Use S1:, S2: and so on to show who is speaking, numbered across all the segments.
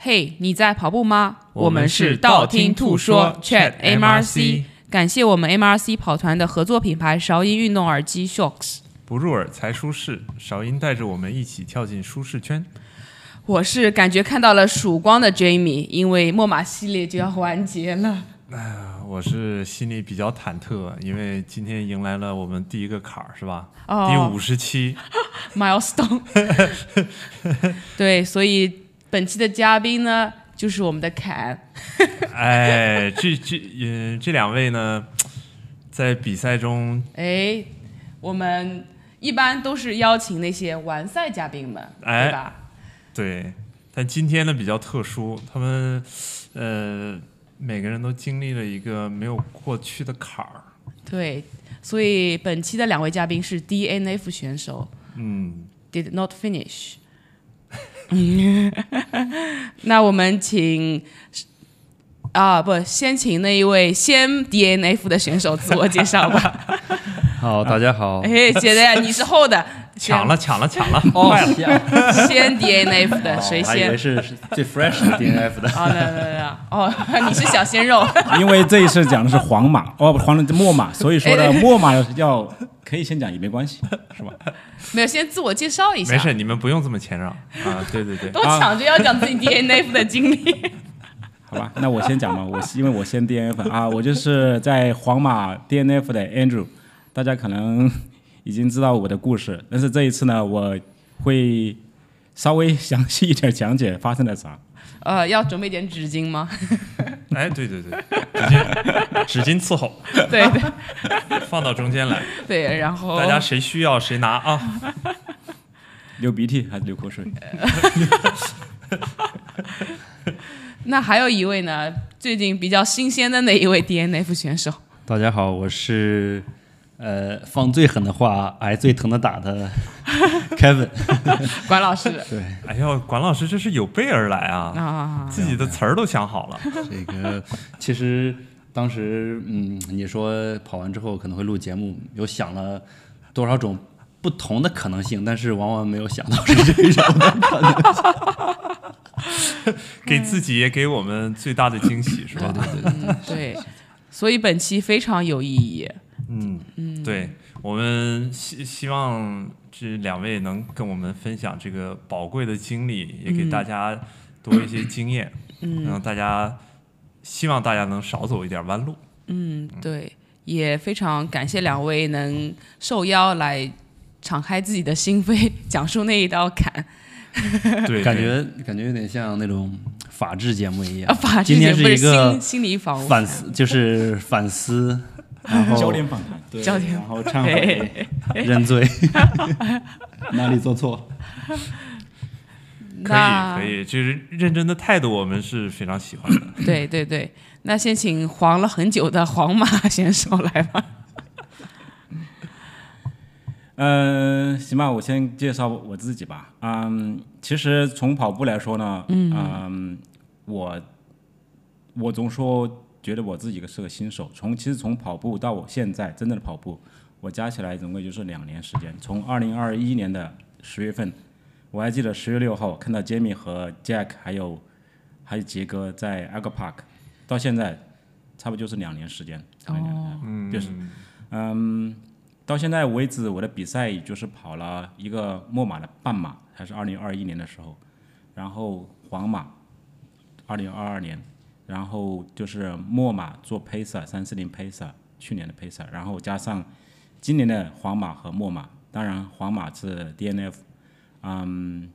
S1: 嘿、你在跑步吗？
S2: 我们是
S1: 道
S2: 道
S1: 听
S2: 听
S1: 途
S2: 途
S1: 说
S2: 说
S1: Chat
S2: Chat
S1: MRC
S2: MRC。
S1: 感谢我们 MRC 跑团的合作品牌韶音运动耳机 Shocks。
S2: 不入耳才舒适，韶音带着我们一起跳进舒适圈。
S1: 我是感觉看到了曙光的 Jamie，因为莫玛系列就要完结了。
S2: 啊我是心里比较忐忑，因为今天迎来了我们第一个坎儿，是吧？
S1: 哦
S2: 第五十期，
S1: milestone。对，所以本期的嘉宾呢，就是我们的凯。
S2: 哎，这这嗯、这两位呢，在比赛中，
S1: 哎，我们一般都是邀请那些完赛嘉宾们，
S2: 哎
S1: 对吧？
S2: 对，但今天呢比较特殊，他们呃每个人都经历了一个没有过去的坎儿。
S1: 对，所以本期的两位嘉宾是 DNF 选手
S2: 嗯，
S1: ，Did Not Finish。那我们请啊，不，先请那一位先 DNF 的选手自我介绍 吧。
S3: 好，大家好。
S1: 哎，姐姐，你是后的，
S2: 抢了，抢了，抢了！
S3: 哦，
S1: 先 DNF
S2: 哦
S1: 的，谁
S3: 我还以
S1: 先
S3: 为？是 是最 fresh 的 DNF 的，
S1: 啊，对对对，哦， 你是小鲜肉，
S4: 因为这一次讲的是皇马哦，不，皇的墨马，所以说呢，墨马要可以先讲也没关系，是吧？
S1: 没有，先自我介绍一下，
S2: 没事，你们不用这么谦让啊！对对对，
S1: 都抢着要讲自 己 DNF 的经历。
S4: 好吧，那我先讲吧，我是因为我先 DNF 啊，我就是在皇马 DNF 的 Andrew，大家可能已经知道我的故事，但是这一次呢，我会稍微详细一点讲解发生了啥。
S1: 呃，要准备点纸巾 吗？
S2: 哎，对对对，纸巾纸巾伺候，
S1: 对对
S2: 放到中间来，
S1: 对，然后
S2: 大家谁需要谁拿啊！
S4: 流鼻涕还是流口水？
S1: 那还有一位呢，最近比较新鲜的那一位 DNF 选手，
S3: 大家好，我是呃放最狠的话，挨最疼的打 的 Kevin。
S1: 管老师
S2: 哎呦，管老师这是有备而来啊，
S1: 啊，
S2: 自己的词儿都想好了。
S3: 这个其实当时嗯，你说跑完之后可能会录节目，有想了多少种不同的可能性，但是往往没有想到是 这种。
S2: 给自己也给我们最大的惊喜，是吧？
S1: 嗯对，所以本期非常有意义。
S2: 嗯嗯，对，我们希希望这两位能跟我们分享这个宝贵的经历，也给大家多一些经验，嗯，让大家希望大家能少走一点弯路。
S1: 嗯，对，也非常感谢两位能受邀来敞开自己的心扉，讲述那一道坎。
S2: 对，
S3: 感
S2: 对
S3: 觉感觉有点像那种法制节目一
S1: 啊，
S3: 样。
S1: 法制
S3: 今天
S1: 节
S3: 是
S1: 目
S3: 一个
S1: 心心理访问
S3: 反思，就是反思，然后
S4: 焦点访谈，
S3: 对
S1: 哦 焦点
S3: 然后忏悔、认罪， 哪里做错？
S2: 可以
S1: 那
S2: 可以，就是认真的态度，我们是非常喜 欢的。
S1: 对对对，那先请黄了很久的皇马 选手来吧。
S4: 嗯、行吧，我先介绍我自己吧。嗯，其实从跑步来说呢，嗯，我我总说觉得我自己是个新手。从其实从跑步到我现在真正的跑步，我加起来总共也就是两年时间。从二零二一年的十月份，我还记得十月六号看到 Jamie 和 Jack 还有还有杰哥在 a g a Park，到现在差不多就是两年时间。
S1: 哦，
S2: 嗯，
S4: 就是嗯，到现在为止，我的比赛也就是跑了一个墨马的半马，还是二零二一年的时候，然后皇马，二零二二年，然后就是墨马做 pacer 三四零 pacer 去年的 pacer，然后加上今年的皇马和墨马，当然皇马是 DNF，嗯，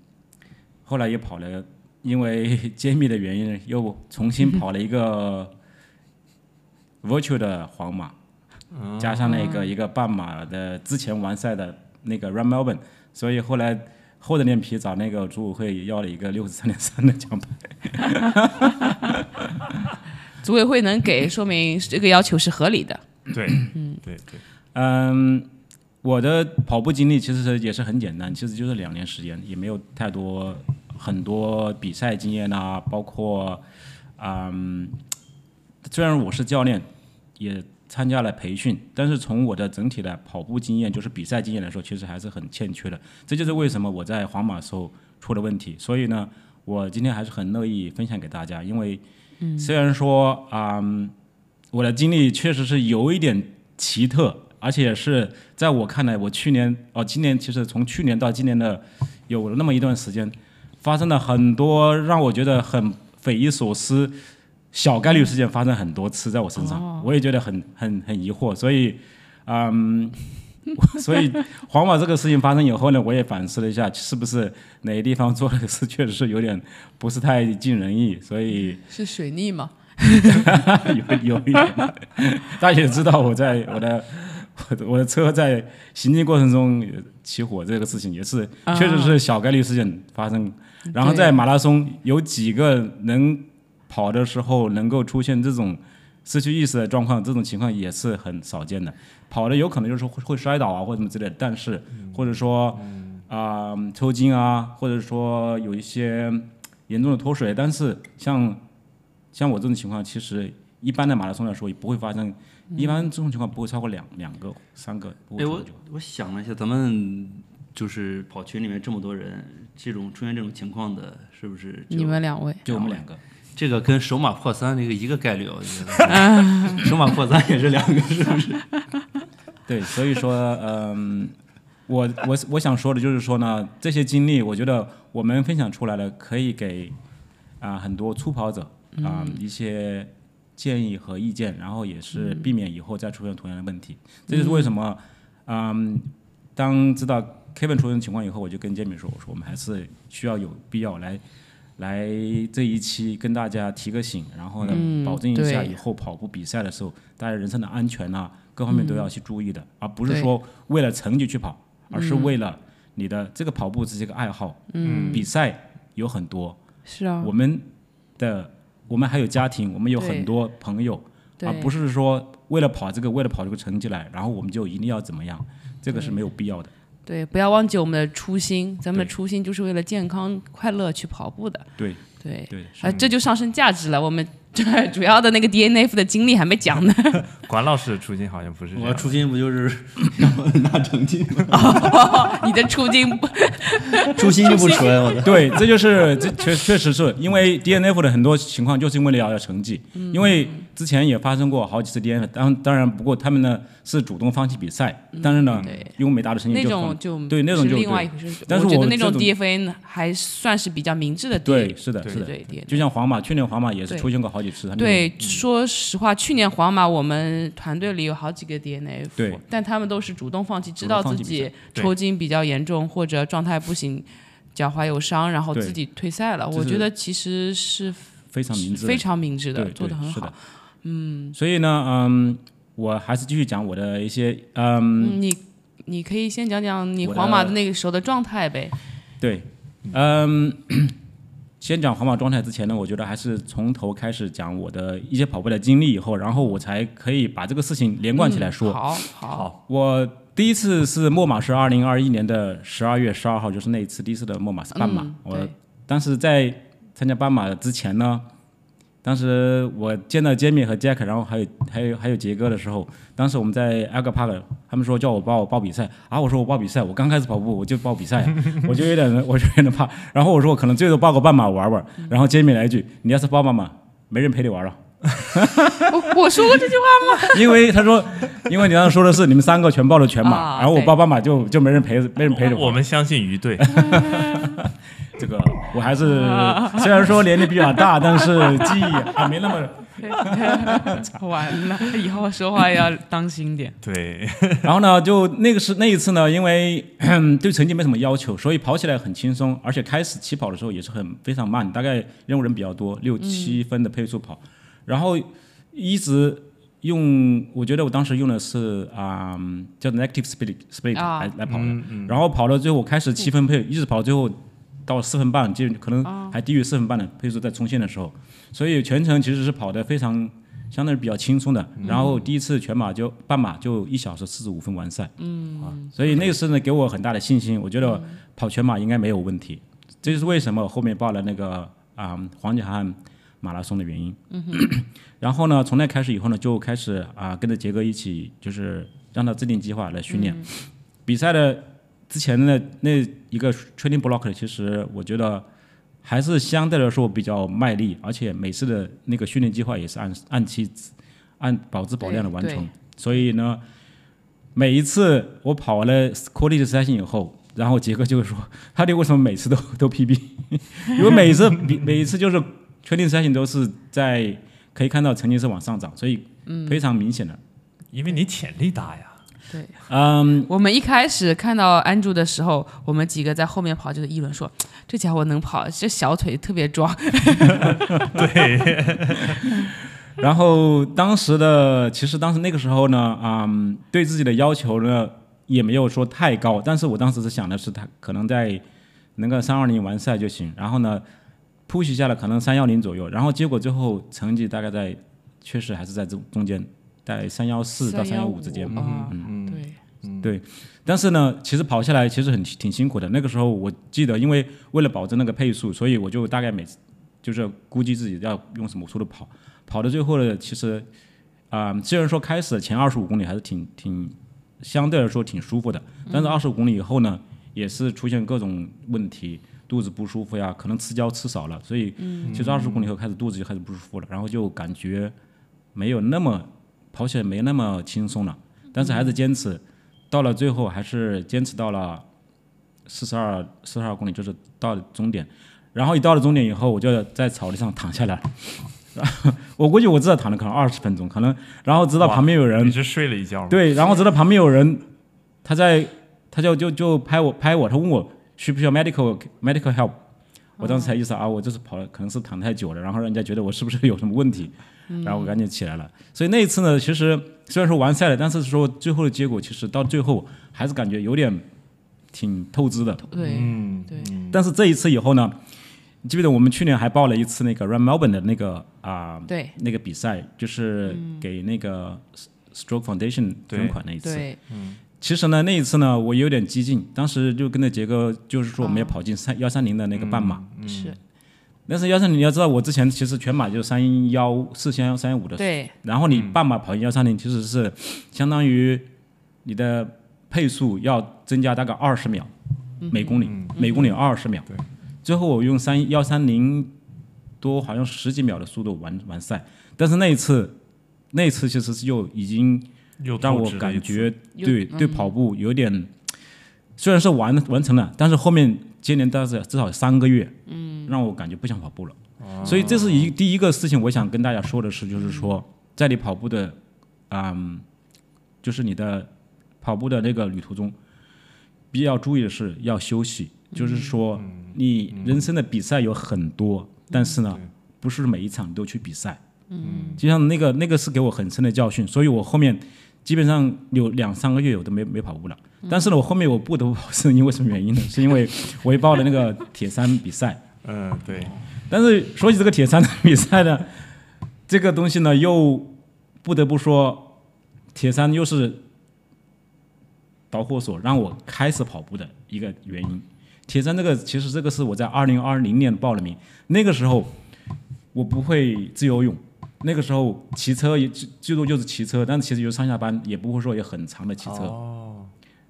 S4: 后来也跑了，因为 揭秘的原因，又重新跑了一个 virtual 的皇马。加上那个一个半马的之前完赛的那个 Run Melbourne，所以后来厚着脸皮找那个组委会要了一个六十三点三的奖牌。
S1: 组委会能给，说明这个要求是合理的。
S2: 对，对对，
S4: 嗯，我的跑步经历其实也是很简单，其实就是两年时间，也没有太多很多比赛经验啊，包括，嗯，虽然我是教练，也参加了培训，但是从我的整体的跑步经验，就是比赛经验来说，其实还是很欠缺的。这就是为什么我在皇马时候出了问题。所以呢，我今天还是很乐意分享给大家，因为虽然说，嗯，我的经历确实是有一点奇特，而且是在我看来，我去年哦，今年其实从去年到今年的有那么一段时间，发生了很多让我觉得很匪夷所思。小概率事件发生很多次在我身上，我也觉得很很很疑惑，所以，嗯，我所以皇马这个事情发生以后呢，我也反思了一下，是不是哪个地方做的事确实是有点不是太尽人意，所以
S1: 是水逆吗？
S4: 有有 一点，大家也知道我在我的我的我的车在行进过程中起火这个事情也是
S1: 啊
S4: 确实是小概率事件发生，然后
S1: 对
S4: 在马拉松有几个能跑的时候能够出现这种失去意识的状况，这种情况也是很少见的。跑的有可能就是会会摔倒啊，或者什么之类的，但是
S1: 嗯
S4: 或者说啊、抽筋啊，或者说有一些严重的脱水，但是像像我这种情况，其实一般的马拉松来说也不会发生，一般这种情况不会超过两两个、三个，不会
S3: 哎，
S4: 超过
S3: 我
S4: 九个。
S3: 我想了一下，咱们就是跑群里面这么多人，这种出现这种情况的，是不是就
S1: 你们两位，
S4: 就我们两个，
S3: 这个跟手马破三这个一个概率啊？我觉得手马破三也是两个，是不是？
S4: 对，所以说，嗯，我我我想说的就是说呢，这些经历，我觉得我们分享出来了，可以给啊、很多初跑者啊、
S1: 嗯
S4: 一些建议和意见，然后也
S1: 嗯
S4: 是避免以后再出现同样的问题。这就是为什么，嗯，当知道 Kevin 出现情况以后，我就跟杰米说，我说我们还是需要有必要来。来这一期跟大家提个醒，然后呢，
S1: 嗯
S4: 保证一下
S1: 对
S4: 以后跑步比赛的时候，大家人身的安全啊，各方面都要去注意的，而不是
S1: 嗯对嗯
S4: 说为了成绩去跑，而是为了你的这个跑步只是一个爱好。嗯，比赛有很多，
S1: 是啊
S4: 我，们的我们还有家庭，我们有
S1: 对
S4: 很多朋友，
S1: 对
S4: 而，啊不是说为了跑这个，为了跑这个成绩来，然后我们就一定要怎么样，这个是没有必要的。
S1: 对，不要忘记我们的初心，咱们的
S4: 对
S1: 初心就是为了健康快乐去跑步的。
S4: 对
S1: 对，
S4: 对，
S1: 啊，这就上升价值了。我们这主要的那个 DNF 的经历还没讲呢。
S2: 管老师的初心好像不是这
S3: 我
S2: 样。
S3: 出金不就是 要拿成绩吗？
S1: 你的初经不
S3: 初心就不纯，我的。
S4: 对，这就是这确确实是因为 DNF 的很多情况，就是因为了要成绩，
S1: 嗯
S4: 因为之前也发生过好几次 DNF，当当然不过他们呢是主动放弃比赛，但是呢，
S1: 嗯对
S4: 因为没达到成绩
S1: 那
S4: 就
S1: 种
S4: 放
S1: 就
S4: 对那种
S1: 是
S4: 就
S1: 另外
S4: 对
S1: 一回事。
S4: 但是
S1: 我觉
S4: 我
S1: 得那种
S4: 这种
S1: DFA 呢还算是比较明智的 DNF。
S4: 对，是的，
S2: 对
S4: 是的，
S1: 对 DNF
S4: 就像皇马，去年皇马也是
S1: 对
S4: 出现过好几次，他们
S1: 对，说实话，去年皇马我们团队里有好几个 DNF，
S4: 对
S1: 但他们都是主动放弃，知
S4: 动
S1: 道
S4: 放
S1: 自
S4: 弃比
S1: 己
S2: 对
S1: 抽筋比较严重或者状态不行，脚踝有伤，然后
S4: 对
S1: 自己退赛了。
S4: 这
S1: 我
S4: 是
S1: 觉得其实是
S4: 非常明智的
S1: 非常明智的，
S4: 对，
S1: 做
S4: 对
S1: 得很
S4: 是
S1: 好。。
S4: 嗯，所以呢，嗯，我还是继续讲我的一些，嗯，
S1: 嗯，你你可以先讲讲你
S4: 我
S1: 皇马
S4: 的
S1: 的那个时候的状态呗。
S4: 对，嗯， 先讲皇马状态之前呢，我觉得还是从头开始讲我的一些跑步的经历，以后，然后我才可以把这个事情连贯起来说。
S1: 嗯好好，
S4: 我第一次是墨马是二零二一年的十二月十二号，就是那一次第一次的墨马是半马。
S1: 嗯
S4: 我
S1: 对
S4: 当时在参加斑马之前呢，当时我见到 Jamie 和 Jack，然后还有还有还有杰哥的时候，当时我们在 Alga Park，他们说叫我报报比赛啊，我说我报比赛，我刚开始跑步我就报比赛，啊 我就有点我就有点怕，然后我说我可能最多报个半马玩玩，然后 Jamie 来一句，你要是报半马，没人陪你玩了。啊
S1: 哦我我说过这句话，
S4: 因为他说，因为你刚才说的是你们三个全报了全马，
S1: 啊
S4: 然后我
S1: 对
S4: 报半马就就没人陪，没人陪着
S2: 我们相信鱼队，
S4: 这个我还是
S1: 啊
S4: 虽然说年龄比较大，但是记忆还没那么。
S1: 完了，以后说话要当心点。
S2: 对，
S4: 然后呢，就那个是那一次呢，因为 对成绩没什么要求，所以跑起来很轻松，而且开始起跑的时候也是很非常慢，大概任务人比较多，六七分的配速跑，然后一直用，我觉得我当时用的是啊、嗯叫 negative split split
S1: 啊
S4: 来、来跑的，然后跑到最后我开始七分配，一直跑到最后到四分半，就可能还低于四分半的配速在冲线的时候，所以全程其实是跑得非常相对是比较轻松的。然后第一次全马就半马就一小时四十五分完赛，嗯，啊，所以那次呢给我很大的信心，我觉得跑全马应该没有问题。这就是为什么我后面报了那个啊、嗯黄金海岸马拉松的原因。 然后呢，从那开始以后呢，就开始啊跟着杰哥一起，就是让他制定计划来训练。比赛的之前的那一个 training block，其实我觉得还是相对来说比较卖力，而且每次的那个训练计划也是按按期按保质保量的完
S1: 对
S4: 成
S1: 对。
S4: 所以呢，每一次我跑了 quality session 以后。然后杰哥就说：“ 他弟为什么每次都都 PB？因为每一次比每一次就是 training session 都是在可以看到成绩是往上涨，所以非常明显的。
S2: 因为你潜力大呀。
S1: 对，
S4: 嗯，
S1: 我们一开始看到安住的时候，我们几个在后面跑，就是议论说这家伙能跑，这小腿特别壮。
S4: 然后当时的其实当时那个时候呢，嗯，对自己的要求呢也没有说太高，但是我当时是想的是他可能在能够三二零完赛就行，然后呢 push 一下了，可能三幺零左右，然后结果最后成绩大概在确实还是在中中间，在三幺 四到三幺五之间。嗯
S1: 啊，对，
S4: 但是呢，其实跑下来其实很挺辛苦的。那个时候我记得，因为为了保证那个配速，所以我就大概每次就是估计自己要用什么速度跑，跑到最后呢，其实啊、虽然说开始前二十五公里还是挺挺相对来说挺舒服的，
S2: 嗯
S4: 但是二十五公里以后呢，也是出现各种问题。肚子不舒服呀，可能吃胶吃少了，所以
S2: 嗯
S4: 其实二十公里以后开始肚子就开始不舒服了，然后就感觉没有那么跑起来没那么轻松了，但是还是
S2: 嗯
S4: 坚持，到了最后还是坚持到了四十二四十二公里，就是到了终点。然后一到了终点以后，我就在草地上躺下来了。 我估计我至少躺了可能二十分钟，可能然后直到
S2: 哇
S4: 旁边有人
S2: 你是睡了一觉吗？
S4: 嗯对，然后直到旁边有人，他在他就就就拍我拍我，他问我需不需要 medical medical
S2: 哦
S4: help，我当时才意识到啊，我就是跑了，可能是躺太久了，然后让人家觉得我是不是有什么问题，
S2: 嗯
S4: 然后我赶紧起来了。所以那一次呢，其实虽然说完赛了，但是说最后的结果，其实到最后还是感觉有点挺透支的。
S1: 对，
S2: 嗯，
S1: 对
S2: 嗯
S4: 但是这一次以后呢，你记不记得我们去年还报了一次那个 Run Melbourne 的那个啊、
S1: 对，
S4: 那个比赛，就是给那个 Stroke Foundation
S2: 嗯对
S4: 捐款那一次。
S1: 对，
S4: 其实呢，那一次呢，我有点激进，当时就跟着杰哥，就是说我们要跑进三幺三零的
S2: 嗯
S4: 那个半马。
S1: 是，
S4: 但是幺三零，你要知道，我之前其实全马就三幺四、三幺三五的，
S1: 对，
S4: 然后你半马跑进幺三零，其实是相当于你的配速要增加大概二十秒每公里，每公里二十秒。
S2: 对
S4: 最后我用三幺三零多，好像十几秒的速度完完赛，但是那一次，那一次其实是就已经
S2: 又
S4: 让
S2: 透
S4: 我
S2: 支了一
S4: 感
S2: 次
S4: 觉
S1: 又
S4: 对对跑步有嗯点，虽然是完完成了，但是后面接连到是至少三个月，嗯，让我感觉不想跑步了。
S2: 哦
S4: 所以这是一第一个事情，我想跟大家说的是，就是说在你跑步的，嗯，就是你的跑步的那个旅途中，比较注意的是要休息，就是说
S2: 嗯
S4: 你人生的比赛有很多，但是呢，不是每一场都去比赛。嗯，就像那个那个是给我很深的教训，所以我后面基本上有两三个月我都没没跑步了。但是呢，我后面我不得不跑，是因为什么原因呢？是因为我也报了那个铁三比赛。
S2: 嗯，对，
S4: 但是说起这个铁三的比赛呢，这个东西呢，又不得不说，铁三又是导火索让我开始跑步的一个原因。铁三这个其实这个是我在二零二零年报了名，那个时候我不会自由泳，那个时候骑车也最最多就是骑车，但其实有上下班也不会说有很长的骑车。
S2: 哦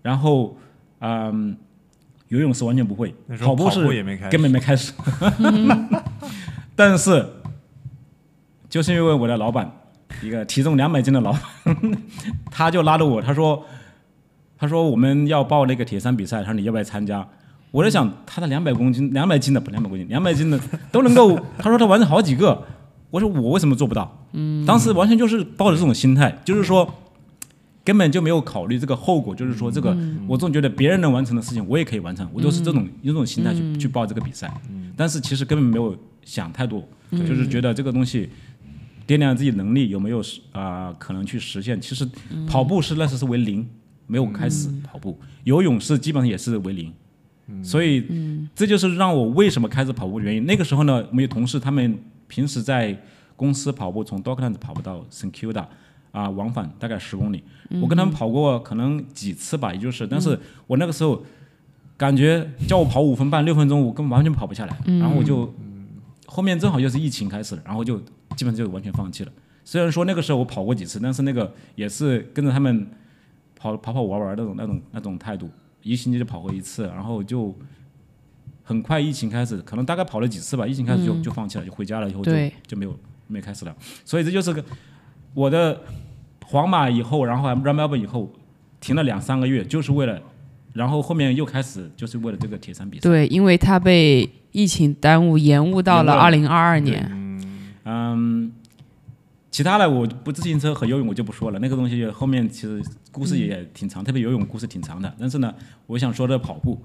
S4: 然后，嗯，游泳是完全不会
S2: 那，时候
S4: 跑步
S2: 跑
S4: 是
S2: 步也没开始，
S4: 根本没 开始。但是，就是因为我的老板，一个体重两百斤的老板， 他就拉着我，他说，他说我们要报那个铁三比赛，他说你要不要参加？我在想，他的两百公斤，两百斤的不两百公斤，两百斤的都能够，他说他完成好几个，我说我为什么做不到？嗯，当时完全就是抱着这种心态，就是说。根本就没有考虑这个后果，就是说这个，我总觉得别人能完成的事情，我也可以完成，我都是这种一种心态去、去报这个比赛，但是其实根本没有想太多，就是觉得这个东西掂量自己能力有没有实啊、可能去实现。其实跑步是那时是为零，没有开始跑步，游泳是基本上也是为零。所以，这就是让我为什么开始跑步的原因。那个时候呢，我们有同事他们平时在公司跑步，从 Docklands 跑步到 St. Kilda，啊、往返大概十公里。我跟他们跑过可能几次吧，也就是，但是我那个时候感觉叫我跑五分半、六分钟，我根本完全跑不下来。然后我就后面正好又是疫情开始了，然后就基本上就完全放弃了。虽然说那个时候我跑过几次，但是那个也是跟着他们跑跑跑玩玩那种那种那种态度，一星期就跑过一次，然后就很快疫情开始，可能大概跑了几次吧，疫情开始就、就放弃了，就回家了，以后就
S1: 对
S4: 就没有没开始了。所以这就是个我的皇马以后，然后 r a m b l e 以后停了两三个月，就是为了，然后后面又开始就是为了这个铁三比赛。
S1: 对，因为他被疫情耽误，延误到了二
S4: 延
S1: 零二二年。
S4: 嗯，其他的我不自行车和游泳我就不说了，那个东西后面其实故事也挺长，特别游泳故事挺长的。但是呢，我想说的跑步，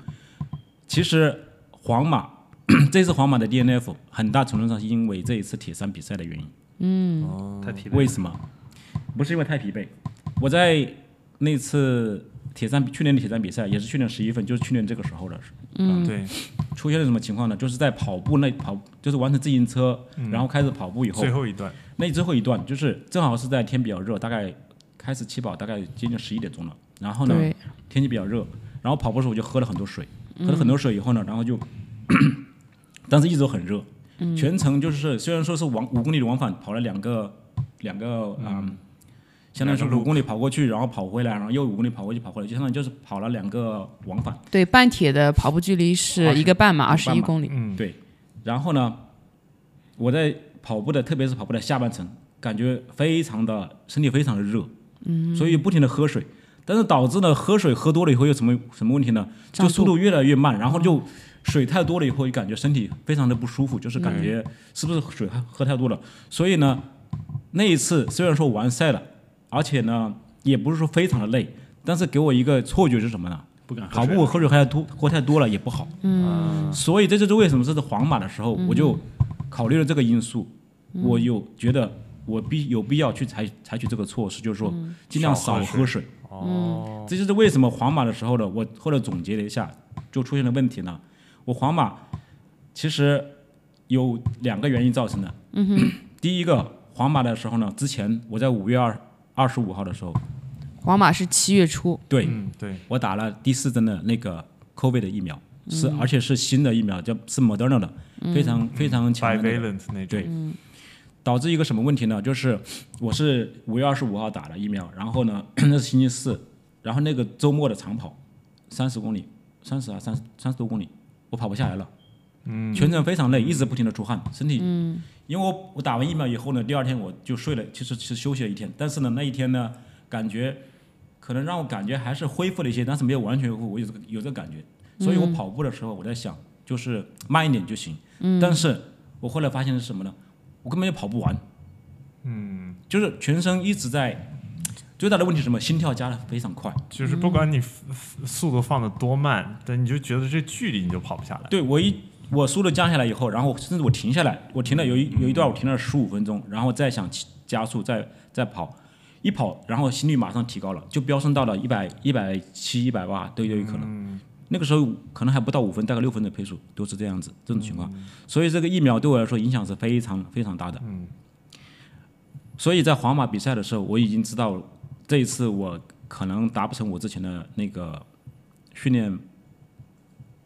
S4: 其实皇马 这次皇马的 DNF 很大程度上是因为这一次铁三比赛的原因。
S3: 太疲
S4: 为什么？不是因为太疲惫。我在那次铁三比去年的铁三比赛，也是去年十一月份，就是去年这个时候了，
S2: 嗯，对，
S4: 出现了什么情况呢？就是在跑步那跑，就是完成自行车，然后开始跑步以后
S2: 嗯最，后一段，
S4: 那最后一段就是正好是在天比较热，大概开始起跑大概接近十一点钟了，然后呢
S1: 对，
S4: 天气比较热，然后跑步的时候我就喝了很多水，喝了很多水以后呢，然后就， 但是一直都很热，全程就是虽然说是往五公里的往返跑了两个两个嗯。相当于是
S2: 两个
S4: 五公里跑过去，然后跑回来，然后又五公里跑过去，跑回来，就相当于就是跑了两个往返。
S1: 对，半铁的跑步距离是一个半马，二
S4: 二十
S1: 十一公里。
S2: 嗯，
S4: 对，然后呢，我在跑步的，特别是跑步的下半程，感觉非常的身体非常的热，嗯，所以不停的喝水，但是导致呢喝水喝多了以后有什么什么问题呢？
S1: 胀
S4: 就
S1: 肚
S4: 速度越来越慢，然后就水太多了以后，就感觉身体非常的不舒服，就是感觉是不是水喝喝太多了？所以呢，那一次虽然说完赛了，而且呢也不是说非常的累，但是给我一个错觉是什么呢？
S3: 不敢
S4: 跑步喝水喝太多，喝太多了也不好。嗯，所以这就是为什么这次皇马的时候，我就考虑了这个因素，我有觉得我必有必要去采采取这个措施，就是说尽量
S2: 少
S4: 少
S2: 喝
S4: 喝水。
S2: 哦，
S4: 这就是为什么皇马的时候呢，我后来总结了一下，就出现了问题呢。我皇马其实有两个原因造成的。嗯哼，第一个，皇马的时候呢，之前我在五月二二十五号的时候，
S1: 皇马是七月初，
S4: 对，
S2: 嗯，对，
S4: 我打了第四针的那个 COVID 的疫苗，是而且是新的疫苗，叫是 Moderna 的，非常非常强的那个。
S2: bivalent 那种，
S4: 对，导致一个什么问题呢？就是我是五月二十五号打了疫苗，然后呢， 那是星期四，然后那个周末的长跑，三十公里，三十啊，三三十多公里，我跑不下来了，嗯，全程非常累，一直不停的出汗，身体，嗯，因为我我打完疫苗以后呢，第二天我就睡了，其实是休息了一天，但是呢，那一天呢，感觉可能让我感觉还是恢复了一些，但是没有完全恢复，我有这个有这个感觉，所以我跑步的时候我在想，就是慢一点就行，嗯，但是我后来发现是什么呢？我根本就跑不完，嗯，就是全身一直在。最大的问题是什么？心跳加的非常快，
S2: 就是
S1: 嗯
S2: 不管你 f- f- 速度放的多慢，但你就觉得这距离你就跑不下来，
S4: 对我一我速度降下来以后，然后甚至我停下来，我停了有一有一段我停了十五分钟，然后再想起加速再再跑，一跑然后心率马上提高了，就飙升到了一百一百七一百八都有可能。那个时候可能还不到五分，大概六分的配速都是这样子这种情况，所以这个疫苗对我来说影响是非常非常大的。所以在皇马比赛的时候，我已经知道这一次我可能达不成我之前的那个训练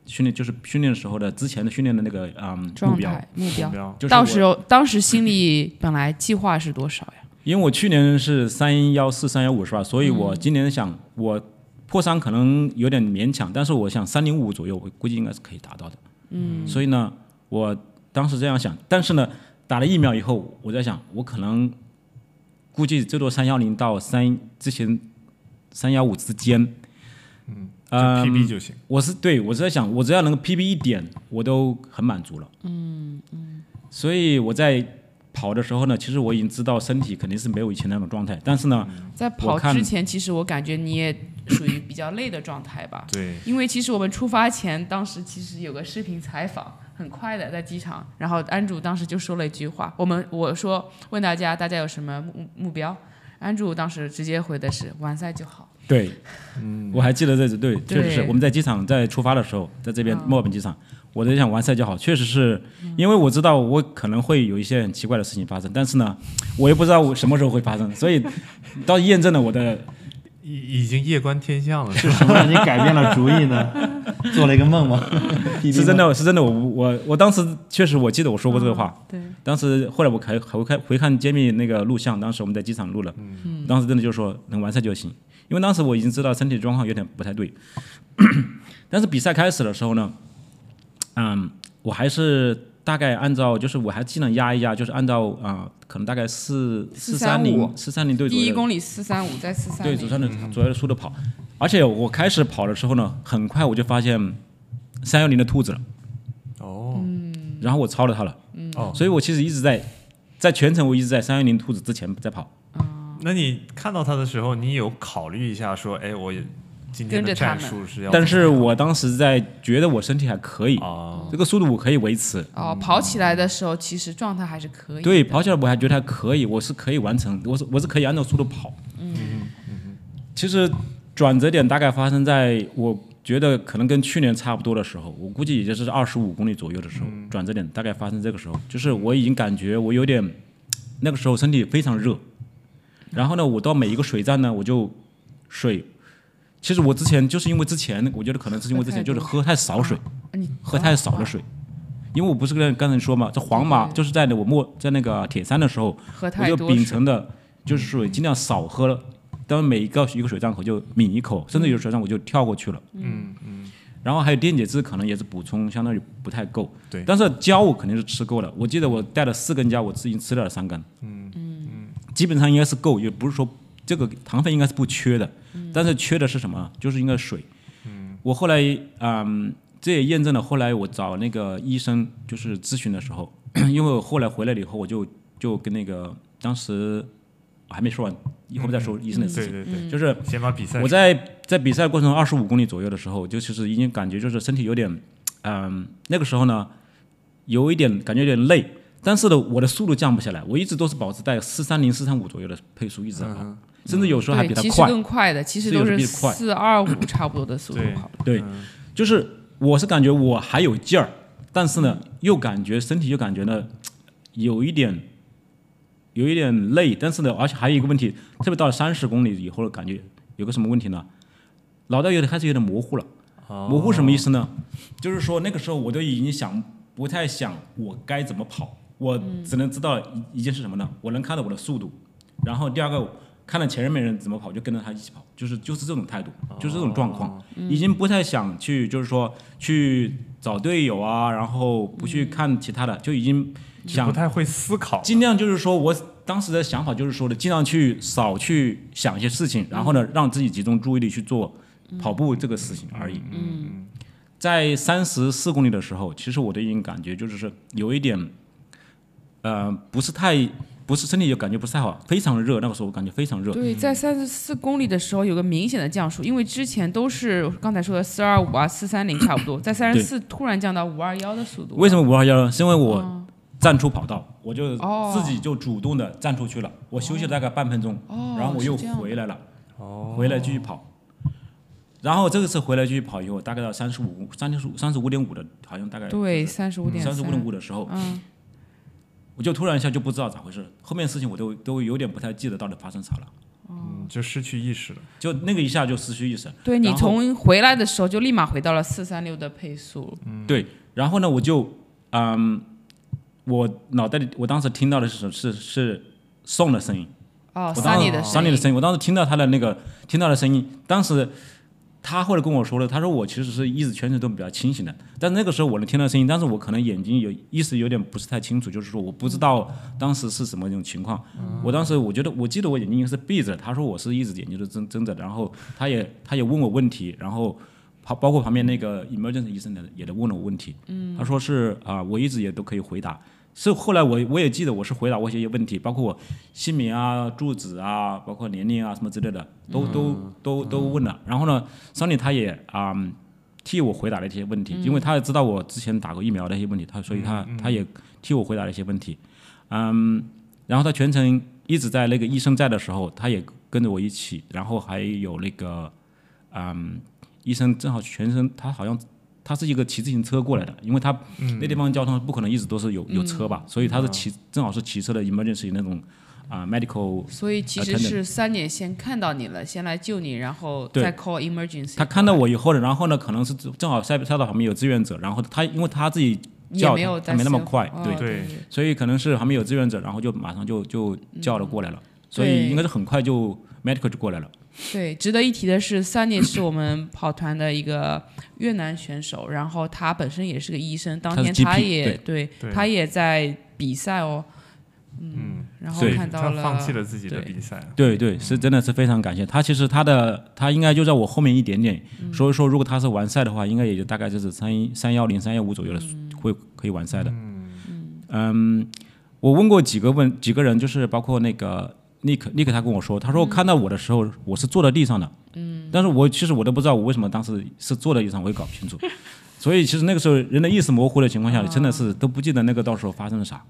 S4: 训练就是训练时候的之前的训练的那个嗯目
S1: 状
S4: 标，
S1: 态目
S2: 目
S1: 标。
S2: 标，
S4: 就是
S1: 到
S4: 我
S1: 时候当时心里本来计划是多少呀？
S4: 因为我去年是三幺四三幺五是吧？所以我今年想我破三可能有点勉强，但是我想三零五左右，我估计应该是可以达到的。嗯，所以呢，我当时这样想，但是呢，打了疫苗以后，我在想，我可能估计最多三幺零到三之前三幺五之间。
S2: 就
S4: 啊嗯
S2: PB 就行，。
S4: 我是对我是在想，我只要能够 PB 一点，我都很满足了。嗯嗯，所以我在跑的时候呢，其实我已经知道身体肯定是没有以前那种状态，但是呢，
S1: 在跑
S4: 我看
S1: 之前，其实我感觉你也属于比较累的状态吧
S2: 对，
S1: 因为其实我们出发前，当时其实有个视频采访，很快的在机场，然后安主当时就说了一句话，我们我说问大家大家有什么目目标，安主当时直接回的是完赛就好。
S4: 对，
S2: 嗯，
S4: 我还记得这次，对，确实是
S1: 对
S4: 我们在机场在出发的时候，在这边墨尔本机场，我在想完赛就好，确实是因为我知道我可能会有一些很奇怪的事情发生，但是呢，我也不知道我什么时候会发生，所以倒验证了我的
S2: 已已经夜观天象了，
S3: 是什么让你改变了主意呢？做了一个梦 吗？
S4: 是真的，是真的，我我我当时确实我记得我说过这个话，
S1: 对，
S4: 当时后来我还还回看回看揭秘那个录像，当时我们在机场录了，当时真的就说能完赛就行，因为当时我已经知道身体状况有点不太对， 但是比赛开始的时候呢，嗯，我还是大概按照就是我还尽量压一压，就是按照啊、可能大概四四三零
S1: 435
S4: 四三零对左
S1: 第
S4: 右
S1: 一
S4: 的
S1: 公里四三五，在四三
S4: 对，
S1: 零。
S4: 走上的左右的速度跑。而且我开始跑的时候呢，很快我就发现三幺零的兔子了，
S2: 哦，
S1: 嗯
S4: 然后我超了它了。
S2: 哦，
S4: 所以我其实一直在在全程我一直在三幺零兔子之前在跑。
S2: 那你看到他的时候，你有考虑一下说，哎，我也今天
S1: 跟
S2: 的
S1: 着他
S2: 战
S1: 们
S2: 术是要怎么样，
S4: 但是我当时在觉得我身体还可以，
S2: 啊，
S4: 这个速度我可以维持。
S1: 哦，跑起来的时候其实状态还是可以的。
S4: 对，跑起来我还觉得还可以，我是可以完成，我是我是可以按照速度跑。嗯，其实转折点大概发生在我觉得可能跟去年差不多的时候，我估计也就是二十五公里左右的时候，转折点大概发生这个时候，就是我已经感觉我有点那个时候身体非常热，然后呢，我到每一个水站呢，我就水。其实我之前就是因为之前，我觉得可能是因为之前就是喝太少水，
S1: 你
S4: 喝太少的水，因为我不是跟刚才说嘛，这皇马就是在我莫在那个铁山的时候，
S1: 喝
S4: 我
S1: 太
S4: 就
S1: 多
S4: 秉
S1: 水嗯
S4: 承的就是水尽量少喝了，当然每一个一个水站口就抿一
S1: 嗯
S4: 口，甚至有的水站我就跳过去了。
S2: 嗯嗯，
S4: 然后还有电解质可能也是补充，相当于不太够。
S2: 对
S4: 但是胶我肯定是吃够了。我记得我带了四根胶，我自己吃掉了三根。嗯嗯，基本上应该是够，也不是说这个糖分应该是不缺的，
S1: 嗯
S4: 但是缺的是什么？就是应该水。嗯，我后来嗯，这也验证了后来我找那个医生就是咨询的时候， 因为我后来回来了以后，我就就跟那个当时我还没说完，一会儿再说医生的事
S2: 对
S4: 情，
S2: 对
S1: 嗯
S2: 对，
S4: 就是。
S2: 先把比赛
S4: 我在在比赛过程二十五公里左右的时候，就其实已经感觉就是身体有点，嗯、那个时候呢，有一点感觉有点累，但是呢，我的速度降不下来，我一直都是保持在四三零、四三五左右的配速一直在跑，甚至有时候还比
S1: 嗯对，
S4: 他
S1: 其实
S4: 快。
S1: 更快的，其实
S4: 是有
S1: 都
S4: 时
S1: 是
S4: 候比快
S1: 四二五差不多的速度
S2: 对
S1: 跑。
S4: 对，就是我是感觉我还有劲儿，但是呢，又感觉身体又感觉呢有一点有一点累，但是呢，而且还有一个问题，特别到了三十公里以后，感觉有个什么问题呢？脑袋有点开始有点模糊了。模糊什么意思呢？就是说那个时候我都已经想不太想我该怎么跑，我只能知道一一件事什么呢？我能看到我的速度，然后第二个看到前面人怎么跑，就跟着他一起跑，就是就是这种态度，就是这种状况，已经不太想去，就是说去找队友啊，然后不去看其他的，就已经
S2: 不
S4: 想
S2: 太会思考，
S4: 尽量就是说我当时的想法就是说的，尽量去少去想一些事情，然后呢，让自己集中注意力去做跑步这个事情而已。嗯，在三十四公里的时候，其实我的已经感觉就是有一点，呃，不是太。不是身体有感觉不是太好，非常热。那个时候我感觉非常热，
S1: 对，在三十四公里的时候有个明显的降速，因为之前都是刚才说的四二五啊、四三零差不多，在三十四突然降到五二幺的速度。
S4: 为什么五二幺呢？是因为我站出跑道，我就
S1: 嗯哦
S4: 自己就主动的站出去了。我休息了大概半分钟，
S1: 哦
S4: 然后我又
S1: 是这样
S4: 回来了，回来继续跑。然后这个次回来继续跑以后，大概到三十五、三十五、三十五点五的，好像大概
S1: 对，三十五点
S4: 三十五点五的时候，
S1: 嗯，
S4: 我就突然一下就不知道咋回事了，后面事情我都都有点不太记得到底发生啥了，
S2: 嗯，就失去意识了。
S4: 就那个一下就失去意识了。
S1: 对你
S4: 然后
S1: 从回来的时候就立马回到了四三六的配速，
S4: 对，然后呢，我就嗯，我脑袋里我当时听到的是什么是是送的声音。
S1: 哦，
S4: 我当
S1: 三
S4: 时
S1: 里的
S4: 桑尼的声音，我当时听到他的那个听到的声音，当时他后来跟我说了，他说我其实是意识全程都比较清醒的，但是那个时候我能听到声音，但是我可能眼睛有意识有点不是太清楚，就是说我不知道当时是什么一种情况。我当时我觉得我记得我眼睛应该是闭着的，他说我是一直眼睛都睁睁着的，然后他也他也问我问题，然后。包包括旁边那个 emergency 医生的也都问了我问题，他说是啊、我一直也都可以回答，是后来我我也记得我是回答过一些问题，包括我姓名啊、住址啊、包括年龄啊什么之类的，都、都都都问了。然后呢，桑尼他也啊、嗯替我回答了一些问题，因为他也知道我之前打过疫苗的一些问题，他所以他、他也替我回答了一些问题。嗯，然后他全程一直在那个医生在的时候，他也跟着我一起，然后还有那个嗯医生正好全身他好像。他是一个骑自行车过来的，因为他那地方交通不可能一直都是有、有车吧，所以他是骑正好是骑车的 emergency 那种啊、medical
S1: 所以其实是三点先看到你了，先来救你，然后
S4: 对
S1: 再 call emergency。
S4: 他看到我以后呢，然后呢，可能是正好赛赛道旁边有志愿者，然后他因为他自己
S1: 也
S4: 叫
S1: 没有
S4: 他
S1: 在
S4: 没那么
S1: self-
S4: 快，
S1: 哦
S4: 对，
S1: 对
S2: 对
S4: 所以可能是旁边有志愿者，然后就马上就就叫了过来了，所以
S1: 对
S4: 应该是很快就 medical 就过来了。
S1: 对，值得一提的是，三年是我们跑团的一个越南选手，然后他本身也是个医生，当
S4: 他是
S1: 天他
S4: GP
S1: 也对
S2: 对
S1: 他也在比赛哦，嗯，然后
S4: 对
S1: 看到
S2: 他
S1: 了
S2: 放弃了自己的
S1: 对
S2: 比赛，
S4: 对对，是真的是非常感谢他。其实他的他应该就在我后面一点点，所以说如果他是完赛的话，应该也就大概就是三一三幺零三幺五左右的、会可以完赛的。嗯我问过几个问几个人，就是包括那个 Nick Nick 他跟我说，他说看到我的时候，我是坐在地上的，嗯，但是我其实我都不知道我为什么当时是坐在地上，我也搞不清楚。 所以其实那个时候人的意识模糊的情况下，真的是都不记得那个到时候发生了啥，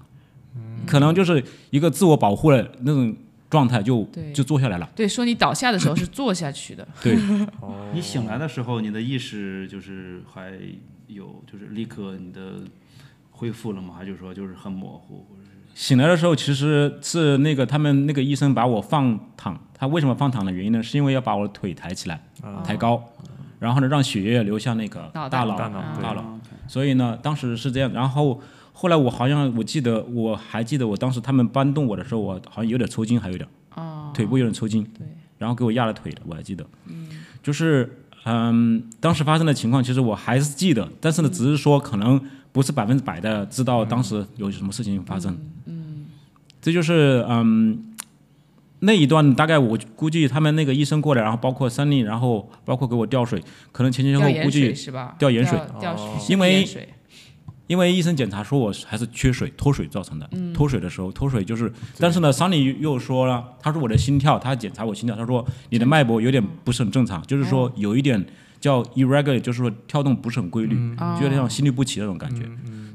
S4: 可能就是一个自我保护的那种状态就
S1: 对
S4: 就坐下来了。
S1: 对，说你倒下的时候是坐下去的，
S4: 对，
S3: 你醒来的时候，你的意识就是还有，就是立刻你的恢复了吗？还是说就是很模糊？
S4: 醒来的时候其实是那个他们那个医生把我放躺，他为什么放躺的原因呢？是因为要把我的腿抬起来，抬高，然后呢让血液流向那个
S1: 脑袋
S4: 大脑，
S2: 大
S1: 啊
S2: 脑对
S4: 大脑。啊所以呢，当时是这样，然后。后来我好像我记得，我还记得我当时他们搬动我的时候，我好像有点抽筋，还有点，腿部有点抽筋，
S1: 对，
S4: 然后给我压了腿了，我还记得，就是嗯，当时发生的情况，其实我还是记得，但是呢，只是说可能不是百分之百的知道当时有什么事情发生，嗯，这就是嗯那一段大概我估计他们那个医生过来，然后包括三令，然后包括给我吊水，可能前前后
S1: 掉
S4: 后
S1: 盐
S4: 估
S1: 水
S4: 计
S1: 是吧？
S4: 掉盐水
S1: 掉掉
S2: 哦
S1: 水是
S4: 因为
S1: 盐水
S4: 因为医生检查说我是还是缺水脱水造成的，脱水的时候脱水就是，但是呢，桑尼又又说了，他说我的心跳，他检查我心跳，他说你的脉搏有点不是很正常，就是说有一点叫 irregular，就是说跳动不是很规律，
S1: 嗯
S4: 就有
S1: 哦
S4: 点像心律不齐那种感觉。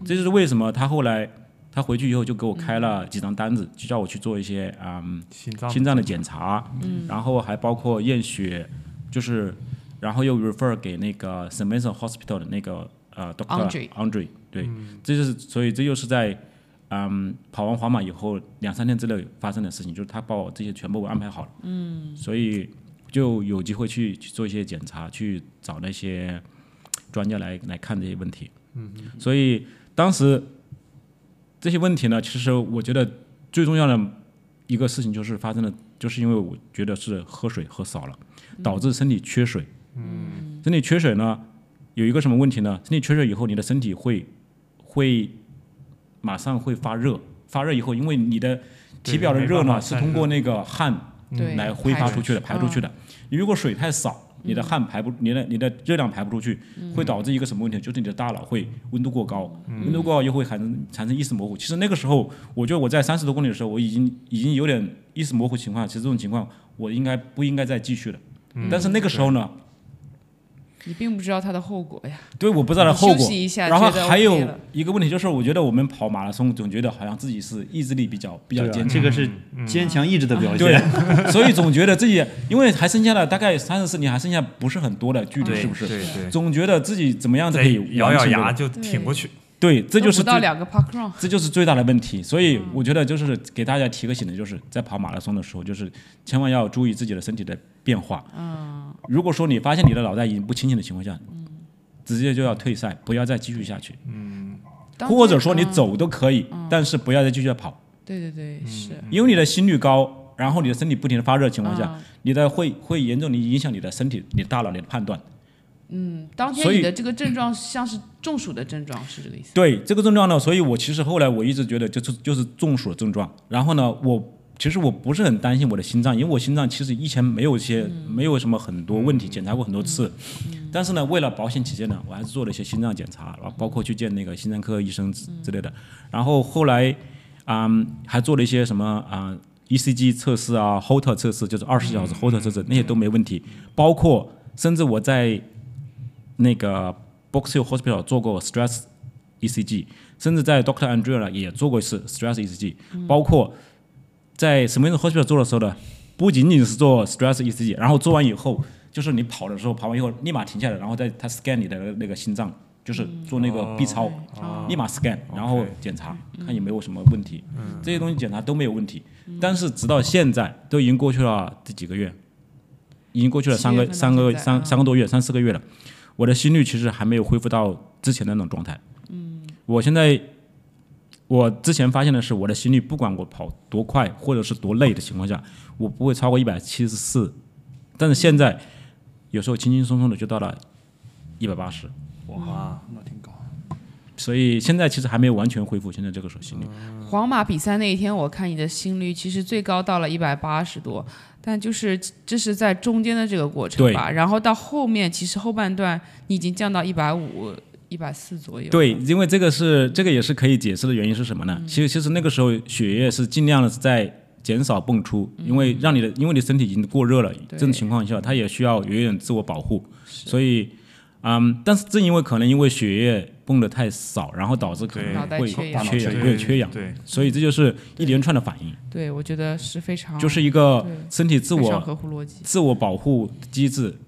S4: 这就是为什么他后来他回去以后就给我开了几张单子，就叫我去做一些嗯
S2: 心脏
S4: 心脏的嗯检查，然后还包括验血，就是然后又 refer 给那个 s t Vincent Hospital 的那个呃
S1: Andre
S4: Doctor Andre，对，嗯这就是所以这就是在嗯跑完皇马以后两三天之内发生的事情，就是他把我这些全部安排好了，嗯，所以就有机会去去做一些检查，去找那些专家来来看这些问题，嗯，所以当时这些问题呢，其实我觉得最重要的一个事情就是发生了，就是因为我觉得是喝水喝少了，导致身体缺水。嗯，身体缺水呢，有一个什么问题呢？身体缺水以后，你的身体会会马上会发热，发热以后，因为你的体表的
S2: 对没
S4: 热
S2: 办
S4: 呢
S2: 法
S4: 是
S2: 散
S4: 通过
S2: 热
S4: 那个汗
S1: 对
S4: 来挥发出去的，
S1: 排
S4: 排
S1: 出
S4: 出
S1: 去嗯
S4: 去的。你如果水太少，你的汗排不，你的你的热量排不出去，
S1: 嗯
S4: 会导致一个什么问题？就是你的大脑会温度过高，温度过高又会产生产生意识模糊。其实那个时候，我觉得我在三十多公里的时候，我已经已经有点意识模糊情况。其实这种情况，我应该不应该再继续了？
S1: 嗯
S4: 但是那个时候呢，
S1: 你并不知道它的后果呀，
S4: 对，我不知道它的后
S1: 你
S4: 果
S1: 休息一。下
S4: 然后
S1: 觉得 OK
S4: 还有
S1: 了
S4: 一个问题就是，我觉得我们跑马拉松，总觉得好像自己是意志力比较比较坚强。
S3: 这个是坚强意志的表现。
S4: 嗯对，啊所以总觉得自己，因为还剩下了大概三十四年，还剩下不是很多的距离，
S2: 对
S4: 是不是？
S2: 对对，
S4: 总觉得自己怎么样都
S2: 再
S4: 可以
S2: 咬
S4: 完
S2: 咬
S4: 成这
S2: 牙
S4: 个，
S2: 就挺过去。
S4: 对，这就
S1: 都
S4: 是
S1: 不到
S4: 最
S1: 两个嗯 park run，
S4: 这就是最大的问题。所以我觉得就是给大家提个醒的，就是在跑马拉松的时候，就是千万要注意自己的身体的变化。
S1: 嗯
S4: 如果说你发现你的脑袋已经不清醒的情况下，直接就要退赛，不要再继续下去，
S1: 当
S4: 或
S1: 天
S4: 者说你
S1: 嗯嗯
S4: 走都可以，但是不要再继续跑。
S1: 对对
S2: 嗯
S1: 对是
S4: 因为你的心率高，然后你的身体不停的发热的情况下，
S1: 嗯
S4: 你的会会严重的影响你的身体、你的大脑、你的判断。
S1: 嗯，当天
S4: 所
S1: 你
S4: 以
S1: 的这个症状像是中暑的症状，是这个意思？
S4: 对这个症状呢，所以我其实后来我一直觉得就是就是中暑的症状。然后呢，我其实我不是很担心我的心脏，因为我心脏其实以前没有一些、没有什么很多问题，检查过很多次。嗯但是呢，为了保险起见呢，我还是做了一些心脏检查，然后包括去见那个心脏科医生之之类的。然后后来，嗯，还做了一些什么啊、ECG 测试啊、Holter 测试，就是二十四小时 Holter 测试，那些都没问题。包括甚至我在那个 Box Hill Hospital 做过 stress ECG，甚 E 至在 Doctor Andrea 呢也做过一次 stress ECG，、包括在 Smith Hospital 做的时候呢，不仅仅是做 stress ECG，然后做完以后，就是你跑的时候，跑完以后立马停下来，然后再他 scan 你的那个心脏，就是做那个 B 超，立马 scan，然后检查、看有没有什么问题，这些东西检查都没有问题，但是直到现在都已经过去了这几个月，已经过去了三
S1: 七月份
S4: 个
S1: 到
S4: 三个
S1: 现在
S4: 三
S1: 嗯
S4: 三个多月三四个月了，我的心率其实还没有恢复到之前的那种状态，嗯，我现在我之前发现的是，我的心率不管我跑多快或者是多累的情况下，我不会超过一百七十四，但是现在有时候轻轻松松的就到了一百八十，
S2: 哇，那挺高。
S4: 所以现在其实还没有完全恢复现在这个时候心率。
S1: 皇马比赛那一天，我看你的心率其实最高到了一百八十多，但就是这是在中间的这个过程
S4: 对
S1: 吧。然后到后面，其实后半段你已经降到一百五、一百四左右。
S4: 对，，因为这个是这个也是可以解释的原因是什么呢？
S1: 嗯
S4: 其实其实那个时候血液是尽量的是在减少泵出，
S1: 嗯
S4: 因为让你的因为你身体已经过热了，这种情况下它也需要有一点自我保护，所以。嗯，但是正因为可能因为血液泵的太少，然后导致可
S2: 对
S4: 能
S1: 脑袋
S4: 会
S1: 缺
S4: 缺
S1: 氧
S4: 氧，会有缺氧，
S2: 对，
S4: 所以这就是一连串的反应，
S1: 对我觉得是非常
S4: 就是一个身体自
S1: 非常
S4: 我
S1: 合乎逻辑。
S4: 自我保护机制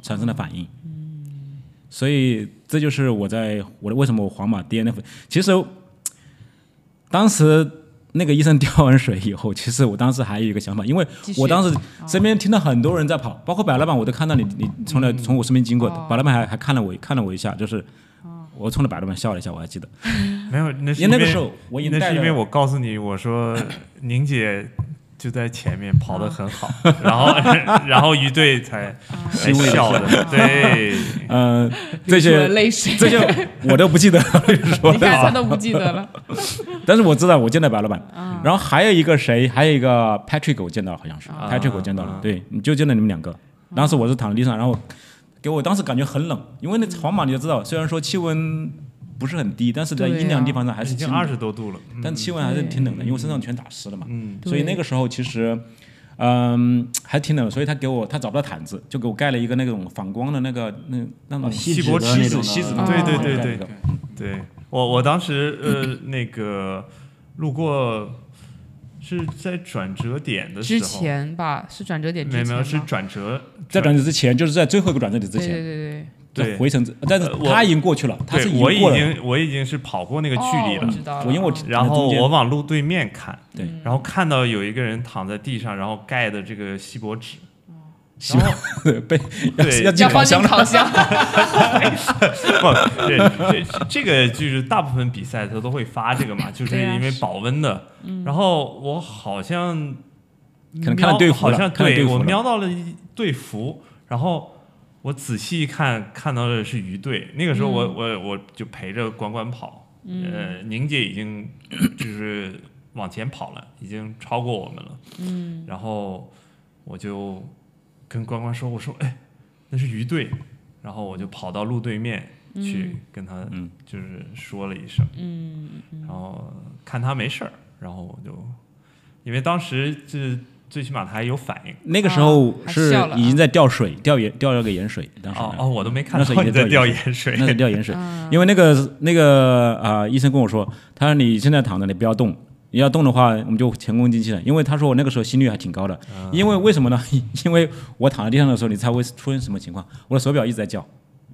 S4: 产生的反应。所以这就是我在我的为什么我皇马 DNF。其实当时那个医生吊完水以后，其实我当时还有一个想法，因为
S1: 继续哦
S4: 我当时身边听到很多人在跑，包括白老板，我都看到你，
S1: 嗯
S4: 你从来从我身边经
S1: 哦
S4: 过，白老板还还看了我看了我一下，就是。我冲着白老板笑了一下，我还记得，
S2: 没有，那是
S4: 因为那个
S2: 因
S4: 时候我已经
S2: 那
S4: 带
S2: 是因为
S4: 着，
S2: 我告诉你，我说 宁姐就在前面跑
S4: 啊
S2: 得很好，然 后然后一队才
S1: 啊
S2: 才
S4: 慰地
S2: 笑的，对，
S4: 嗯，这
S1: 流出了
S4: 些
S1: 泪水，
S4: 这些我都不记得了，就是说
S1: 你看他都不记得 了。
S4: 但是我知道我见到白老板，
S1: 啊
S4: 然后还有一个谁，还有一个 Patrick 我见到了，好像是、Patrick
S1: 啊
S4: 我见到了，对，你就见到你们两个。当时我是躺在地上，然后给我当时感觉很冷，因为那皇马你就知道，虽然说气温不是很低，但是在
S1: 对啊
S4: 阴凉地方上还是
S2: 已
S4: 挺
S2: 经
S4: 冷
S2: 二十多度了，嗯
S4: 但气温还是挺冷的，因为身上全打湿了嘛。
S2: 嗯
S4: 所以那个时候其实，嗯，还挺冷的。所以他给我，他找不到毯子，就给我盖了一个那种反光的那个那那种
S3: 锡
S2: 锡箔
S3: 纸
S2: 纸
S3: 的那
S4: 子
S3: 种
S4: 锡纸
S3: 的
S4: 的
S2: 啊对
S4: 那
S2: 对
S4: 种
S2: 对
S4: 盖
S2: 对
S4: 了一个
S2: 对我我当时呃那个路过是在转折点的时
S1: 之
S2: 候，
S1: 前吧，是转折点之
S2: 没有
S1: 前
S2: 没有是
S1: 吗
S2: 转折，
S4: 在转折之前，就是在最后一个转折点之
S1: 对对
S4: 前，
S1: 对
S2: 对
S4: 回程之，但是
S2: 呃我
S4: 他已经过去了，他
S2: 对
S4: 是
S2: 我已
S4: 过了的。
S2: 经我已经是跑过那
S1: 对，
S2: 个距离
S1: 哦
S2: 了
S1: 我，知道了。
S4: 我因为我
S1: 哦
S2: 然后
S4: 中间
S2: 我往路对面看，
S4: 对，
S2: 然后看到有一个人躺在地上，然后盖的这个锡箔纸，
S4: 希望被
S2: 对
S4: 要
S1: 哦要
S4: 进
S1: 放
S4: 烤
S1: 进
S4: 箱了。
S1: 烤 箱，
S2: 不，这哦这这个就是大部分比赛它都会发这个嘛，就是
S1: 对啊
S2: 因为保温的。然后我好像
S4: 可能看到
S2: 瞄
S4: 队服
S2: 好
S4: 了
S2: 像
S4: 看到队服
S2: 我
S4: 了
S2: 瞄到了一队服，然后我仔细一看，看到的是鱼队。那个时候我、我我就陪着管管跑，呃，宁姐已 经就是往前跑了，已经超过我们了。嗯，然后我就跟关关说：“我说，哎，那是鱼队。”然后我就跑到路对面去跟他，
S4: 嗯
S2: 就是说了一声，嗯，然后看他没事儿，然后我就，因为当时这最起码他还有反应，
S4: 那个时候
S1: 还
S4: 是
S1: 笑了啊
S4: 已经在掉水，掉盐，掉了个盐水。当时
S2: 哦
S4: 呢
S2: 哦，我都没看
S4: 那是
S2: 到
S4: 一
S2: 你
S4: 个
S2: 在
S4: 掉
S2: 掉盐水，
S4: 那是掉盐水，因为那个那个啊、医生跟我说，他说你现在躺着，你不要动，你要动的话，我们就前功尽弃了。因为他说我那个时候心率还挺高的，
S2: 嗯
S4: 因为为什么呢？ 因为我躺在地上的时候，你猜会出现什么情况？我的手表一直在叫，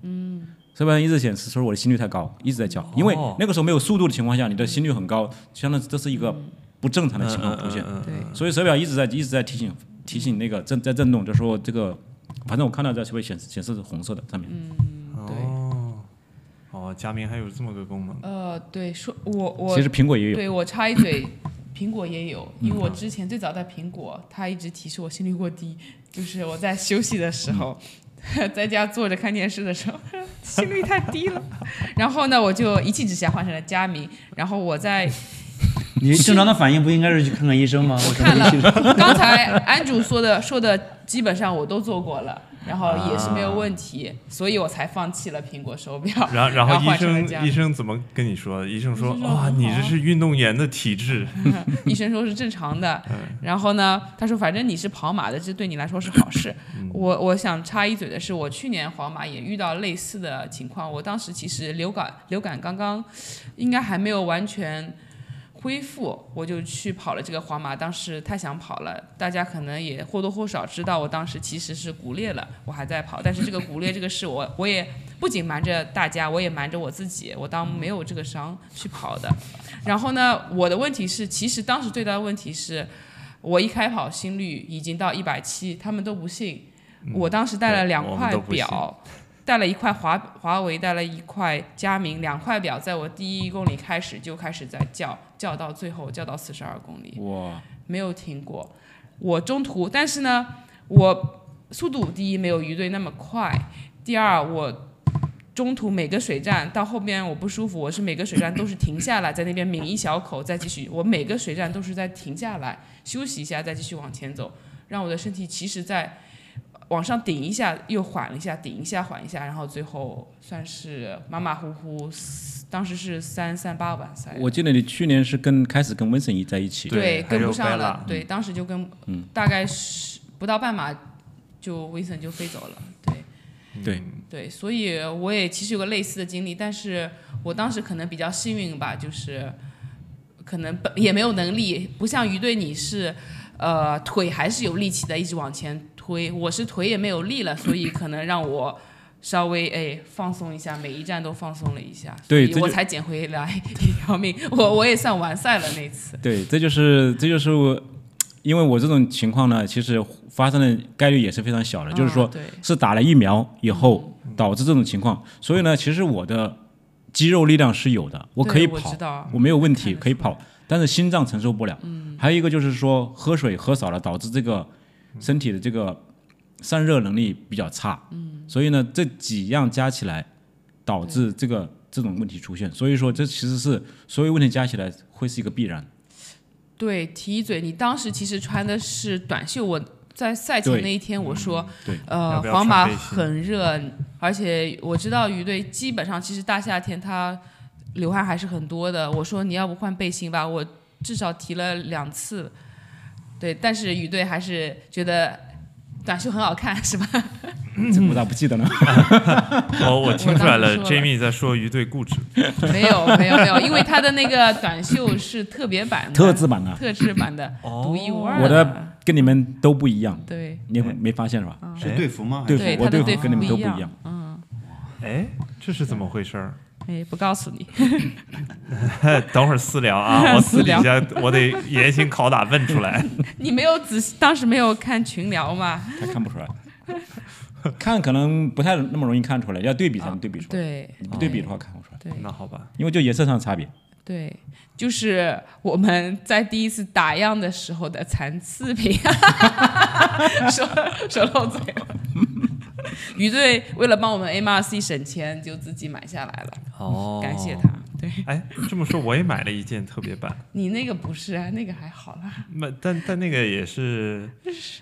S4: 嗯，手表一直显示说我的心率太高，一直在叫，因为
S2: 哦
S4: 那个时候没有速度的情况下，你的心率很高，相当于这是一个不正常的情况出现。
S2: 嗯嗯嗯
S1: 对，
S4: 所以手表一直在一直在提醒提醒那个震在震动，就说这个，反正我看到在手表显示显示是红色的上面，
S1: 嗯对
S4: 嗯
S2: 哦哦，佳明还有这么个功能，
S1: 呃，对，说我我
S4: 其实苹果也有，嗯
S1: 对我插一嘴，苹果也有，因为我之前最早在苹果，它一直提示我心率过低， 就是我在休息的时候，
S4: 嗯
S1: 在家坐着看电视的时候， 心 率太低了。然后呢，我就一气之下换成了佳明，然后我在。
S3: 你正常的反应不应该是去看看医生吗？为什
S1: 看
S3: 么
S1: 了
S3: 你去？
S1: 刚才安主说的说的基本上我都做过了，然后也是没有问题，所以我才放弃了苹果手表。
S2: 然后然后医
S1: 换成了这
S2: 生
S1: 样
S2: 医生怎么跟你说的？医生说
S1: 医生说
S2: 哇，
S1: 很
S2: 你
S1: 好
S2: 这是运动员的体质，
S1: 医生说是正常的，然后呢，他说反正你是跑马的，这对你来说是好事。我我想插一嘴的是，我去年皇马也遇到类似的情况，我当时其实流感流感刚刚应该还没有完全。恢复，我就去跑了这个皇马，当时太想跑了。大家可能也或多或少知道，我当时其实是骨裂了，我还在跑。但是这个骨裂这个事我，我也不仅瞒着大家，我也瞒着我自己，我当没有这个伤去跑的。然后呢，我的问题是，其实当时最大的问题是，我一开跑心率已经到一百七，他们都不信。
S2: 嗯
S1: 我当时带了
S2: 对
S1: 两
S2: 我们
S1: 块
S2: 都不信
S1: 表，带了一块华华为，带了一块佳明，两块表在我第一公里开始就开始在叫，叫到最后叫到四十二公里。
S4: 哇，
S1: 没有停过。我中途，但是呢，我速度第一没有鱼队那么快，第二我中途每个水站到后边我不舒服，我是每个水站都是停下来，在那边抿一小口再继续，我每个水站都是在停下来休息一下再继续往前走，让我的身体其实在。往上顶一下，又缓了一下，顶一下，缓一下，然后最后算是马马虎虎，当时是三三八完赛。
S4: 我记得你去年是跟开始跟温森怡在一起，
S2: 对还
S1: 跟
S2: 有
S1: 不上
S2: Bella，
S1: 了。对，当时就跟，大概是不到半马，就 Vincent 就飞走了。对
S2: 嗯
S4: 对，
S1: 对，所以我也其实有个类似的经历，但是我当时可能比较幸运吧，就是可能本也没有能力，不像于队你是，呃，腿还是有力气的，一直往前推。我是腿也没有力了，所以可能让我。稍微哎放松一下，每一站都放松了一下，所
S4: 对
S1: 以
S4: 这就
S1: 我才捡回来一条命。我我也算完赛了那次。
S4: 对，这就是这就是我，因为我这种情况呢，其实发生的概率也是非常小的， 就是
S1: 嗯
S4: 说
S1: 对
S4: 是打了疫苗以后导致这种情况，所以呢，其实我的肌肉力量是有的，我
S1: 对
S4: 可以
S1: 我
S4: 跑
S1: 知，道
S4: 我没有问题，
S1: 看得
S4: 可以
S1: 出来
S4: 跑，但是心脏承受不了。
S1: 嗯
S4: 还有一个就是说喝水喝少了，导致这个身体的这个散热能力比较差。
S1: 嗯
S4: 所以呢，这几样加起来导致这个这种问题出现。所以说，这其实是所有问题加起来会是一个必然。
S1: 对，提一嘴，你当时其实穿的是短袖，我在赛前
S4: 对
S1: 那一天我说，
S4: 对
S1: 呃
S2: 要，不要
S1: 皇马
S2: 穿背心
S1: 很热，而且我知道于队基本上其实大夏天他流汗还是很多的，我说你要不换背心吧，我至少提了两次，对，但是于队还是觉得短袖很好看，是 吧？嗯
S4: 这我咋不记 得呢？
S2: 哦，我听出来了
S1: 我当时说了
S2: ，Jamie 在说鱼 对固执，
S1: 没有，没有，没有，因为他的那个短袖是特别版的，
S4: 特制版的，
S1: 特制版的，
S2: 哦
S1: 独一无二
S4: 我的跟你们都不一样，
S1: 对。嗯
S4: 你们没发现是吧？
S3: 是队服吗？
S4: 对
S1: 对，
S4: 我
S1: 他的
S4: 服
S1: 队服
S4: 跟你们都
S1: 不
S4: 不一
S1: 样
S4: 样。
S2: 哎，这是怎么回事儿？
S1: 哎，不告诉你。
S2: 等会儿私聊啊，我私
S1: 私
S2: 底
S1: 聊
S2: 下我得严刑拷打问出来。
S1: 你没有仔细，当时没有看群聊嘛？
S4: 他看不出来， 看可能不太那么容易看出来，要对比才能对比出来。
S1: 对，
S4: 你不对比的话看不出来，
S1: 对
S2: 那好 吧，
S4: 因为就颜色上的差别。
S1: 对，就是我们在第一次打样的时候的残次品， 说说漏嘴了。于队为了帮我们 M R C 省钱，就自己买下来了，
S2: 哦
S1: 嗯感谢他。。对
S2: 哎，这么说我也买了一件特别版，
S1: 你那个不是啊，那个还好啦，
S2: 那但但那个也是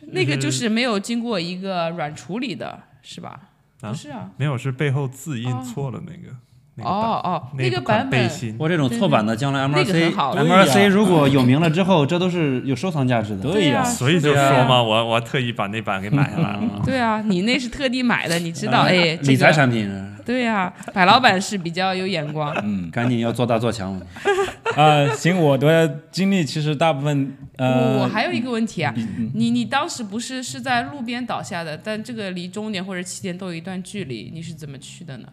S1: 那个就是没有经过一个软处理的，是吧？
S2: 啊
S1: 不是啊，
S2: 没有，是背后字印错了那个那个版
S1: 哦哦，
S2: 那
S1: 个
S2: 款
S1: 版
S2: 背
S1: 本
S2: 心，
S3: 我这种错版的，将来
S1: 那个
S3: MRC
S1: 很好
S3: MRC 如果有名了之后，这都是有收藏价值的。
S1: 对呀
S4: 啊
S2: 所以就说嘛，我我特意把那版给买下来
S4: 嗯
S2: 了。
S1: 对啊，你那是特地买的，你知
S2: 啊
S1: 道？哎，这
S3: 理财
S1: 个
S3: 产品，
S1: 对呀、百老板是比较有眼光。
S3: 赶紧要做大做强了。
S4: 啊，行，我的经历其实大部分
S1: 我
S4: 呃，
S1: 哦
S4: 嗯
S1: 还有一个问题啊，你你当时不是是在路边倒下的，但这个离终点或者起点都有一段距离，你是怎么去的呢？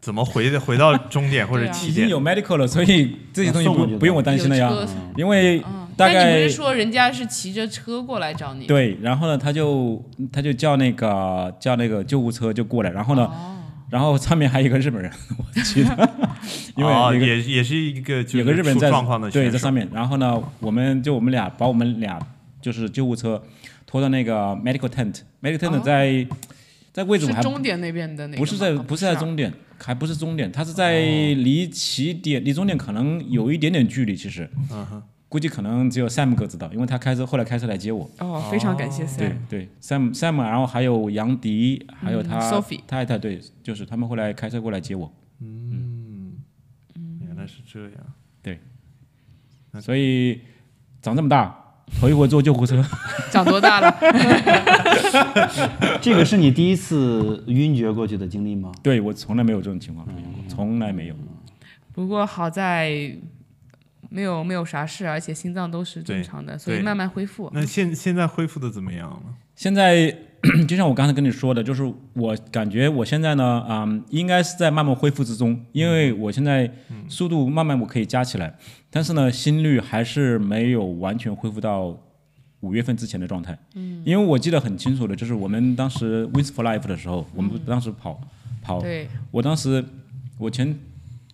S2: 怎么回回到终点或者
S1: 对啊
S2: 起
S4: 已经
S2: 点？
S4: 有 medical 了，所以这些东西
S3: 那送
S4: 不
S3: 过去的
S4: 不用我担心了呀
S1: 有车。
S4: 因为
S1: 嗯，
S4: 大
S1: 但你
S4: 概
S1: 不是说人家是骑着车过来找你？
S4: 对，然后呢，他就他就叫那个叫那个救护车就过来，然后呢，
S1: 哦
S4: 然后上面还有一个日本人，我记得，因为
S2: 哦，
S4: 有个
S2: 也也是一个就是
S4: 有个日本人在
S2: 出状况的
S4: 对
S2: 选
S4: 在
S2: 手
S4: 上面，然后呢，我们就我们俩把我们俩就是救护车拖到那个
S1: 哦
S4: medical tent，medical tent 在在位置我
S1: 是
S4: 还
S1: 终点那边的那个吗
S4: 不是在
S1: 哦
S4: 不
S1: 不哦
S4: 是在
S1: 啊
S4: 终点，还不是终点，它是在离起点、离终点可能有一点点距离，其实，估计可能只有 Sam 哥知道，因为他开车后来开车来接我。
S1: 哦，非常感谢 Sam。
S4: 对对，Sam Sam，然后还有杨迪，还有他、
S1: 嗯 Sophie
S4: 太太，对，就是他们后来开车过来接我。
S2: 原来是这样。
S4: 所以长这么大，头一回坐救护车，
S1: 长多大了？
S3: 这个是你第一次晕厥过去的经历吗？
S4: 对我从来没有这种情况，从来没有。
S1: 不过好在没有没有啥事，而且心脏都是正常的，所以
S2: 对
S1: 慢慢恢复。
S2: 那现现在恢复的怎么样了？
S4: 现在 就像我刚才跟你说的，就是我感觉我现在呢，嗯，应该是在慢慢恢复之中，因为我现在速度慢慢我可以加起来，但是呢，心率还是没有完全恢复到五月份之前的状态。嗯，因为我记得很清楚的，就是我们当时 Wins for Life 的时候，我们当时跑跑
S1: 对，
S4: 我当时我前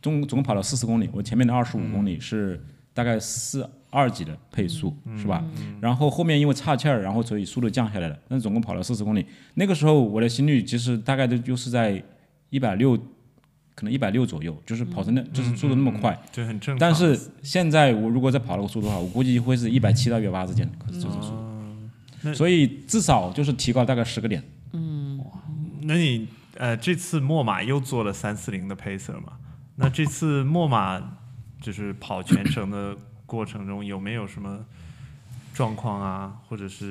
S4: 总总共跑了四十公里，我前面的二十五
S2: 嗯
S4: 公里是大概四二级的配速，
S2: 嗯
S4: 是吧？然后后面因为岔气儿，然后所以速度降下来了，但是总共跑了四十公里。那个时候我的心率其实大概都就是在一百六，可能一百六左右，就是跑
S2: 嗯
S4: 成那、就是速度那么快。
S2: 这嗯很正常。
S4: 但是现在我如果再跑那个速度的话，我估计会是一百七到一百八之间，可是这种速
S2: 啊
S4: 度。所以至少就是提高大概十个点，
S2: 那你呃，这次墨马又做了三四零的 pacer 嘛？那这次墨马就是跑全程的过程中，有没有什么状况啊，或者是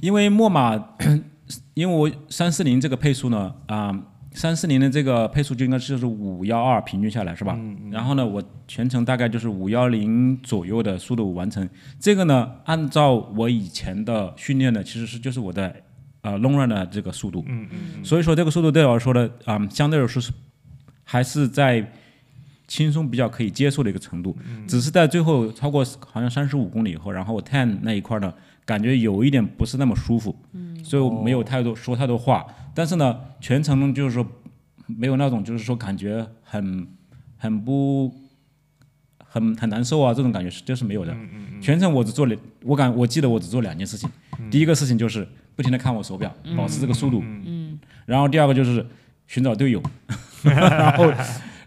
S4: 因为墨马， 因为我三四零这个配速呢，啊、三四零的这个配速就应该是就是五幺二平均下来是吧？然后呢，我全程大概就是五幺零左右的速度完成。这个呢，按照我以前的训练呢，其实是就是我的呃 long run 的这个速度。嗯嗯。所以说这个速度对我来说呢，啊、相对来说是还是在轻松比较可以接受的一个程度。只是在最后超过好像三十五公里以后，然后我 ten 那一块呢，感觉有一点不是那么舒服，所以我没有太多、说太多话。但是呢，全程呢就是说没有那种就是说感觉很很不很很难受啊这种感觉是就是没有的。全程我只做了，我感我记得我只做两件事情，第一个事情就是不停的看我手表，保持这个速度，然后第二个就是寻找队友，然后。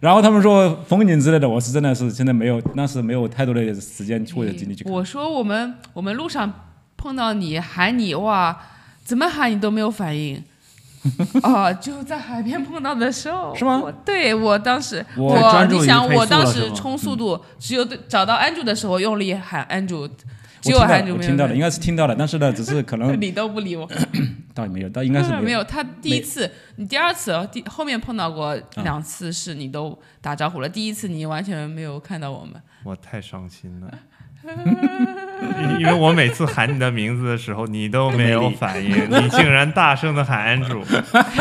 S4: 然后他们说风景之类的，我是真的是现在没有，那是没有太多的时间或者精力去看。
S1: 我说我们我们路上碰到你喊你哇，怎么喊你都没有反应。 啊，就在海边碰到的时候，
S4: 是吗
S1: 我对我当时，
S3: 我
S1: 我
S3: 专注于
S1: 你想，
S3: 配速
S1: 我当
S3: 了
S1: 时
S3: 是吗
S1: 冲速度，只有对找到 Andrew 的时候用力喊 Andrew，只有
S4: 我听到
S1: Andrew 没有
S4: 了，我听到了，
S1: 反
S4: 应该是听到了，但是呢，只是可能
S1: 应理都不理我。
S4: 倒也没有，倒应该是
S1: 没
S4: 没有。
S1: 有，他第一次，你第二次，哦第后面碰到过两次是你都打招呼了，第一次你完全没有看到我们。
S2: 我太伤心 了。因因为我每次喊你的名字的时候，你都没有 反应，你竟然大声的喊 Andrew，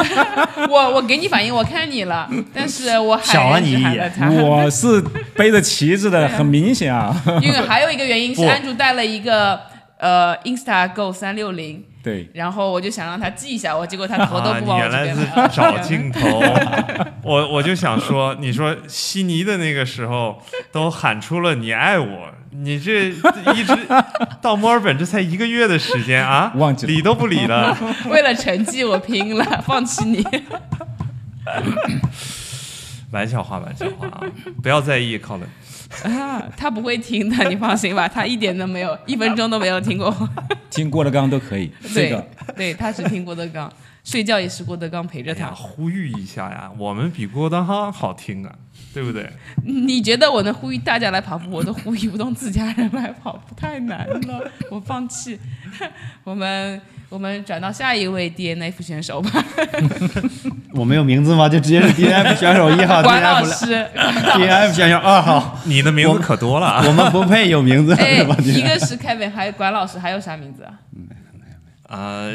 S1: 我我给你反应，我看你了，但是我还
S3: 瞟了你一眼
S1: 还在他
S4: 我是背着旗子的，
S1: 对啊
S4: 很明显 啊。
S1: 因为还有一个原因是
S2: 不
S1: 安主带了一个呃 Insta Go 三六零，
S4: 对，啊
S1: 然后我就想让他记一下我，结果他头都
S2: 啊，
S1: 不
S2: 你
S1: 往我
S2: 原
S1: 这
S2: 来
S1: 边
S2: 是
S1: 瞄。
S2: 找 镜头，我我就想说，你说悉尼的那个时候都喊出了你爱我，你这一直到墨尔本这才一个月的时间啊，
S4: 忘记了
S2: 理都不理了，
S1: 为了成绩我拼了，放弃你。
S2: 玩笑话玩笑话啊，不要在意 Colin，
S1: 啊，他不会听的，你放心吧，他一点都没有，一分钟都没有听过。
S4: 听郭德纲都可以。这
S1: 对
S4: 个，
S1: 对，他只听郭德纲，睡觉也是郭德纲陪着
S2: 哎呀，
S1: 他。
S2: 呼吁一下呀，我们比郭德纲好听啊，对不对？
S1: 你觉得我能呼吁大家来跑步，我都呼吁不动自家人来跑步，太难了，我放弃。 我们我们转到下一位 DNF 选手吧，
S3: 我没有名字吗？就直接是 D N F 选手一 啊号，D
S1: 管
S3: N
S1: 老
S3: F
S1: 师。
S3: D N F 选手二号，
S2: 你的名字可多了啊
S3: 我们不配有名字
S1: 哎
S3: 是吧？，
S1: 一个是 Kevin，还有管老师，还有啥名字啊？
S2: 啊、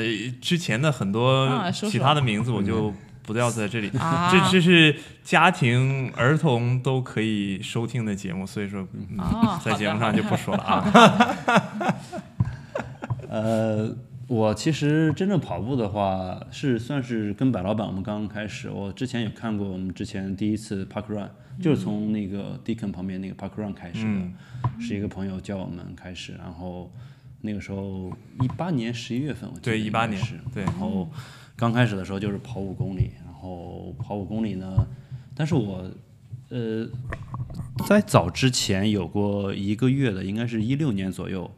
S2: 之前的很多
S1: 啊说说
S2: 其他的名字我就不要在这里，
S1: 啊
S2: 这这是家庭、儿童都可以收听的节目，所以说、嗯
S1: 哦
S2: 在节目上就不说了啊。
S3: 呃，我其实真正跑步的话，是算是跟白老板我们刚刚开始。我之前也看过我们之前第一次 Park Run，、就是
S2: 嗯
S3: 从那个 Deacon 旁边那个 Park Run 开始的，是一个朋友叫我们开始，然后那个时候一八年十一月份，我记得
S2: 对
S3: 应
S2: 18
S3: 该
S2: 年
S3: 是
S2: 对
S3: 然后刚开始的时候就是跑五公里，然后跑五公里呢，但是我呃，在早之前有过一个月的，应该是一六年左右，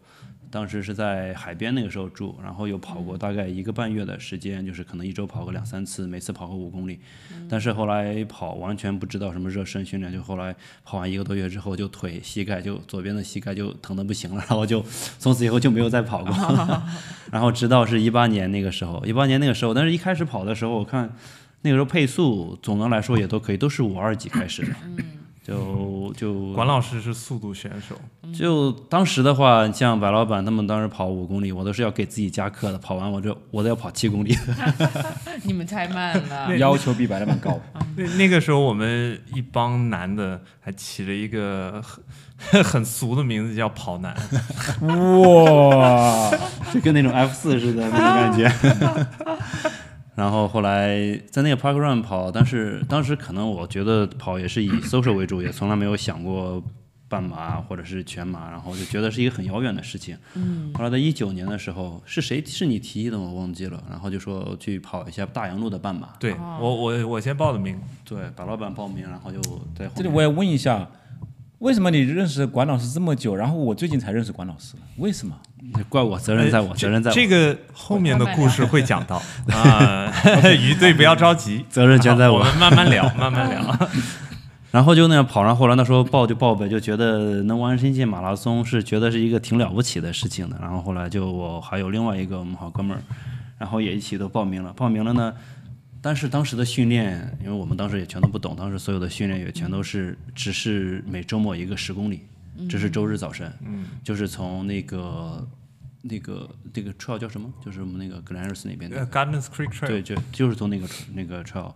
S3: 当时是在海边那个时候住，然后有跑过大概一个半月的时间，就是可能一周跑个两三次，每次跑个五公里。但是后来跑完全不知道什么热身训练，就后来跑完一个多月之后，就腿、膝盖就左边的膝盖就疼得不行了，然后就从此以后就没有再跑过。 然后直到是一八年那个时候，一八年那个时候，但是一开始跑的时候，我看那个时候配速总的来说也都可以，都是五二几开始的。就就
S2: 管老师是速度选手，
S3: 就当时的话，像白老板他们当时跑五公里，我都是要给自己加课的，跑完我就我都要跑七公里。
S1: 你们太慢了。
S4: 要求比白老板高。
S2: 那那个时候我们一帮男的还起了一个很很俗的名字叫跑男，
S4: 哇，
S3: 就跟那种 F 四似的那种感觉。 然后后来在那个 Park Run 跑，但是当时可能我觉得跑也是以 social 为主，也从来没有想过半马或者是全马，然后就觉得是一个很遥远的事情。嗯。后来在一九年的时候，是谁是你提议的我忘记了，然后就说去跑一下大洋路的半马。
S2: 对
S1: 哦
S2: 我我我先报的名，
S3: 对，把老板报名，然后就在后
S4: 这里
S3: 面
S4: 我也问一下，为什么你认识管老师这么久，然后我最近才认识管老师？为什么？
S3: 怪我责任在我，
S2: 这
S3: 责任在我，
S2: 这个后面的故事会讲 到啊， 鱼队不要着急，
S3: 责任全在
S2: 我
S3: 我。
S2: 们慢慢聊，慢慢聊。
S3: 然后就那样跑，然后后来那时候报就报呗，就觉得能完成一届马拉松是觉得是一个挺了不起的事情的。然后后来就我还有另外一个我们好哥们儿，然后也一起都报名了。报名了呢，但是当时的训练，因为我们当时也全都不懂，当时所有的训练也全都是只是每周末一个十公里，这是周日早晨，就是从那个那个那个 trail 叫什么？就是我们那个 Glenrus 那边的，
S2: Gardens Creek Trail，
S3: 对，就就是从那个那个 trail。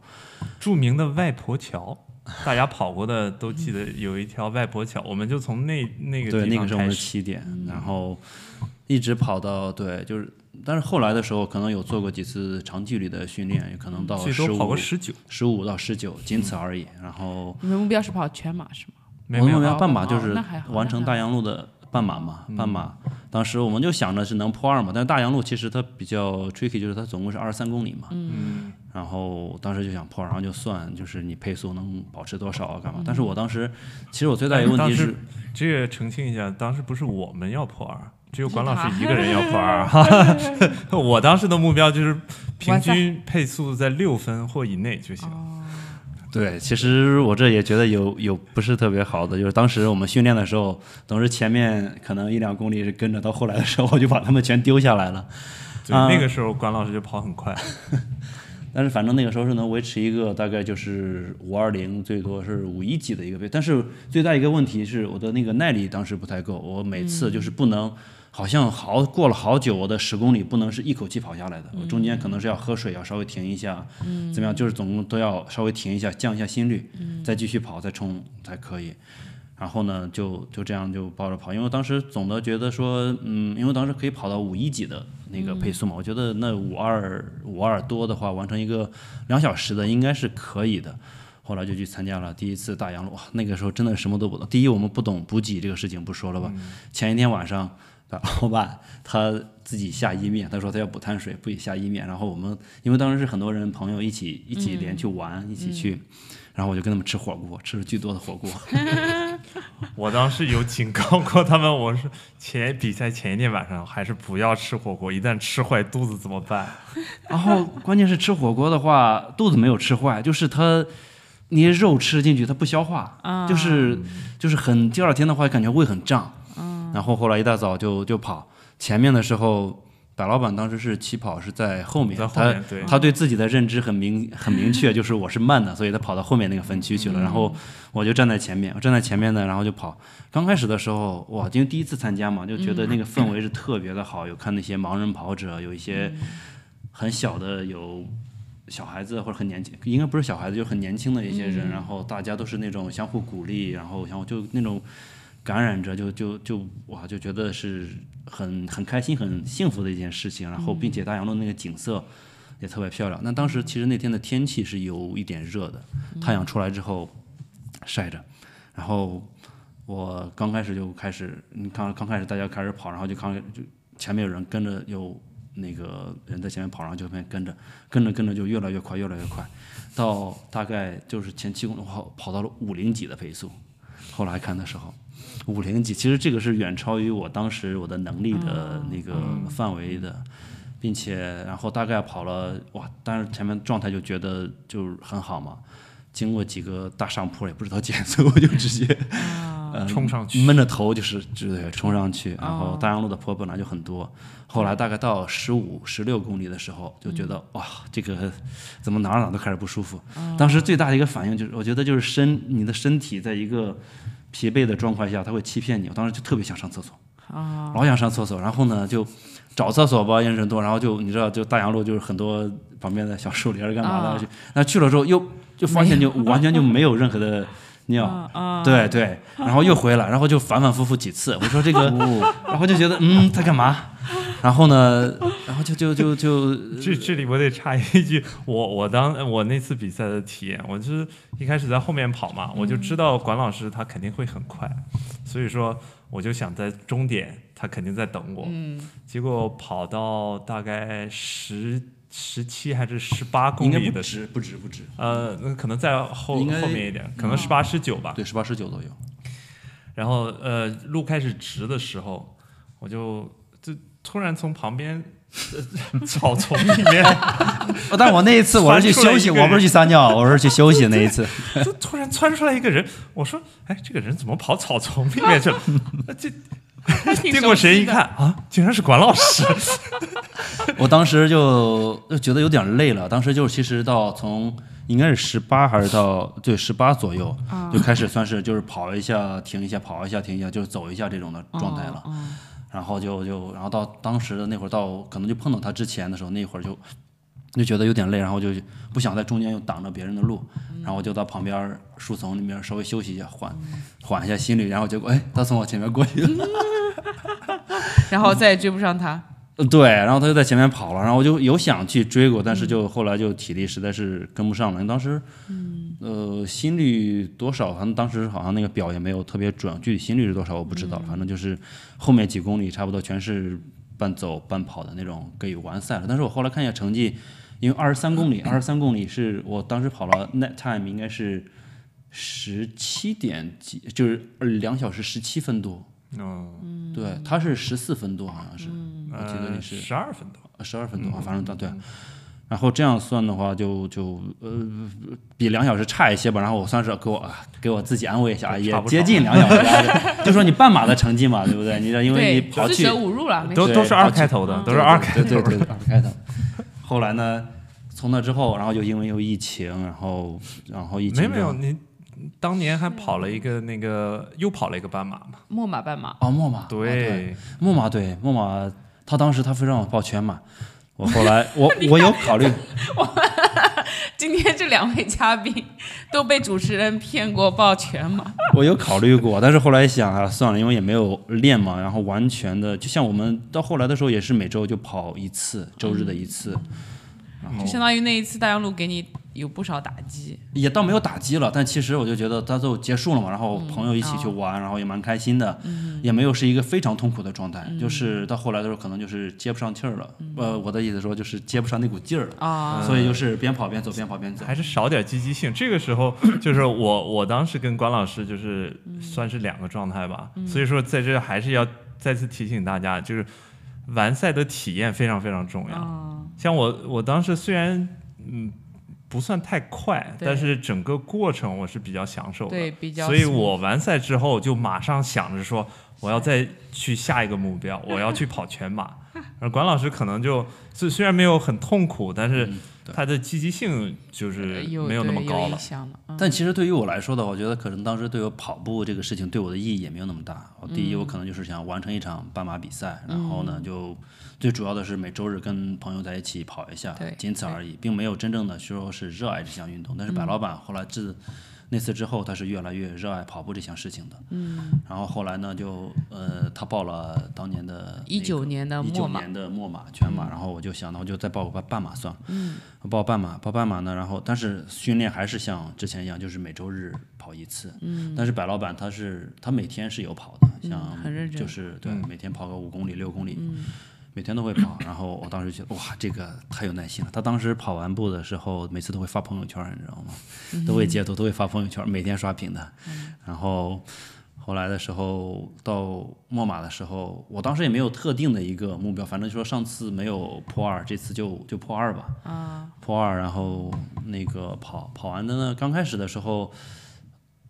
S2: 著名的外婆桥，大家跑过的都记得有一条外婆桥，我们就从那那个
S3: 对，
S2: 地
S3: 那
S2: 方
S3: 个是我
S2: 开
S3: 们的
S2: 始。嗯
S3: 起点，然后一直跑到对，就是，但是后来的时候可能有做过几次长距离的训练，也可能到
S2: 最
S3: 十
S2: 多跑
S3: 五
S2: 过、十九，
S3: 十五到十九，仅此而已。然后
S1: 你们目标是跑全马是吗？
S2: 没
S3: 我
S2: 没
S3: 们目
S2: 有，
S3: 标半马
S1: 哦
S3: 就
S1: 哦
S3: 是
S1: 那还好
S3: 完
S1: 那
S3: 成
S1: 还
S3: 大洋路的半马嘛，
S2: 嗯
S3: 半马。当时我们就想着是能破二嘛，但是大洋路其实它比较 tricky，就是它总共是二十三公里嘛。
S2: 嗯，
S3: 然后当时就想破，然后就算就是你配速能保持多少啊，干嘛？但是我当时其实我最大一个问
S2: 嗯当
S3: 题
S2: 时
S3: 是，
S2: 这个澄清一下，当时不是我们要破二，只有管老师
S1: 是他
S2: 一个人要破二。哈 哈 我当时的目标就是平
S1: 哇塞
S2: 均配速在六分或以内就行。
S3: 哦对，其实我这也觉得有有不是特别好的，就是当时我们训练的时候，总是前面可能一两公里是跟着，到后来的时候我就把他们全丢下来了。
S2: 对，那
S3: 啊
S2: 个时候管老师就跑很快，
S3: 但是反正那个时候是能维持一个大概就是五二零，最多是五一几的一个配。但是最大一个问题是我的那个耐力当时不太够，我每次就是不能，好像好过了好久，我的十公里不能是一口气跑下来的，我中间可能是要喝水，要稍微停一下，怎么样，就是总共都要稍微停一下，降一下心率，再继续跑，再冲才可以。然后呢，就就这样就抱着跑，因为当时总的觉得说，嗯，因为当时可以跑到五一几的那个配速嘛，我觉得那五二五二多的话，完成一个两小时的应该是可以的。后来就去参加了第一次大洋路，哇，那个时候真的什么都不懂。第一，我们不懂补给这个事情，不说了吧。前一天晚上，老板他自己下意面，他说他要补碳水，不也下意面。然后我们因为当时是很多人朋友一起一起连去玩，一起去，然后我就跟他们吃火锅，吃了巨多的火锅。
S2: 我当时有警告过他们，我说前比赛前一天晚上还是不要吃火锅，一旦吃坏肚子怎么办？
S3: 然后关键是吃火锅的话，肚子没有吃坏，就是它你肉吃进去它不消化，就是就是很第二天的话感觉胃很胀。然后后来一大早就就跑，前面的时候。白老板当时是起跑是在后面，
S2: 在后面对
S3: 他他对自己的认知很明很明确，就是我是慢的，所以他跑到后面那个分区去了。然后我就站在前面，我站在前面呢，然后就跑。刚开始的时候，哇，因为第一次参加嘛，就觉得那个氛围是特别的好，有看那些盲人跑者，有一些很小的有小孩子或者很年轻，应该不是小孩子，就很年轻的一些人，然后大家都是那种相互鼓励，然后相互就那种感染着，就就就哇，就觉得是很很开心、很幸福的一件事情。然后，并且大洋路那个景色也特别漂亮。那当时其实那天的天气是有一点热的，太阳出来之后晒着，然后我刚开始就开始，你看刚开始大家开始跑，然后就刚就前面有人跟着有那个人在前面跑，然后就后面跟着，跟着跟着就越来越快，越来越快，到大概就是前七公里跑跑到了五零几的配速，后来看的时候，五零几，其实这个是远超于我当时我的能力的那个范围的，并且然后大概跑了哇，但是前面状态就觉得就是很好嘛，经过几个大上坡也不知道减速，我就直接。呃
S2: 冲上去
S3: 闷着头就是就是冲上去，然后大洋路的坡本来就很多，后来大概到十五、十六公里的时候，就觉得、哇，这个怎么哪儿哪儿都开始不舒服。当时最大的一个反应就是，我觉得就是身你的身体在一个疲惫的状况下，它会欺骗你。我当时就特别想上厕所，老想上厕所，然后呢就找厕所吧，人很多，然后就你知道，就大洋路就是很多旁边的小树林儿干嘛的，
S1: 啊
S3: 就那去了之后又就发现就完全就没有任何的尿。对对，然后又回来，然后就反反复复几次。我说这个， 然后就觉得嗯，他干嘛？然后呢，然后就就 就就
S2: 这这里我得插一句，我我当我那次比赛的体验，我就是一开始在后面跑嘛，我就
S3: 嗯
S2: 知道管老师他肯定会很快，所以说我就想在终点，他肯定在等我。
S1: 嗯，
S2: 结果跑到大概十十七还是十八公
S3: 应该
S2: 里
S3: 不
S2: 的，
S3: 止不止不止，
S2: 呃，那可能在后后
S3: 应该
S2: 面一点，可能十八十九吧。
S3: 对，十八十九左右。
S2: 然后呃，路开始直的时候，我就就突然从旁边。 呃草丛里面，
S3: 哦但我那一次我是去休
S2: 翻出来一
S3: 息，
S2: 个人
S3: 我不是去撒 尿，我是去休息那一次。
S2: 就突然窜出来一个人，我说：“哎，这个人怎么跑草丛里 面去了？”这
S1: 挺
S2: 结果谁
S1: 熟
S2: 一
S1: 悉的
S2: 看啊，竟然是管老师。
S3: 我当时就就觉得有点累了，当时就其实到从应该是十八还是到对十八左右、就开始算是就是跑一下停一下跑一下停一下就是走一下这种的
S1: 哦
S3: 状态了。然后就就然后到当时的那会儿到可能就碰到他之前的时候那会儿就就觉得有点累，然后就不想在中间又挡着别人的路，然后就到旁边儿树丛里面稍微休息一下，缓缓一下心率，然后结果哎，他从我前面过去了。
S1: 然后再也追不上他。
S3: 呃对，然后他就在前面跑了，然后我就有想去追过，但是就后来就体力实在是跟不上了。因为当时，呃，心率多少？反正当时好像那个表也没有特别准，具体心率是多少我不知道了。反正就是后面几公里差不多全是半走半跑的那种，可以完赛了。但是我后来看一下成绩，因为二十三公里，二十三公里是我当时跑了 net time 应该是十七点几，就是两小时十七分多。
S2: 嗯，
S3: 对，他是十四分多，好像是。我记得你是
S2: 呃十二分多。
S3: 十二分多，反
S1: 嗯
S3: 正对。然后这样算的话就，就呃比两小时差一些吧。然后我算是给我啊给我自己安慰一下，啊，
S2: 差
S3: 也
S2: 不
S3: 接
S2: 少
S3: 近两小时啊， 就就说你半马的成绩嘛，对不对？你知道，因为
S1: 对，
S3: 你跑
S1: 自
S3: 去
S1: 折五入了，没
S2: 都
S1: 事。
S3: 对
S2: 都是二开头的，
S1: 嗯
S2: 都是二开
S3: 对对
S2: 头
S3: 对
S2: 的。
S3: 对二开头。后来呢，从那之后，然后就因为有疫情，然后然后疫情
S2: 没有没
S3: 之后
S2: 有，你当年还跑了一个那个，又跑了一个斑马嘛？
S1: 莫马半马，
S3: 哦，墨马哦对
S2: 对，
S3: 木马对木马，他当时他非让我报全马，我后 来我我有考虑，
S1: 今天这两位嘉宾都被主持人骗过报全马，
S3: 我有考虑过，但是后来一想啊，算了，因为也没有练嘛，然后完全的，就像我们到后来的时候，也是每周就跑一次，周日的一次，然后
S1: 就相当于那一次大洋路给你有不少打击。
S3: 也倒没有打击了，但其实我就觉得它就结束了嘛，然后朋友一起去玩，然后也蛮开心的，也没有是一个非常痛苦的状态，就是到后来的时候，可能就是接不上气儿了，呃，我的意思说就是接不上那股劲儿了，
S1: 啊
S3: 所以就是边跑边走，边跑边走。
S2: 还是少点积极性。这个时候就是我，我当时跟关老师就是
S1: 嗯
S2: 算是两个状态吧。所以说，在这还是要再次提醒大家，就是完赛的体验非常非常重要。
S1: 啊，
S2: 像我，我当时虽然嗯不算太快，
S1: 对
S2: 但是整个过程我是比较享受的。
S1: 对，比较。
S2: 所以我完赛之后就马上想着说，我要再去下一个目标，我要去跑全马。而管老师可能就虽虽然没有很痛苦，但
S3: 嗯
S2: 是他的积极性就是
S1: 呃有
S2: 没有那么
S1: 对
S2: 高
S1: 影
S2: 了。
S1: 响了。嗯
S3: 但其实对于我来说的话，我觉得可能当时对我跑步这个事情对我的意义也没有那么大。我第
S1: 嗯
S3: 一，我可能就是想完成一场半马比赛，然后呢，就最主要的是每周日跟朋友在一起跑一下
S1: 对，嗯
S3: 仅此而已，并没有真正的说是热爱这项运动。但是白老板后来自那次之后，他是越来越热爱跑步这项事情的。嗯。然后后来呢，就呃，他报了当年的那个
S1: 19年的
S3: 一
S1: 墨
S3: 九
S1: 马嗯
S3: 年的墨马全马，然后我就想，那我就再报个半马算了。我报半马，报半马呢，然后但是训练还是像之前一样，就是每周日跑一次。嗯。但是白老板他是他每天是有跑的，像
S1: 嗯很认真嗯
S3: 就是对每天跑个五公里六公里。每天都会跑。然后我当时觉得哇，这个太有耐心了。他当时跑完步的时候，每次都会发朋友圈，你知道
S1: 嗯
S3: 吗？都会截图，都会发朋友圈，每天刷屏的。然后后来的时候，到墨马的时候，我当时也没有特定的一个目标，反正就说上次没有破二，这次就就破二吧。啊，破二，然后那个跑跑完的呢，刚开始的时候。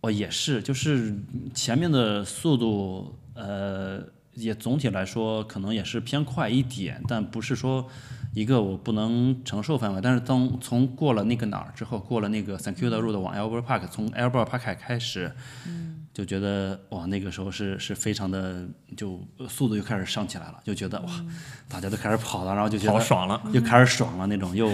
S3: 哦，也是，就是前面的速度，呃，也总体来说可能也是偏快一点，但不是说一个我不能承受范围。但是当从过了那个哪儿之后，过了那个 Thank you 的 road 往 Albert Park，从 Albert Park 开始，就觉得哇，那个时候是是非常的，就速度又开始上起来了，就觉得哇，大家都开始跑了，然后就觉
S2: 好
S3: 得
S2: 爽了。
S3: 又开始爽了那种，又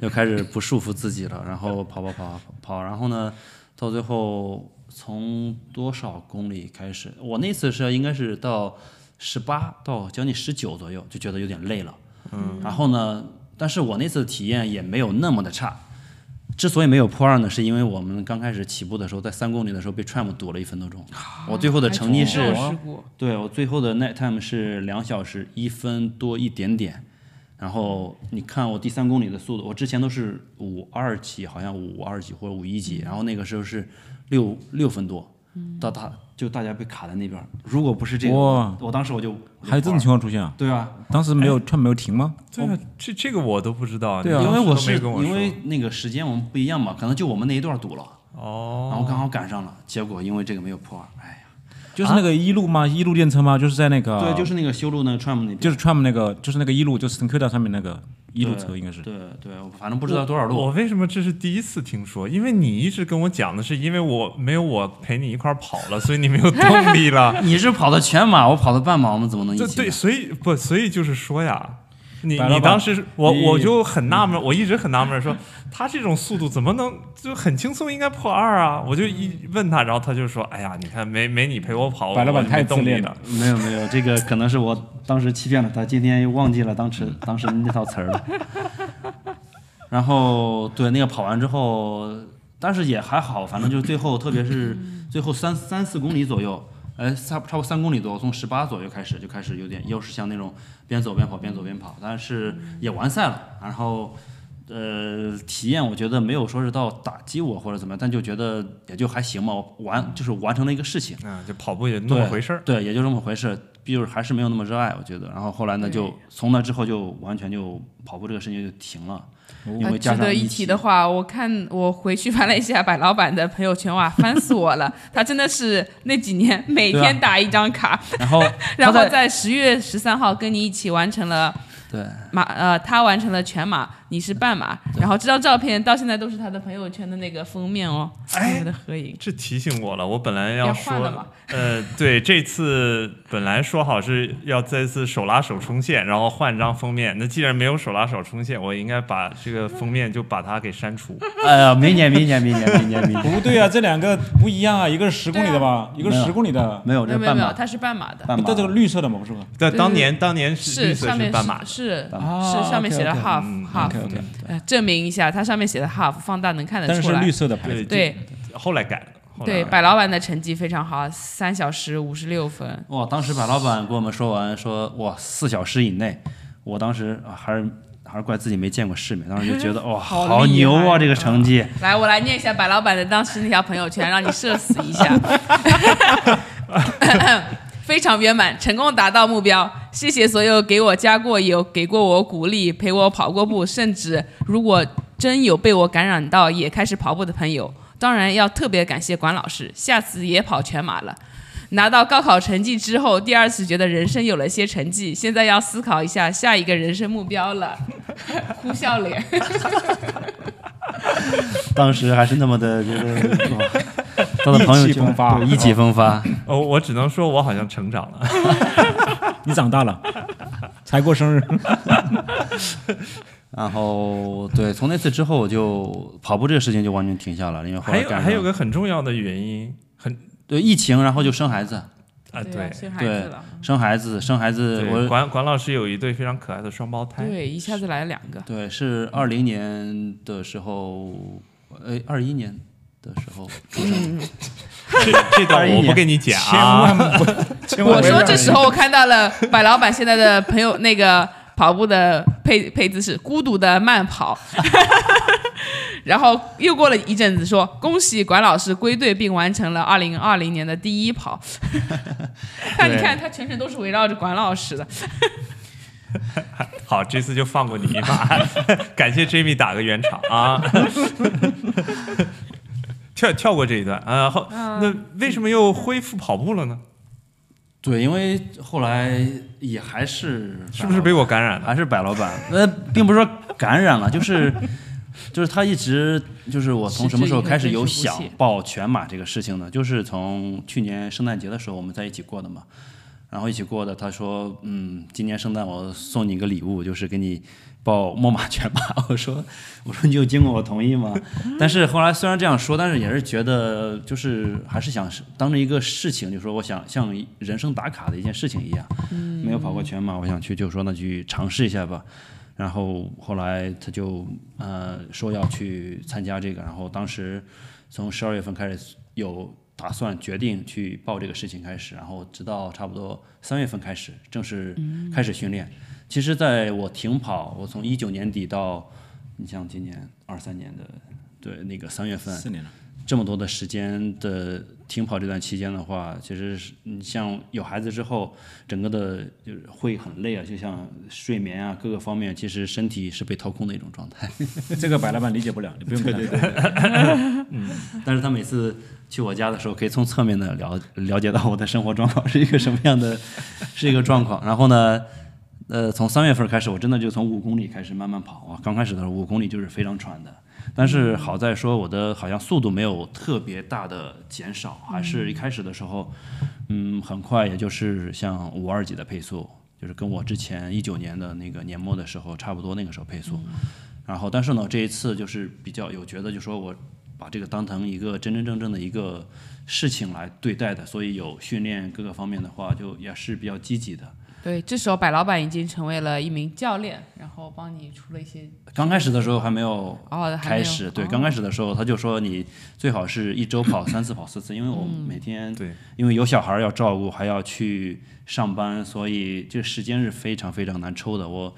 S3: 又开始不束缚自己了，然后跑跑跑跑跑，然后呢，到最后从多少公里开始？我那次是应该是到十八到将近十九左右，就觉得有点累了。嗯，然后呢，但是我那次体验也没有那么的差。之所以没有破二呢，是因为我们刚开始起步的时候，在三公里的时候被 tram 堵了一分多钟。我最后的成绩是
S1: 还真有事故
S3: 对我最后的 night time 是两小时一分多一点点，然后你看我第三公里的速度，我之前都是五二几，好像五二几或者五一几，然后那个时候是六六分多，到大就大家被卡在那边儿，如果不是这个，
S4: 哇
S3: 我当时我就
S4: 还有这种情况出现啊？
S3: 对啊，
S4: 当时没有串没有停吗？
S2: 对啊，这这个我都不知道。
S4: 对啊
S2: 你
S3: 因
S2: 当时
S3: 为我
S2: 都没
S3: 是
S2: 跟我
S3: 因
S2: 说
S3: 为那个时间我们不一样嘛，可能就我们那一段堵了，
S2: 哦，
S3: 然后刚好赶上了，结果因为这个没有破二，哎呀，啊
S4: 就是那个一路吗？一路电车吗？就是在那个
S3: 对，就是那个修路那个 tram 那边
S4: 就是 tram 那个就是那个一路就是 t a n k u d a 上面那个一路
S3: 对
S4: 车应该是。
S3: 对对，我反正不知道多少路
S2: 我。为什么这是第一次听说？因为你一直跟我讲的是，因为我没有我陪你一块儿跑了，所以你没有动力了。
S3: 你是跑的全马，我跑的半马，我们怎么能一
S2: 这
S3: 起呢？
S2: 对，所以不，所以就是说呀，你
S4: 白
S2: 你
S4: 老板
S2: 当时是我
S4: 你
S2: 我就很纳闷，我一直很纳闷说，他这种速度怎么能就很轻松应该破二啊？我就一问他，然后他就说，哎呀，你看没没你陪我跑，
S4: 白老
S2: 我
S4: 板
S2: 就没
S4: 太自
S2: 动力
S4: 恋
S2: 了。
S3: 没有没有，这个可能是我当时欺骗了他，今天又忘记了当时 当时那套词儿了。然后对那个跑完之后，但是也还好，反正就是最后，特别是最后三三四公里左右，哎，差不差不多三公里左右，从十八左右开始就开始有点，又是像那种边走边跑，边走边跑，但是也完赛了，然后。呃，体验我觉得没有说是到打击我或者怎么样，但就觉得也就还行嘛，我完就是完成了一个事情。
S2: 嗯，就跑步也那么回事儿。
S3: 对，也就这么回事，就是还是没有那么热爱，我觉得。然后后来呢，就从那之后就完全就跑步这个事情就停了，
S4: 哦
S3: 因为加
S1: 啊呃值得
S3: 上
S1: 一
S3: 疫
S1: 提
S3: 情
S1: 的话，我看我回去翻了一下白老板的朋友圈，哇，烦死我 了！他真的是那几年每天打一张卡，
S3: 然后
S1: 然
S3: 他
S1: 后
S3: 在
S1: 在十月十三号跟你一起完成了
S3: 对
S1: 马，呃，他完成了全马，你是半马，然后这张照片到现在都是他的朋友圈的那个封面哦，
S2: 哎
S1: 我们的合影。
S2: 这提醒我了，我本来
S1: 要换了
S2: 说
S1: 吗，
S2: 呃，对，这次本来说好是要再次手拉手冲线，然后换张封面。那既然没有手拉手冲线，我应该把这个封面就把它给删除。
S3: 哎呀，明年明年明年明年明年，
S4: 不 对啊，这两个不一样啊，一个是十公里的吧，一个
S3: 没
S4: 是
S3: 有
S4: 十公里的，
S3: 没有
S1: 没
S3: 哦这
S1: 有没有
S3: 半
S1: 没有，
S3: 马
S1: 他是半马的，
S3: 半马
S4: 但这个绿色的嘛，不是吗？
S2: 对，
S1: 对
S2: 当年当年是
S1: 是
S2: 绿色
S1: 上面
S2: 半马的，
S1: 是
S4: 啊
S1: 是上面写的
S4: OK，OK，
S1: half
S2: 嗯
S1: half，
S4: OK，OK
S1: 呃证明一下，它上面写的 half，放大能看得
S4: 但是
S1: 出
S4: 是绿
S1: 来。
S4: 色的牌
S2: 对
S4: 子。
S1: 对，
S2: 后来改了。后来
S1: 对，
S2: 改了
S1: 百老板的成绩非常好，三小时五十六分。
S3: 哇，当时把老板跟我们说完说哇四小时以内，我当时啊还是还是怪自己没见过世面，当时就觉得 哇
S1: 好
S3: 好
S1: 厉
S3: 牛啊
S1: 害
S3: 这个成绩。
S1: 来，我来念一下百老板的当时那条朋友圈，让你社死一下。 非常圆满，成功达到目标。谢谢所有给我加过油、给过我鼓励、陪我跑过步，甚至如果真有被我感染到也开始跑步的朋友。当然要特别感谢管老师，下次也跑全马了。拿到高考成绩之后，第二次觉得人生有了些成绩，现在要思考一下下一个人生目标了。哭笑脸。
S3: 当时还是那么的觉得，哇 他的朋友
S4: 意气
S3: 圈
S4: 风发
S3: 对意气风发。
S2: 哦，我只能说我好像成长 了。
S4: 你长大了，才过生日，
S3: 然后对，从那次之后我就跑步这个事情就完全停下了，因为后
S2: 还
S3: 来
S2: 有
S3: 赶上
S2: 还有个很重要的原因，很
S3: 对疫情，然后就生孩子，
S2: 啊
S1: 啊
S2: 对。
S1: 生孩
S3: 对
S1: 子了。，
S3: 生孩子，生孩子，
S2: 对，
S3: 我
S2: 管管老师有一对非常可爱的双胞胎，
S1: 对，一下子来了两个。
S3: 对是二零年的时候，呃，二一年的时候出生的，
S2: 这这段我
S3: 21
S2: 不
S3: 年
S2: 给你剪
S4: 千
S2: 啊，
S4: 万不千万
S1: 我
S4: 不
S1: 说
S4: 要让
S1: 这
S4: 人
S1: 时候我看到了白老板现在的朋友那个跑步的配配姿是孤独的慢跑。 然后又过了一阵子说，恭喜管老师归队并完成了2020年的第一跑。 但你看他全程都是围绕着管老师的，
S2: 好，这次就放过你一马， 感谢 Jamie 打个圆场啊。 跳跳过这一段啊，后
S1: 嗯
S2: 那为什么又恢复跑步了呢？
S3: 对，因为后来也还是
S2: 是不是被我感染了？
S3: 还是白老板？呃，并不是说感染了，就是就是他一直就是我从什么时候开始有
S1: 是
S3: 想
S1: 这一个真实不懈
S3: 报全马这个事情呢？就是从去年圣诞节的时候我们在一起过的嘛，然后一起过的。他说，嗯，今年圣诞我送你一个礼物，就是给你报墨马全马。 我说，我说你有经过我同意吗？但是后来虽然这样说，但是也是觉得就是还是想是当着一个事情，就说我想像人生打卡的一件事情一样，没有跑过全马，我想去就说那去尝试一下吧。然后后来他就呃说要去参加这个，然后当时从十二月份开始有打算决定去报这个事情开始，然后直到差不多三月份开始正式开始训练。其实，在我停跑，我从一九年底到你像今年二三年的对那个三月份，
S4: 四年了，
S3: 这么多的时间的停跑这段期间的话，其实是你像有孩子之后，整个的就是会很累啊，就像睡眠啊各个方面，其实身体是被掏空的一种状态。
S4: 这个白老板理解不了，你不用跟他说。
S3: 但是他每次去我家的时候，可以从侧面的了了解到我的生活状况是一个什么样的，是一个状况。然后呢，呃，从三月份开始，我真的就从五公里开始慢慢跑啊。刚开始的时候，五公里就是非常喘的，但是好在说我的好像速度没有特别大的减少，还是一开始的时候，嗯，很快也就是像五二几的配速，就是跟我之前一九年的那个年末的时候差不多，那个时候配速。然后，但是呢，这一次就是比较有觉得，就说我把这个当成一个真真正正的一个事情来对待的，所以有训练各个方面的话，就也是比较积极的。
S1: 对，这时候白老板已经成为了一名教练，然后帮你出了一些
S3: 刚开始的时候还没有
S1: 哦，还没
S3: 开
S1: 有
S3: 始，对，
S1: 哦
S3: 刚开始的时候他就说你最好是一周跑三次，跑四次，因为我
S1: 嗯
S3: 每天
S2: 对，
S3: 因为有小孩儿要照顾，还要去上班，所以这时间是非常非常难抽的。我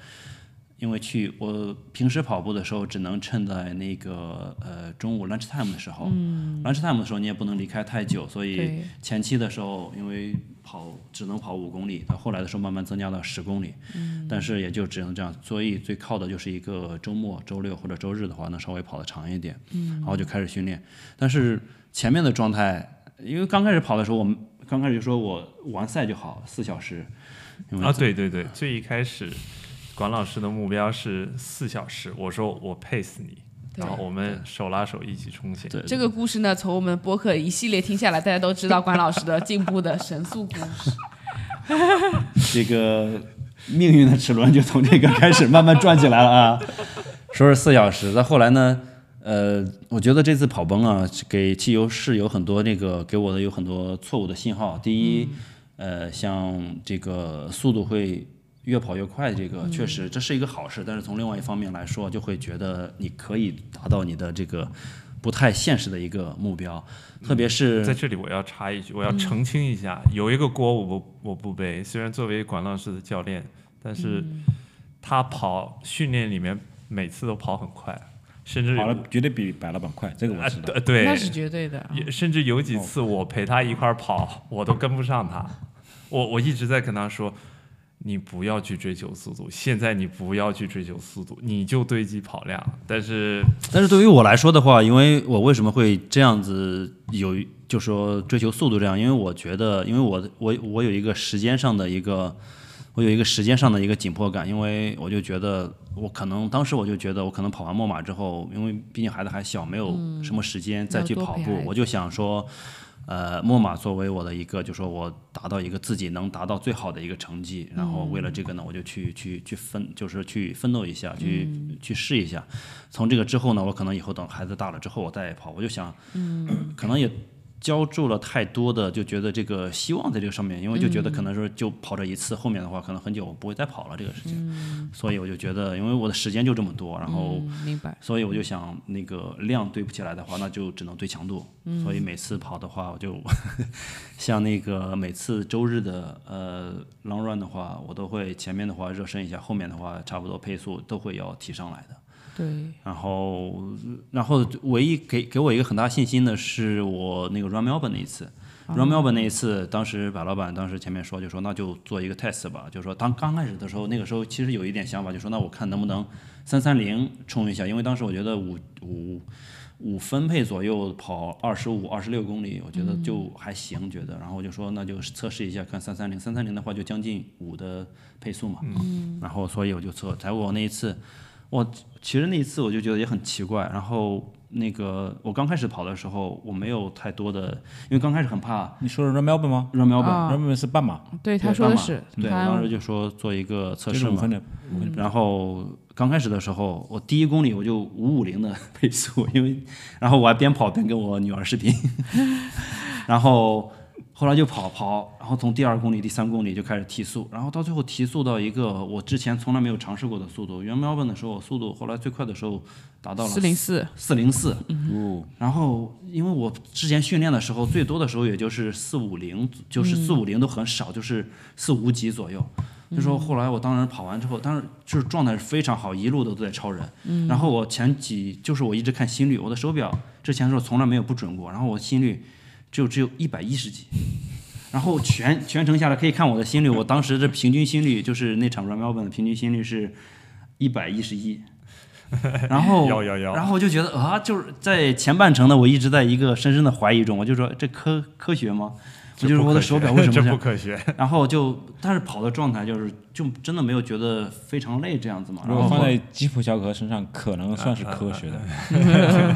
S3: 因为去我平时跑步的时候，只能趁在那个呃中午 lunch time 的时候、l u n c h time 的时候你也不能离开太久，所以
S1: 对
S3: 前期的时候因为跑只能跑五公里，到后来的时候慢慢增加到十公里，但是也就只能这样，所以最靠的就是一个周末、周六或者周日的话，能稍微跑得长一点，然后就开始训练。但是前面的状态，因为刚开始跑的时候，我们刚开始就说我完赛就好，四小时，因为
S2: 啊，对对对，最一开始管老师的目标是四小时，我说我 pace 你，
S1: 对
S2: 然后我们手拉手一起冲线。
S3: 对
S1: 这个故事呢，从我们播客一系列听下来，大家都知道关老师的进步的神速故事。
S3: 这个命运的齿轮就从这个开始慢慢转起来了啊。说是四小时，再后来呢，呃，我觉得这次跑崩啊，给汽油是有很多那个给我的有很多错误的信号。第一，呃，像这个速度会。越跑越快，这个确实这是一个好事，但是从另外一方面来说，就会觉得你可以达到你的这个不太现实的一个目标，特别是
S2: 在这里我要插一句，我要
S1: 嗯
S2: 澄清一下，有一个锅我不我不背，虽然作为管老师的教练，但是
S1: 嗯
S2: 他跑训练里面每次都跑很快，甚至
S4: 跑
S2: 有
S4: 了绝对比白老板快，这个我
S2: 啊
S4: 知道。
S2: 对对，
S1: 那是绝对的。啊
S2: 也甚至有几次我陪他一块儿跑，我都跟不上他。我我一直在跟他说，你不要去追求速度，现在你不要去追求速度，你就堆积跑量。但是
S3: 但是对于我来说的话，因为我为什么会这样子有就说追求速度这样？因为我觉得，因为我我我有一个时间上的一个，我有一个时间上的一个紧迫感，因为我就觉得我可能当时我就觉得我可能跑完墨马之后，因为毕竟孩子还小，没有什么时间再去
S1: 要多
S3: 跑
S1: 陪
S3: 步，
S1: 孩子
S3: 我就想说。呃，墨马作为我的一个，就说我达到一个自己能达到最好的一个成绩，然后为了这个呢，我就去去去奋，就是去奋斗一下，去、去试一下。从这个之后呢，我可能以后等孩子大了之后我再跑，我就想，嗯，可能也浇筑了太多的，就觉得这个希望在这个上面，因为就觉得可能说就跑这一次，后面的话可能很久我不会再跑了这个事情，所以我就觉得，因为我的时间就这么多，然后
S1: 嗯明白。
S3: 所以我就想，那个量堆不起来的话，那就只能堆强度。所以每次跑的话，我就 像那个每次周日的呃 long run 的话，我都会前面的话热身一下，后面的话差不多配速都会要提上来的。
S1: 对，
S3: 然后，呃然后唯一给给我一个很大信心的是我那个 Run Melbourne 那一次、r u n Melbourne 那一次，当时白老板当时前面说就说那就做一个 test 吧，就说当刚开始的时候，那个时候其实有一点想法，就说那我看能不能三三零冲一下，因为当时我觉得五五五分配左右跑二十五二十六公里，我觉得就还行，觉得，然后我就说那就测试一下看三三零，三三零的话就将近五的配速嘛，然后所以我就测，结果我那一次。我其实那一次我就觉得也很奇怪，然后那个我刚开始跑的时候，我没有太多的，因为刚开始很怕
S4: 你说的是 Run Melbourne 吗
S3: 让 Melbourne，、
S1: 啊
S4: ？Run Melbourne 是半马，
S1: 对，他
S3: 对
S1: 说的
S3: 斑马
S1: 是，
S3: 对，我
S1: 他嗯
S3: 当时就说做一个测
S4: 就是
S3: 试
S4: 五
S3: 嘛
S4: 分，的。
S3: 然后刚开始的时候，我第一公里我就五五零的配速，因为然后我还边跑边跟我女 儿视频，然后后来就跑跑，然后从第二公里、第三公里就开始提速，然后到最后提速到一个我之前从来没有尝试过的速度。原 Melbourne 的时候，我速度后来最快的时候达到了
S1: 四零四，
S3: 四零四，
S4: 哦，
S3: 然后，因为我之前训练的时候，最多的时候也就是四五零，就是四五零都很少，就是四五几左右。那时候后来我当时跑完之后，当时就是状态是非常好，一路都在超人。然后我前几就是我一直看心率，我的手表之前是从来没有不准过，然后我心率就只有一百一十几。然后全全程下来可以看我的心率，我当时的平均心率就是那场 Run Melbourne 的平均心率是一百一十一，然后
S2: 要要要
S3: 然后我就觉得啊，就是在前半程呢，我一直在一个深深的怀疑中，我就说这科科学吗？我就
S2: 这
S3: 说
S2: 不
S3: 我的
S2: 科
S3: 手
S2: 学
S3: 表 为什么
S2: 这
S3: 这
S2: 不
S3: 样？
S2: 科学？
S3: 然后就但是跑的状态就是就真的没有觉得非常累这样子嘛。
S4: 如
S3: 然
S4: 果
S3: 后
S4: 放在基普乔格身上，可能算是科学的。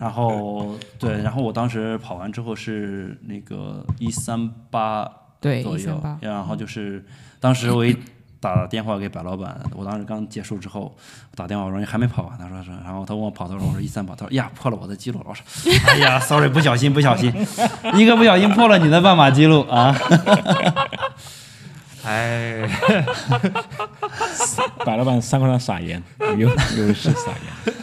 S3: 然后对，然后我当时跑完之后是那个一三八
S1: 对，
S3: 左
S1: 一三
S3: 右
S1: 八，，
S3: 然后就是当时我一打电话给白老板，我当时刚结束之后我打电话，我说还没跑完，啊他说是，然后他问我跑多少，我说一三跑，他说哎呀破了我的记录了，我说 哎呀，sorry 不小心不 小心，一个不小心破了你的半马记录啊，
S2: 哎，
S4: 白老板三块上撒盐，有有是撒盐。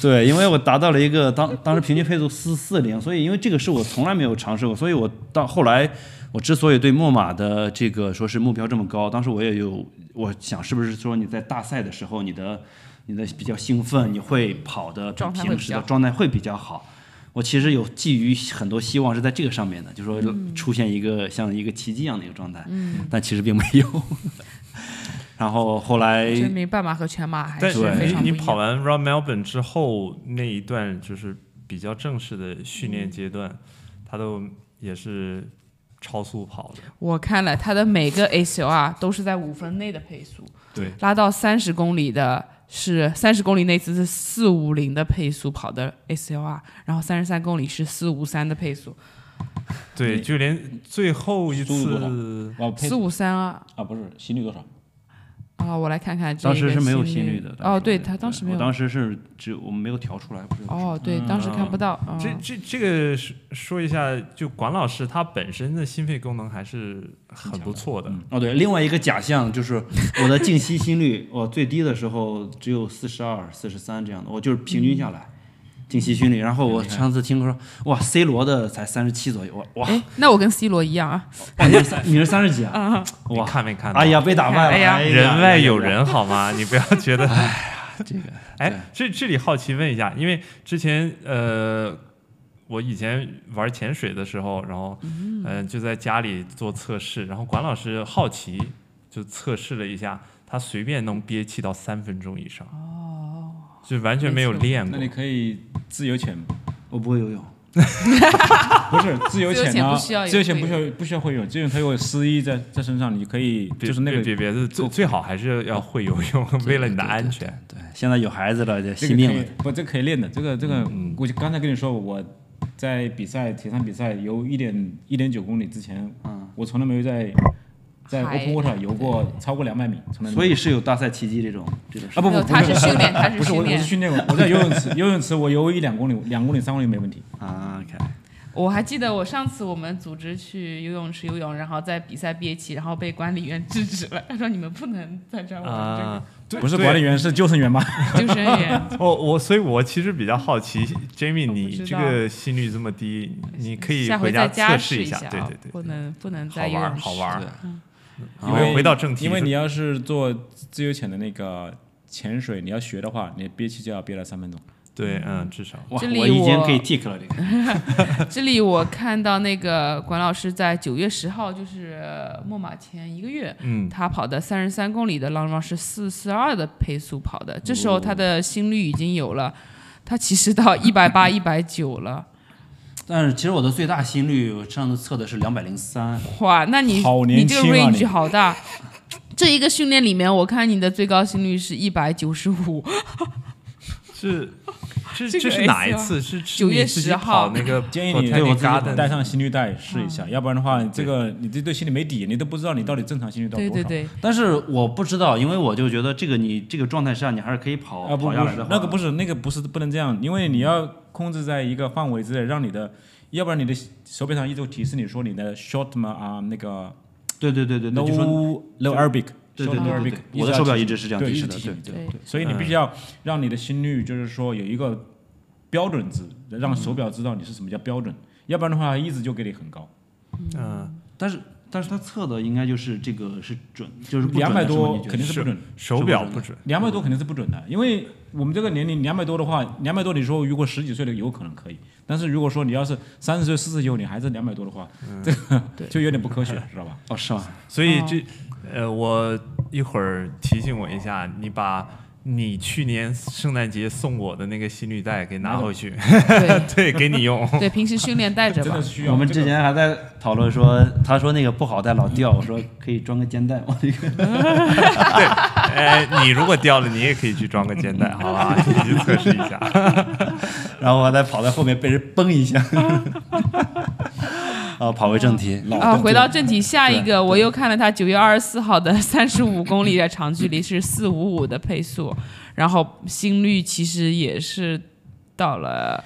S3: 对，因为我达到了一个当当时平均配速四四零，所以因为这个是我从来没有尝试过，所以我到后来我之所以对墨马的这个说是目标这么高，当时我也有我想是不是说你在大赛的时候你的你的比较兴奋，你会跑的比
S1: 状态会
S3: 平
S1: 比
S3: 时
S1: 较
S3: 的
S1: 好
S3: 状态会比较好。我其实有寄予很多希望是在这个上面的，就说
S1: 嗯
S3: 出现一个像一个奇迹一样的一个状态，但其实并没有。 然后后来
S1: 证明半马和全马还
S2: 但
S1: 是非
S2: 你
S1: 常不
S2: 你
S1: 一
S2: 跑
S1: 样。
S2: 完 Run Melbourne 之后那一段就是比较正式的训练阶段，他都也是超速跑的，
S1: 我看了他的每个 ACR 啊都是在五分内的配速，
S2: 对，
S1: 拉到三十公里的是三十公里那次是四五零的配速跑的 ACR，然啊后三十三公里是四五三的配速，
S2: 对，
S4: 你
S2: 就连最后一
S4: 速度多少
S2: 次
S4: 哦，配
S1: 四五三啊
S4: 啊，不是心率多少？
S1: 啊！我来看看这
S3: 当时
S1: 个
S3: 是没有
S1: 心
S3: 心率的。当
S1: 哦，
S3: 时
S1: 对
S3: 我
S1: 他当时没
S3: 我
S1: 有，
S3: 当时是只我们没有调出来，不是有
S1: 哦，对，当时看不到，嗯
S2: 这这这个是说一下，就管老师他本身的心肺功能还是很不错的，
S3: 哦，对，另外一个假象就是我的静息心率，我最低的时候只有四十二、四十三这样的，我就是平均下来。
S1: 嗯
S3: 静息心率，然后我上次听说，哇，C 罗的才三十七左右，哇
S1: 哎，那我跟 C 罗一样啊，
S3: 哇，你是三你是三十几啊？
S2: 你
S3: 哇，
S2: 看没看到？
S3: 哎呀，被打败了，
S1: 哎呀
S3: 哎
S2: 人外有，人，好吗？你不要觉得，
S3: 这个
S2: 哎，这这里好奇问一下，因为之前呃，我以前玩潜水的时候，然后嗯、呃就在家里做测试，然后管老师好奇就测试了一下，他随便能憋气到三分钟以上，哦，就完全没有
S1: 没错
S2: 练
S4: 那
S2: 过
S4: 你，可以自由潜吗，
S3: 我不会游泳，
S4: 不是自由
S1: 自由
S4: 潜
S1: 潜
S4: 呢？
S1: 不需要有
S4: 自由潜
S1: 会
S4: 不需要不需要会游泳，自由潜它有诗意在在身上，你可以
S2: 别
S4: 就是那个啊
S2: 别别别，最最好还是要会游泳， 为了你的安全。
S3: 对，现在有孩子了，就
S4: 这
S3: 惜
S4: 个
S3: 命
S4: 可以
S3: 了，
S4: 不，这个可以练的。这个这个，
S2: 嗯
S4: 我就刚才跟你说，我在比赛铁三比赛游一点一点九公里之前，
S2: 嗯
S4: 我从来没有在在
S1: 海
S4: open water 游过超过两百米，从来没有
S3: 所以是有大赛奇迹这种这种事
S4: 啊不
S1: 没有
S4: 不，
S1: 他是训 练，他
S4: 不是
S1: 训
S4: 我我
S1: 练
S4: 是，训练过，我在游泳池游泳池我游一两公里两公里三公里没问题。
S3: 啊，OK，
S1: 我还记得我上次我们组织去游泳池游泳，然后在比赛憋气，然后被管理员制止了。他说你们不能再这样玩这
S2: 啊
S1: 个。，
S2: 对
S4: 不是管理员是救生员吗？
S1: 救生员，
S2: 我哦 我所以，我其实比较好奇，Jamie，
S1: 我不
S2: 你
S1: 知
S2: 这
S1: 道
S2: 个心率这么低，你 可以
S1: 下回
S2: 家
S1: 再加
S2: 测
S1: 试
S2: 试
S1: 一
S2: 下。对
S1: 啊
S2: 对对，
S1: 不能不能
S2: 好
S1: 再游
S2: 玩
S1: 泳
S2: 儿好玩
S1: 池
S2: 儿。
S4: 因
S2: 我们
S3: 哦
S4: 为
S2: 回到正题，
S4: 因为
S2: 是
S4: 你要是做自由潜的那个潜水，你要学的话，你憋气就要憋到三分钟。
S2: 对，嗯，至少
S3: 哇，
S1: 这里
S3: 我已经
S1: 我
S3: 可以 tick 了这个。
S1: 这里我看到那个管老师在九月十号，就是墨马前一个月，
S2: 嗯，
S1: 他跑的三十三公里的 long run 是四四二的配速跑的，这时候他的心率已经有了，他其实到一百八、一百九了。
S3: 但是其实我的最大心率，我上次测的是两百零三，
S1: 哇，那你
S4: 好
S1: 你
S4: 年
S1: 这
S4: 轻
S1: 个
S4: 啊你
S1: range 好大。这一个训练里面，我看你的最高心率是一百九十五，
S2: 这这
S1: 这个
S2: 这是哪
S1: AC
S2: 一
S1: 啊
S2: 次？是是
S1: 9月
S2: 你自己
S1: 10号
S2: 跑那个
S4: 建议你
S2: Botanic
S4: 对我自己
S2: Garden
S4: 带上心率带试一下，
S1: 嗯
S4: 要不然的话，这个你这对心里没底，你都不知道你到底正常心率到多
S1: 对
S4: 少。
S1: 对对，
S3: 但是我不知道，因为我就觉得这个你这个状态下，你还是可以跑、
S4: 啊不
S3: 跑
S4: 不
S3: 下来的
S4: 是
S3: 话。
S4: 那个不是那个不是不能这样，因为你要控制在一个范围之内，让你的，要不然你的手表上一直提示你说你的 short 嘛啊那个
S3: 对对对对，
S4: low
S3: 对就说
S4: low Arabic，
S3: 对
S4: short
S3: 对
S4: low
S3: 对
S4: Arabic，
S3: 对对，我的手表一直是这样
S4: 对
S3: 提
S4: 一
S3: 示
S4: 直
S3: 的，
S4: 提
S3: 对
S4: 醒你
S1: 对
S4: 对，所以你必须要让你的心率就是说有一个标准值，
S3: 嗯
S4: 让手表知道你是什么叫标准，要不然的话一直就给你很高，
S2: 嗯，
S3: 但是但是他测的应该就是这个是准，就是不准
S4: 两百
S3: 的时候
S4: 多
S3: 你就
S4: 肯定是不准的。
S2: 手表不准，
S4: 两百多肯定是不准的，因为我们这个年龄两百多的话，两百多你说如果十几岁的有可能可以，但是如果说你要是三十岁、四十以后你还是两百多的话，
S3: 嗯
S4: 这个就有点不科学，知道吧？
S3: 哦是吗？
S2: 所以这呃，我一会儿提醒我一下，你把你去年圣诞节送我的那个心率带给拿回去，
S1: 对
S2: 对，给你用。
S1: 对，平时训练带着
S4: 真
S1: 吧
S4: 的。是需要。
S3: 我们
S4: 这
S3: 之
S4: 个
S3: 前还在讨论说，他说那个不好带老掉，我说可以装个肩带嘛，这个
S2: 哎，你如果掉了，你也可以去装个肩带，好吧？你去测试一 下。
S3: 然后我还在跑在后面被人崩一下。 啊，跑回正题，老
S1: 啊，
S3: 邓
S1: 回到正题，下一个我又看了他九月二十四号的 三十五公里的长距离是四五五的配速，然后心率其实也是到了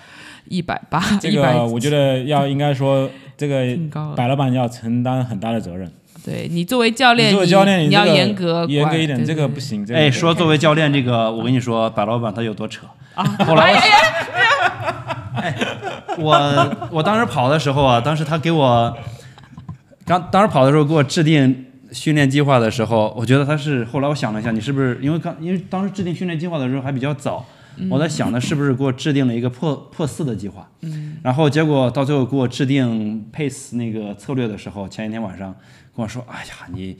S1: 一百八，
S4: 这
S1: 一百
S4: 个我觉得要应该说这个
S1: 挺高的。
S4: 白老板要承担很大的责任。
S1: 对你作为教练，
S4: 你作为教练，
S1: 你
S4: 你
S1: 要
S4: 这个
S1: 严格
S4: 严格一点，
S1: 管
S4: 这个不。
S1: 对对对
S4: 行。这个
S3: 哎，
S4: 不
S3: 说作为教练这个，我跟你说，白老板他有多扯啊！后
S1: 哎
S3: 来我， 哎，我我当时跑的时候啊，当时他给我刚当时跑的时候给我制定训练计划的时候，我觉得他是后来我想了一下，你是不是因为刚因为当时制定训练计划的时候还比较早，我在想他是不是给我制定了一个破破四的计划，然后结果到最后给我制定 pace 那个策略的时候，前一天晚上跟我说，哎呀你。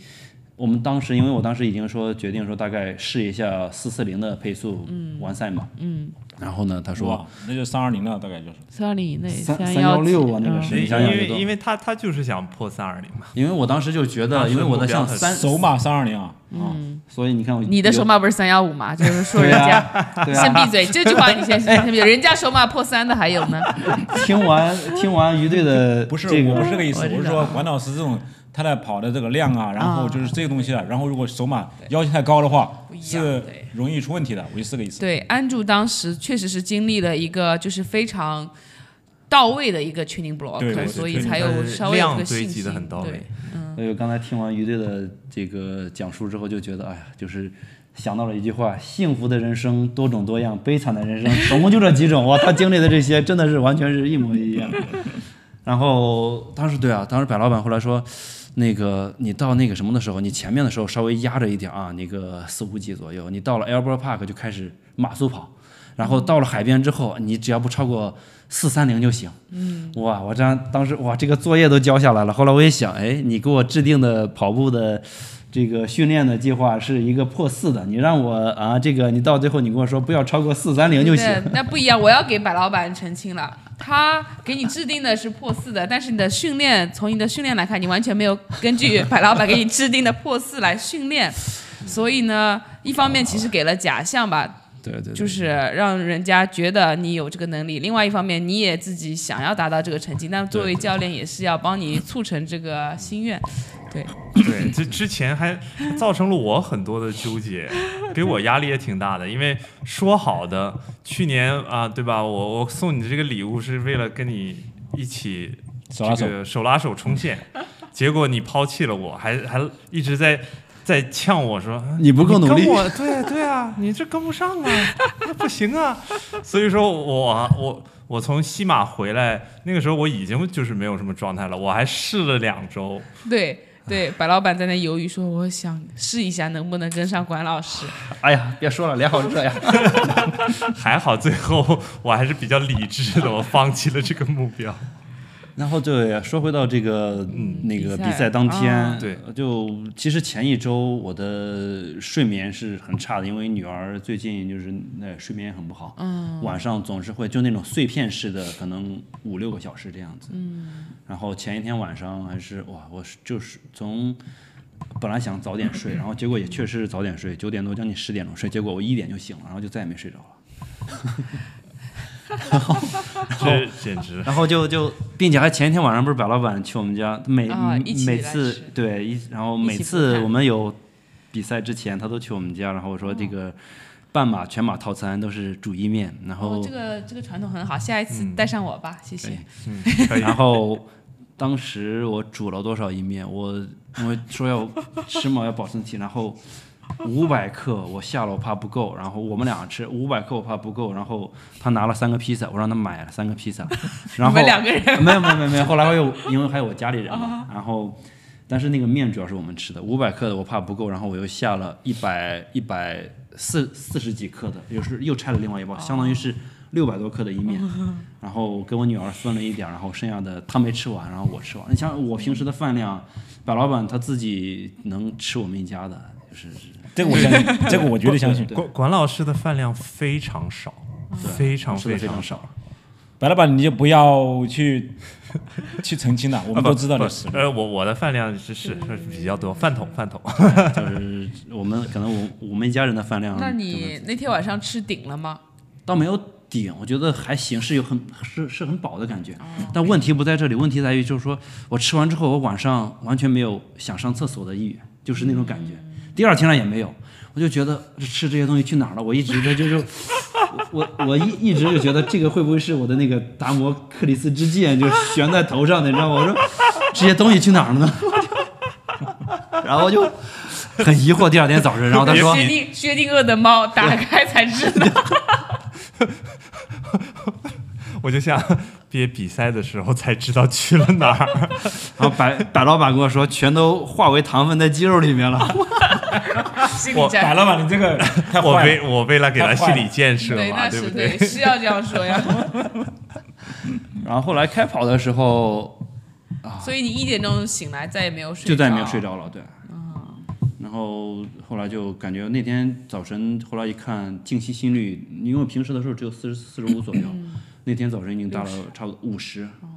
S3: 我们当时，因为我当时已经说决定说大概试一下四四零的配速完赛嘛，嗯，然后呢，他
S4: 他
S1: 嗯
S3: 说
S4: 说那就三二零了，大概就是。
S1: 三二零以内，
S3: 三
S1: 幺
S3: 316啊那个
S1: 嗯
S2: 因
S3: 是你想想
S2: 为
S3: 这个
S2: 因为他他就是想破三二零嘛，
S3: 因为我当时就觉
S2: 当
S3: 得，
S2: 时
S3: 因为我在
S2: 目标
S3: 想
S2: 很
S1: 嗯
S3: 三
S4: 首马三二零啊，
S3: 所以你看我
S1: 你的手码不是三幺五嘛？就是说人
S3: 对
S1: 家
S3: 有对
S1: 先
S3: 啊，
S1: 闭嘴，这句话你先先闭嘴。人家手码破三的还有呢，
S3: 听完听完于队的
S4: 不是，
S3: 这
S4: 我不
S3: 个
S4: 是这个意思，
S1: 我知
S4: 我是
S1: 道
S4: 说管老师这种他的跑的这个量啊，然后就是这个东西啊，然后如果手码要求太高的话
S1: 不，一样
S4: 是
S1: 对
S4: 容易出问题的，我就是这个意思。
S1: 对，安住当时确实是经历了一个就是非常到位的一个 training
S4: 对对
S1: block，
S4: 对
S1: 所以
S4: 对
S1: 才有
S2: 呃
S1: 稍微有
S2: 量
S1: 个
S2: 堆
S1: 信
S2: 积
S1: 心。
S2: 的很到位
S1: 对，。
S3: 所以哎我刚才听完于队的这个讲述之后，就觉得哎呀，就是想到了一句话：幸福的人生多种多样，悲惨的人生总共就这几种。哇，他经历的这些真的是完全是一模一样。然后当时对啊，当时白老板后来说，那个你到那个什么的时候，你前面的时候稍微压着一点啊，那个四五几左右，你到了 Elbor Park 就开始马速跑，然后到了海边之后，你只要不超过四三零就行。嗯，哇，我这样当时哇，这个作业都交下来了。后来我也想，哎，你给我制定的跑步的这个训练的计划是一个破四的，你让我啊，这个你到最后你跟我说不要超过四三零就行。
S1: 那那不一样，我要给白老板澄清了，他给你制定的是破四的，但是你的训练，从你的训练来看，你完全没有根据白老板给你制定的破四来训练，所以呢，一方面其实给了假象吧。
S3: 对对对
S1: 就是让人家觉得你有这个能力，另外一方面你也自己想要达到这个成绩，但作为教练也是要帮你促成这个心愿。
S2: 对，这之前还造成了我很多的纠结，给我压力也挺大的。因为说好的，去年啊，对吧？我我送你这个礼物是为了跟你一起
S4: 手
S3: 啊
S4: 拉手
S2: 这个手拉手冲 线，结果你抛弃了我，还还一直在在呛我说啊
S3: 你不够努力
S2: 跟我对对啊，你这跟不上啊， 那不行啊。所以说我我我从西马回来，那个时候我已经就是没有什么状态了，我还试了两周，
S1: 对对，白老板在那犹豫说，我想试一下能不能跟上管老师。
S3: 哎呀，别说了，俩好热呀！
S2: 还好最后 我还是比较理智的，我放弃了这个目标。
S3: 然后对，说回到这个、那个
S1: 比
S3: 比
S1: 赛
S3: 赛当天，呃
S1: 啊
S2: 对，
S3: 就其实前一周我的睡眠是很差的，因为女儿最近就是那睡眠也很不好，嗯，晚上总是会就那种碎片式的，可能五六个小时这样子，嗯，然后前一天晚上还是哇，我是就是从。本来想早点睡，然后结果也确实是早点睡，九点多将近十点钟睡，结果我一点就醒了，然后就再也没睡着了。
S2: 这简直
S3: 然后就就，并且还前一天晚上不是白老板去我们家，每、
S1: 啊一起
S3: 每
S1: 来
S3: 次
S1: 吃
S3: 对一，然后
S1: 一
S3: 每
S1: 起
S3: 次
S1: 复
S3: 我们有比赛之前，他都去我们家，然后我说
S1: 哦
S3: 这个半马、全马套餐都是煮意面，然后、
S1: 哦，这个这个传统很好，下一次带上我吧，谢谢。
S2: 可以。
S3: 然后当时我煮了多少意面？我我说要吃嘛要保身体，然后五百克我下了我怕不够，然后我们俩吃五百克我怕不够，然后他拿了三个披萨，我让他买了三个 披萨，然
S1: 你
S3: 后
S1: 们两个人
S3: 没有没有没有没有，后来我有因为还有我家里人嘛，然后。但是那个面主要是我们吃的，五百克的我怕不够，然后我又下了一百一百四四十几克的，又是又拆了另外一包，相当于是六百多克的一面，然后跟我女儿分了一点儿，然后剩下的她没吃完，然后我吃完。你像我平时的饭量，白老板他自己能吃我们一家的，就是
S4: 这个我相信，这个我绝对 相信。
S2: 管管老师的饭量非常少，非常
S3: 嗯吃的非
S2: 常
S3: 常。少。
S4: 白老板，你就不要去去澄清了，我们都知道
S2: 啊不
S4: 的事。
S2: 呃，我我的饭量是是是比较多，饭桶饭桶。
S3: 就是我们可能我我们一嗯家人的饭量，
S1: 那你那天晚上吃顶了吗？
S3: 倒没有顶，我觉得还行，是有很是是很饱的感觉。但问题不在这里，问题在于就是说我吃完之后，我晚上完全没有想上厕所的意愿，就是那种感觉。第二天呢也没有，我就觉得吃这些东西去哪儿了？我一直的就就。我我一一直就觉得这个会不会是我的那个达摩克里斯之剑，就悬在头上的，你知道吗？我说这些东西去哪儿了呢？ 然后我就很疑惑。第二天早晨，然后他说
S1: 薛定薛定谔的猫打开才知道。
S2: 我就想，别比赛的时候才知道去了 哪儿。
S3: 然后白白老板跟我说，全都化为糖分在肌肉里面了。
S1: 心理
S4: 白
S1: 战，
S4: 老板，你这个太
S2: 我
S4: 坏
S2: 为
S4: 了。
S2: 我为了给他心理建设
S1: 对，
S2: 嘛，
S1: 那
S2: 对不
S1: 是
S2: 对？
S1: 是要这样说呀。
S3: 然后后来开跑的时候，
S1: 所以你一点钟醒来，再也没有睡，
S3: 就再也没有睡。着了，嗯对。然后后来就感觉那天早晨后来一看静息心率，因为我平时的时候只有四十四十五左右，那天早晨已经到了差不多五嗯十，哦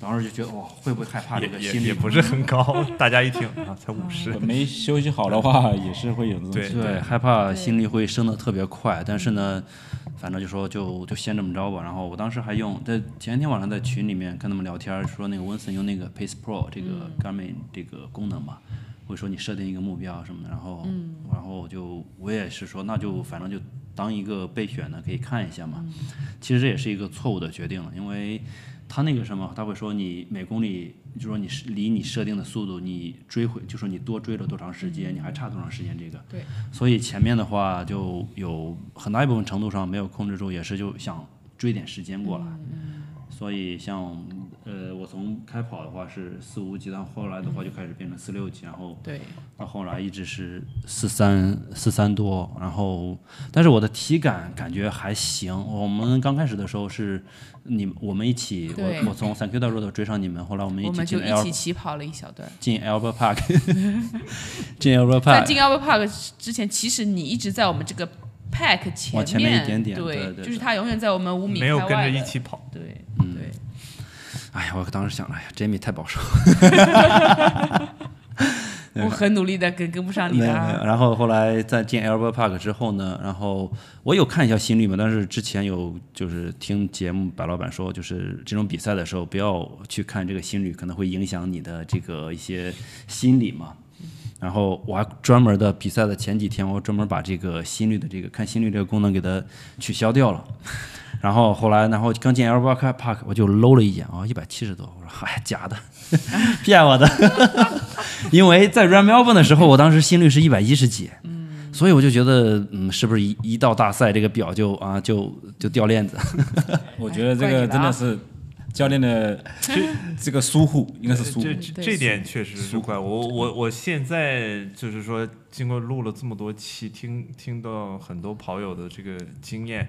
S3: 当时就觉得哇会不会害怕这
S2: 也
S3: 个
S2: 也
S3: 心
S2: 也
S3: 率？
S2: 不是很高， 大家一听啊，才五十。
S4: 没休息好的话，也是会有这种
S2: 对
S4: 情况
S3: 对，害怕心率会升得特别快，但是呢，反正就说就就先这么着吧。然后我当时还用在前一天晚上在群里面跟他们聊天儿，说那个温森用那个 Pace Pro 这个 Garmin 这个功能嘛，会说你设定一个目标什么的，然后、然后我就我也是说那就反正就当一个备选的可以看一下嘛。其实这也是一个错误的决定了，因为他那个什么，他会说你每公里，就说你是离你设定的速度，你追回，就说你多追了多长时间，你还差多长时间这个。
S1: 对。
S3: 所以前面的话就有很大一部分程度上没有控制住，也是就想追点时间过来。
S1: 嗯
S3: 所以像呃，我从开跑的话是四五级，但后来的话就开始变成四六级，然后
S1: 对，
S3: 到后来一直是四三四三多，然后但是我的体感感觉还行。我们刚开始的时候是你我们一起，
S1: 对
S3: 我我从 Thank you 大 road 追上你们，后来我们一
S1: 我
S3: 起
S1: 们
S3: 进
S1: 就
S3: a
S1: 一
S3: l
S1: 起起跑了一小段。
S3: 进 Albert Park，进 Albert
S1: 在
S3: Park，
S1: 进 Albert Park 之前，其实你一直在我们这个 pack 前
S3: 往前面一点点对对
S1: 对，
S3: 对
S1: 就是他永远在我们五米
S2: 没有
S1: 开
S2: 跟着
S1: 外
S2: 一
S1: 的
S2: 起跑，
S1: 对
S4: 嗯
S1: 对。
S3: 哎呀，我当时想，哎呀，Jamie 太保守了。
S1: 我很努力的跟跟不上你的
S3: 没有没有
S1: 啊，
S3: 然后后来在进 Albert Park 之后呢，然后我有看一下心率嘛，但是之前有就是听节目白老板说，就是这种比赛的时候不要去看这个心率，可能会影响你的这个一些心理嘛。然后我还专门的比赛的前几天，我专门把这个心率的这个看心率这个功能给它取消掉了。 然后后来，然后刚进 L 八 Park，我就搂了一眼啊，一百七十多，我说哎假的， 骗我的， 因为在 Run Melbourne 的时候，我当时心率是一百一十几，所以我就觉得嗯，是不是一一到大赛这个表就啊就就掉链子？
S4: 我觉得这
S1: 怪
S4: 个
S1: 你了
S4: 真
S1: 啊
S4: 的是教练的 这个疏忽，应该是疏忽
S2: 这。这
S1: 对
S2: 这点确实是怪我。我我现在就是说，经过录了这么多期，听听到很多跑友的这个经验，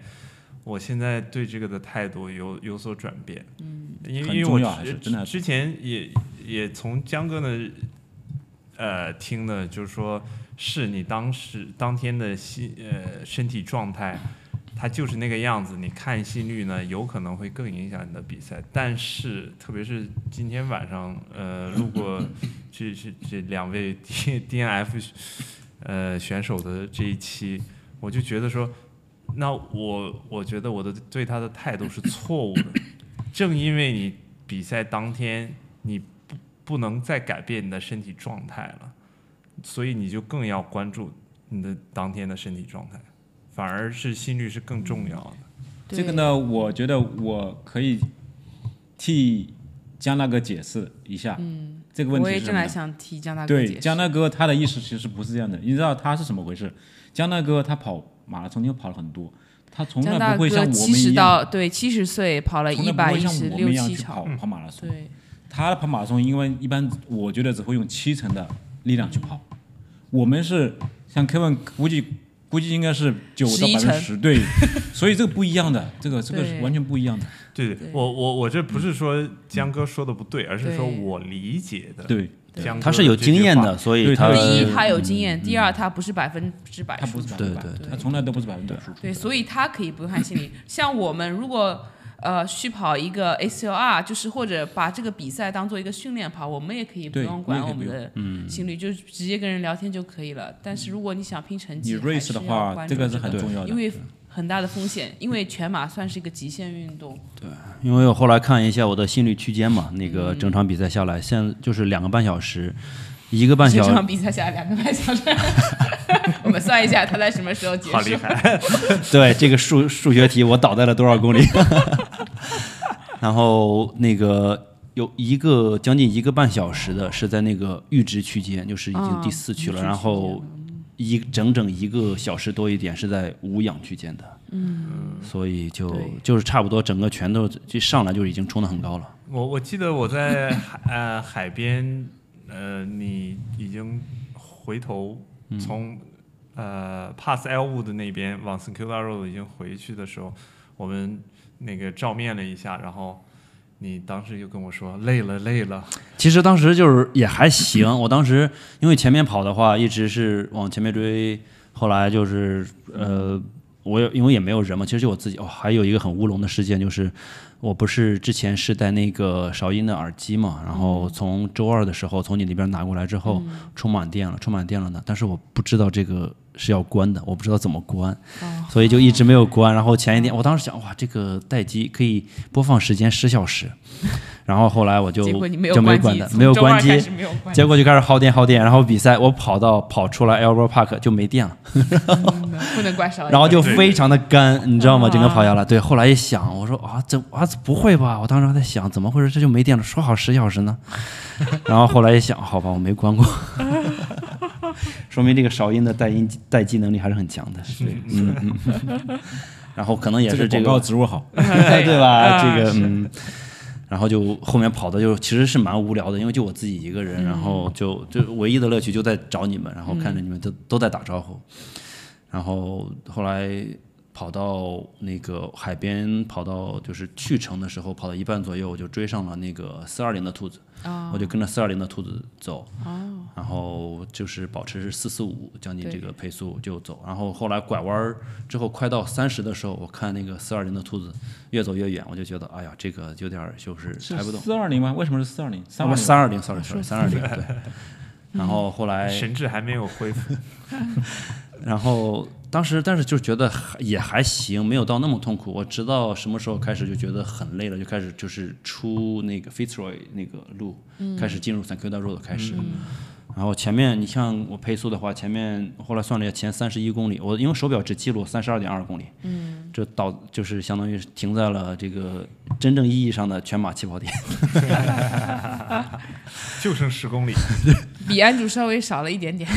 S2: 我现在对这个的态度有有所转变。嗯，因为
S4: 很
S2: 因为
S4: 重
S2: 我
S4: 要还
S2: 之
S4: 是真的还是
S2: 之前也也从江哥呢，呃，听的就是说，是你当时当天的心呃身体状态。它就是那个样子，你看心率呢，有可能会更影响你的比赛。但是，特别是今天晚上，呃，路 过这这这两位 D D N F 呃选手的这一期，我就觉得说，那我我觉得我的对他的态度是错误的。正因为你比赛当天你不不能再改变你的身体状态了，所以你就更要关注你的当天的身体状态。反而是心率是更重要的。
S4: 这个呢，我觉得我可以替江大哥解释一下、嗯、这个问
S1: 我
S4: 题
S1: 也
S4: 是什
S1: 正
S4: 么
S1: 来
S4: 呢。
S1: 想替江大哥
S4: 对，
S1: 解释
S4: 江，大哥他的意思其实不是这样的，你知道他是怎么回事？江大哥他跑马拉松就跑了很多，他从
S1: 江
S4: 来
S1: 大
S4: 不会像
S1: 哥
S4: 我们
S1: 七十
S4: 一样，
S1: 到对七十岁跑了
S4: 从
S1: 一
S4: 来不
S1: 百
S4: 会
S1: 一
S4: 像
S1: 十
S4: 我们
S1: 六
S4: 一样
S1: 七
S4: 去跑
S1: 场，
S4: 跑马拉松。
S1: 对，
S4: 他跑马拉松，因为一般我觉得只会用七成的力量去跑，我们是像 Kevin 估计估计应该是九到百
S1: 11
S4: 分之十，对， 所以这个不一样的，这个这个是
S1: 对
S4: 完全不一样的，
S2: 对对，我我我这不是说江哥说的不对，而是说
S1: 对
S2: 我理解的。，
S4: 对，
S2: 江哥
S3: 他是有
S2: 的这句
S3: 经验
S2: 话
S3: 的，，所以
S4: 对
S3: 他
S4: 他
S1: 第一
S4: 呃
S1: 他有经验，第二他不是百分之百
S4: 他
S1: 输
S4: 不
S1: 出
S4: 是百
S3: 对
S4: 分之百
S3: 对
S1: 对，
S4: 他从来都不是百分之百输出，
S1: 对，所以他可以不用看心理。像我们如果呃续跑一个 ACLR，就是或者把这个比赛当做一个训练跑，我们也可以不
S4: 对
S1: 用
S4: 我
S1: 管
S4: 们也
S1: 我
S4: 可
S1: 们
S4: 以
S1: 的心率，就直接跟人聊天就可以了。但是如果你想拼成
S4: 你
S1: 绩，还
S4: race
S1: 是
S4: 的
S1: 要
S4: 话，
S1: 关
S4: 这
S1: 注
S4: 个是很重要的
S1: 因，为很大的风险，因为全马算是一个极限运动，
S3: 因为我后来看一下我的心率区间嘛，那个整场比赛下来，现在就是两个半小时，一个 半
S1: 这
S3: 小
S1: 场比赛下来两个半小时， 我们算一下他在什么时候结
S2: 好厉
S1: 束。
S2: 害。
S3: 对这个数数学题，我倒在了多少公 里？然后那个有一个将近一个半小时的是在那个阈值区间，就是已经第四区了，
S1: 啊
S3: 然后一整整一个小时多一点是在无氧区间的，嗯，所以就
S1: 对
S3: 就是差不多整个全都就上来就已经冲得很高了。
S2: 我我记得我在海呃海边，呃，你已经回头
S3: 嗯
S2: 从、呃 Pass Elwood 那边往 s e c u l a r Road 已经回去的时候，我们那个照面了一下，然后你当时就跟我说累了累了，
S3: 其实当时就是也还行，我当时因为前面跑的话一直是往前面追，后来就是呃，我也因为也没有人嘛，其实就我自己哦，还有一个很乌龙的事件就是，我不是之前是戴那个韶音的耳机嘛，
S1: 嗯
S3: 然后从周二的时候从你那边拿过来之后，充满电了，充满电了呢，但是我不知道这个是要关的，我不知道怎么关，
S1: 哦嗯
S3: 所以就一直没有关。然后前一天，我当时想，哇，这个待机可以播放时间十小时，然后后来我就
S1: 结果你没有
S3: 就没有
S1: 关
S3: 关
S1: 机
S3: 的，
S1: 从
S3: 没有
S1: 周二
S3: 关
S1: 开
S3: 机
S1: 始，没有关机
S3: 结果就开始耗电耗电。然后比赛我跑到跑出来 Elbor Park 就没电了，
S1: 不能关少一
S3: 然后就
S2: 对对
S3: 非常的干，你知道吗？
S1: 啊
S3: 整个跑下来，对。后来一想，我说啊，这啊不会吧？我当时还在想，怎么回事？这就没电了，说好十小时呢。 然后后来一想，好吧，我没关过， 说明这个韶音的带音带机能力还是很强的。是，嗯嗯。然后可能也
S4: 这
S3: 是
S4: 个
S3: 这
S4: 广
S3: 个
S4: 告植 入好，
S3: 对对吧？
S1: 啊
S3: 这个
S1: 是
S3: 嗯，然后就后面跑的就其实是蛮无聊的，因为就我自己一个人，然后就就唯一的乐趣就在找你们，然后看着你们都、都在打招呼，然后后来跑到那个海边，跑到就是去程的时候，跑到一半左右，我就追上了那个四二零的兔子，
S1: 啊
S3: 我就跟着四二零的兔子走，
S1: 哦
S3: 然后就是保持四四五将近
S1: 对
S3: 这个配速就走，然后后来拐弯儿之后快到三十的时候，我看那个四二零的兔子越走越远，我就觉得哎呀，这个有点儿就是
S4: 是
S3: 抬不动。
S4: 四二零吗？为什么是四二零？三
S3: 啊不
S4: 二
S3: 是
S4: 零。
S3: 三二零，sorry sorry，三二零对。然后后来，
S2: 神志还没有恢复。
S3: 然后当时但是就觉得还也还行，没有到那么痛苦。我直到什么时候开始就觉得很累了，就开始就是出那个 Fitzroy 那个路，开始进入 San Kilda Road 开始。然后前面你像我配速的话，前面后来算了一下，前三十一公里，我因为手表只记录三十二点二公里，嗯，这导就是相当于停在了这个真正意义上的全马起跑点。
S2: 就剩十 公里，
S1: 比安主稍微少了一点点。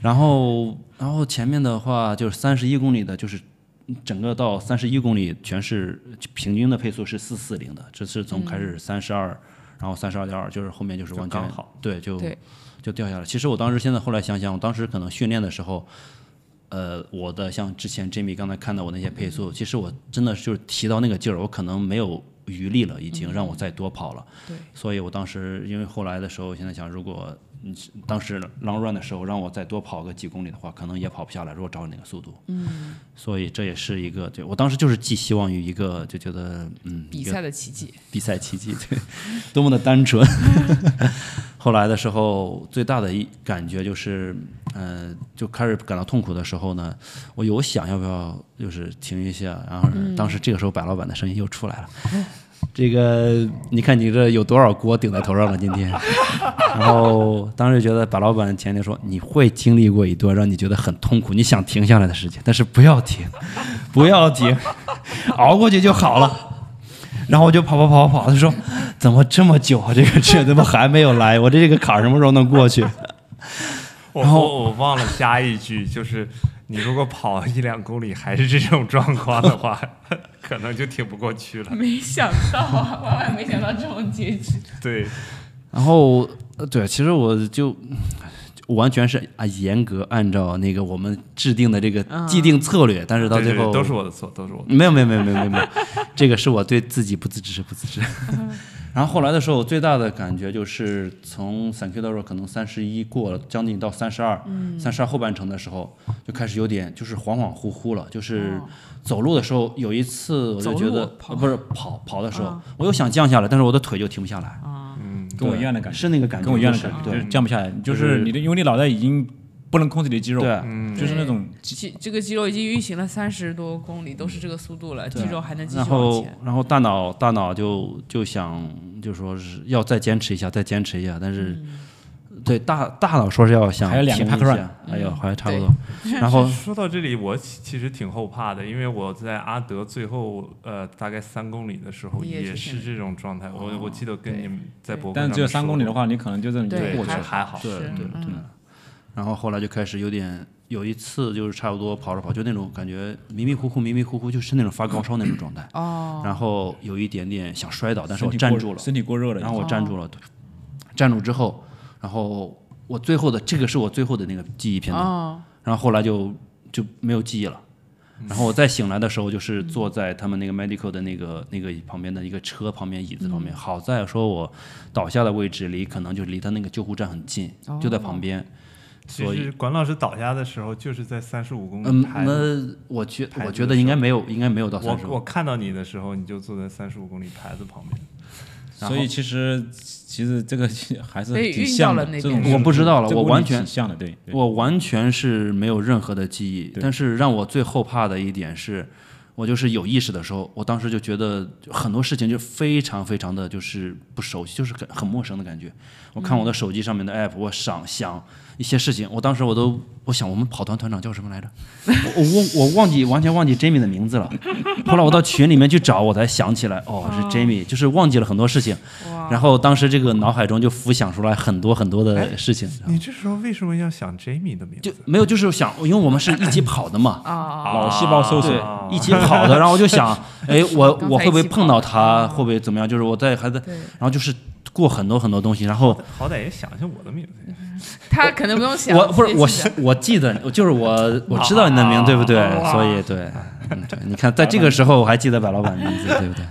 S3: 然后，然后前面的话就是三十一公里的，就是整个到三十一公里全是平均的配速是四四零的，这是从开始三十二，然后三十二点二，就是后面就是完全
S2: 就刚好
S3: 对就
S1: 对
S3: 就掉下来。其实我当时现在后来想想，我当时可能训练的时候，呃，我的像之前 Jimmy 刚才看到我那些配速，其实我真的就是提到那个劲儿，我可能没有余力了，已经让我再多跑了。
S1: 嗯对，
S3: 所以我当时因为后来的时候，现在想，如果你是当时 long run 的时候让我再多跑个几公里的话，可能也跑不下来。如果照你那个速度，嗯，所以这也是一个，对我当时就是寄希望于一个，就觉得嗯，
S1: 比
S3: 一个
S1: 赛的奇迹，
S3: 比赛奇迹， 对，多么的单纯。 后来的时候，最大的一感觉就是，呃，就开始感到痛苦的时候呢，我有想要不要就是停一下，然后当时这个时候白老板的声音又出来了。这个，你看你这有多少锅顶在头上了？今天，然后当时觉得白老板前天说你会经历过一段让你觉得很痛苦、你想停下来的事情，但是不要停，不要停，熬过去就好了。然后我就跑跑跑跑，他说怎么这么久啊？这个这怎么还没有来？我 这个坎儿什么时候能过去？
S2: 我
S3: 然后
S2: 我我忘了加一句，就是你如果跑一两公里还是这种状况的话， 可能就挺不过去了。
S1: 没想到啊，万万没想到这种结 局。
S2: 对，
S3: 然后呃对，其实我就完全是啊严格按照那个我们制定的这个既定策略，但是到
S2: 嗯对
S3: 最
S2: 对
S3: 后
S2: 对都是我的错，都是我的
S3: 没有没有没有没有没有没有，这个是我对自己不自知不自知。 然后后来的时候，我最大的感觉就是从 San q u i d o 可能三十一过了，将近到三十二，
S1: 嗯
S3: 三十二后半程的时候就开始有点就是恍恍惚惚了，就是走路的时候有一次我就觉得
S1: 哦走路跑哦
S3: 呃不是跑跑的时候，我又想降下来，但是我的腿就停不下来，
S4: 跟我一样的
S3: 对
S4: 感觉，
S3: 是那个感觉，
S4: 跟我一样的
S3: 就是
S4: 感觉，就
S3: 对
S4: 是降不下来，
S3: 就
S4: 就
S3: 是
S4: 是你的，因为你脑袋已经不能控制你的肌肉，
S3: 对，嗯
S4: 就是那种
S1: 肌这个肌肉已经运行了三十多公里，都是这个速度了，肌肉还能继
S3: 然
S1: 续往
S3: 后
S1: 前。，
S3: 然后大脑大脑就就想就说是要再坚持一下，再坚持一下，但是、
S1: 嗯
S3: 对大大脑说是要想
S4: 还有两个
S3: 停一
S4: park run
S3: 下，哎呦，还差不
S1: 嗯对
S3: 多。然后
S2: 说到这里，我其其实挺后怕的，因为我在阿德最后呃大概三公里的时候
S1: 你也
S2: 也
S1: 是
S2: 是这种状态。我我记得跟你们在博客
S4: 但
S2: 上
S4: 是只有
S2: 面
S4: 三
S2: 说
S4: 公里的
S2: 过，
S4: 话，你可能就这种就
S1: 对
S4: 过去
S2: 还
S4: 了。
S2: 还好，
S1: 是
S3: 对对
S1: 嗯
S3: 对，然后后来就开始有点有一次就是差不多跑着跑就那种感觉迷迷糊糊迷迷糊糊，就是那种发高烧那种状态。
S1: 哦，
S3: 然后有一点点想摔倒，但是
S4: 身
S3: 我
S4: 体
S3: 站
S4: 过
S3: 住了，
S4: 身体过热了已
S3: 然
S4: 经。
S3: 后我站住了，站住之后，然后我最后的这个是我最后的那个记忆片段。
S1: 哦，
S3: 然后后来就就没有记忆了。然后我再醒来的时候，就是坐在他们那个 medical 的那个那个旁边的一个车旁边椅子旁边。好在说我倒下的位置离可能就离他那个救护站很近，就在旁边。
S2: 其
S3: 所以
S2: 实管老师倒下的时候就是在三十五公
S3: 嗯
S2: 里，拍的。
S3: 那我觉
S2: 排
S3: 我
S2: 队
S3: 觉
S2: 的
S3: 得
S2: 时
S3: 应该没有，应该没有到
S2: 我
S3: 三十
S2: 我看到你的时候，你就坐在三十五公里牌子旁边。
S3: 然
S4: 所以其实其实这个 还是
S1: 被
S4: 挺
S1: 运
S4: 像
S1: 到
S4: 的
S1: 了那
S4: 这
S1: 边
S4: 种
S3: 我不知道了
S4: 这个
S3: 我
S4: 问
S3: 完
S4: 题挺
S3: 全
S4: 像的，对。对
S3: 我完全是没有任何的记忆，但是让我最后怕的一点是，我就是有意识的时候，我当时就觉得就很多事情就非常非常的就是不熟悉，就是很很陌生的感觉。我看我的手机上面的 app，我想想一些事情，我当时我都我想我们跑团团长叫什么来着？我我我我忘记完全忘记 Jamie 的名字了。后来我到群里面去找，我才想起来，哦，是 Jamie，就是忘记了很多事情。然后当时这个脑海中就浮想出来很多很多的事情。
S2: 你这时候为什么要想 Jamie 的名
S3: 就
S2: 字？
S3: 没有，就是想，因为我们是一起跑的嘛，
S2: 啊
S1: 哦
S4: 脑细胞搜索，
S3: 一起跑的，然后我就 想，哎，我
S1: 刚才
S3: 我会不
S1: 一
S3: 会
S1: 起跑
S3: 碰到他，会不会怎么样？就是我在还在，
S1: 对
S3: 然后就是过很多很多东西，然后
S2: 好歹也想想我的名字。
S1: 他可能不用想，
S3: 我不是我
S1: 直接记
S3: 是我记得，就是我我知道
S4: 啊
S3: 你的名，对不对？所以对，嗯对，你看在这个时候我还记得白老板的名字，对不对？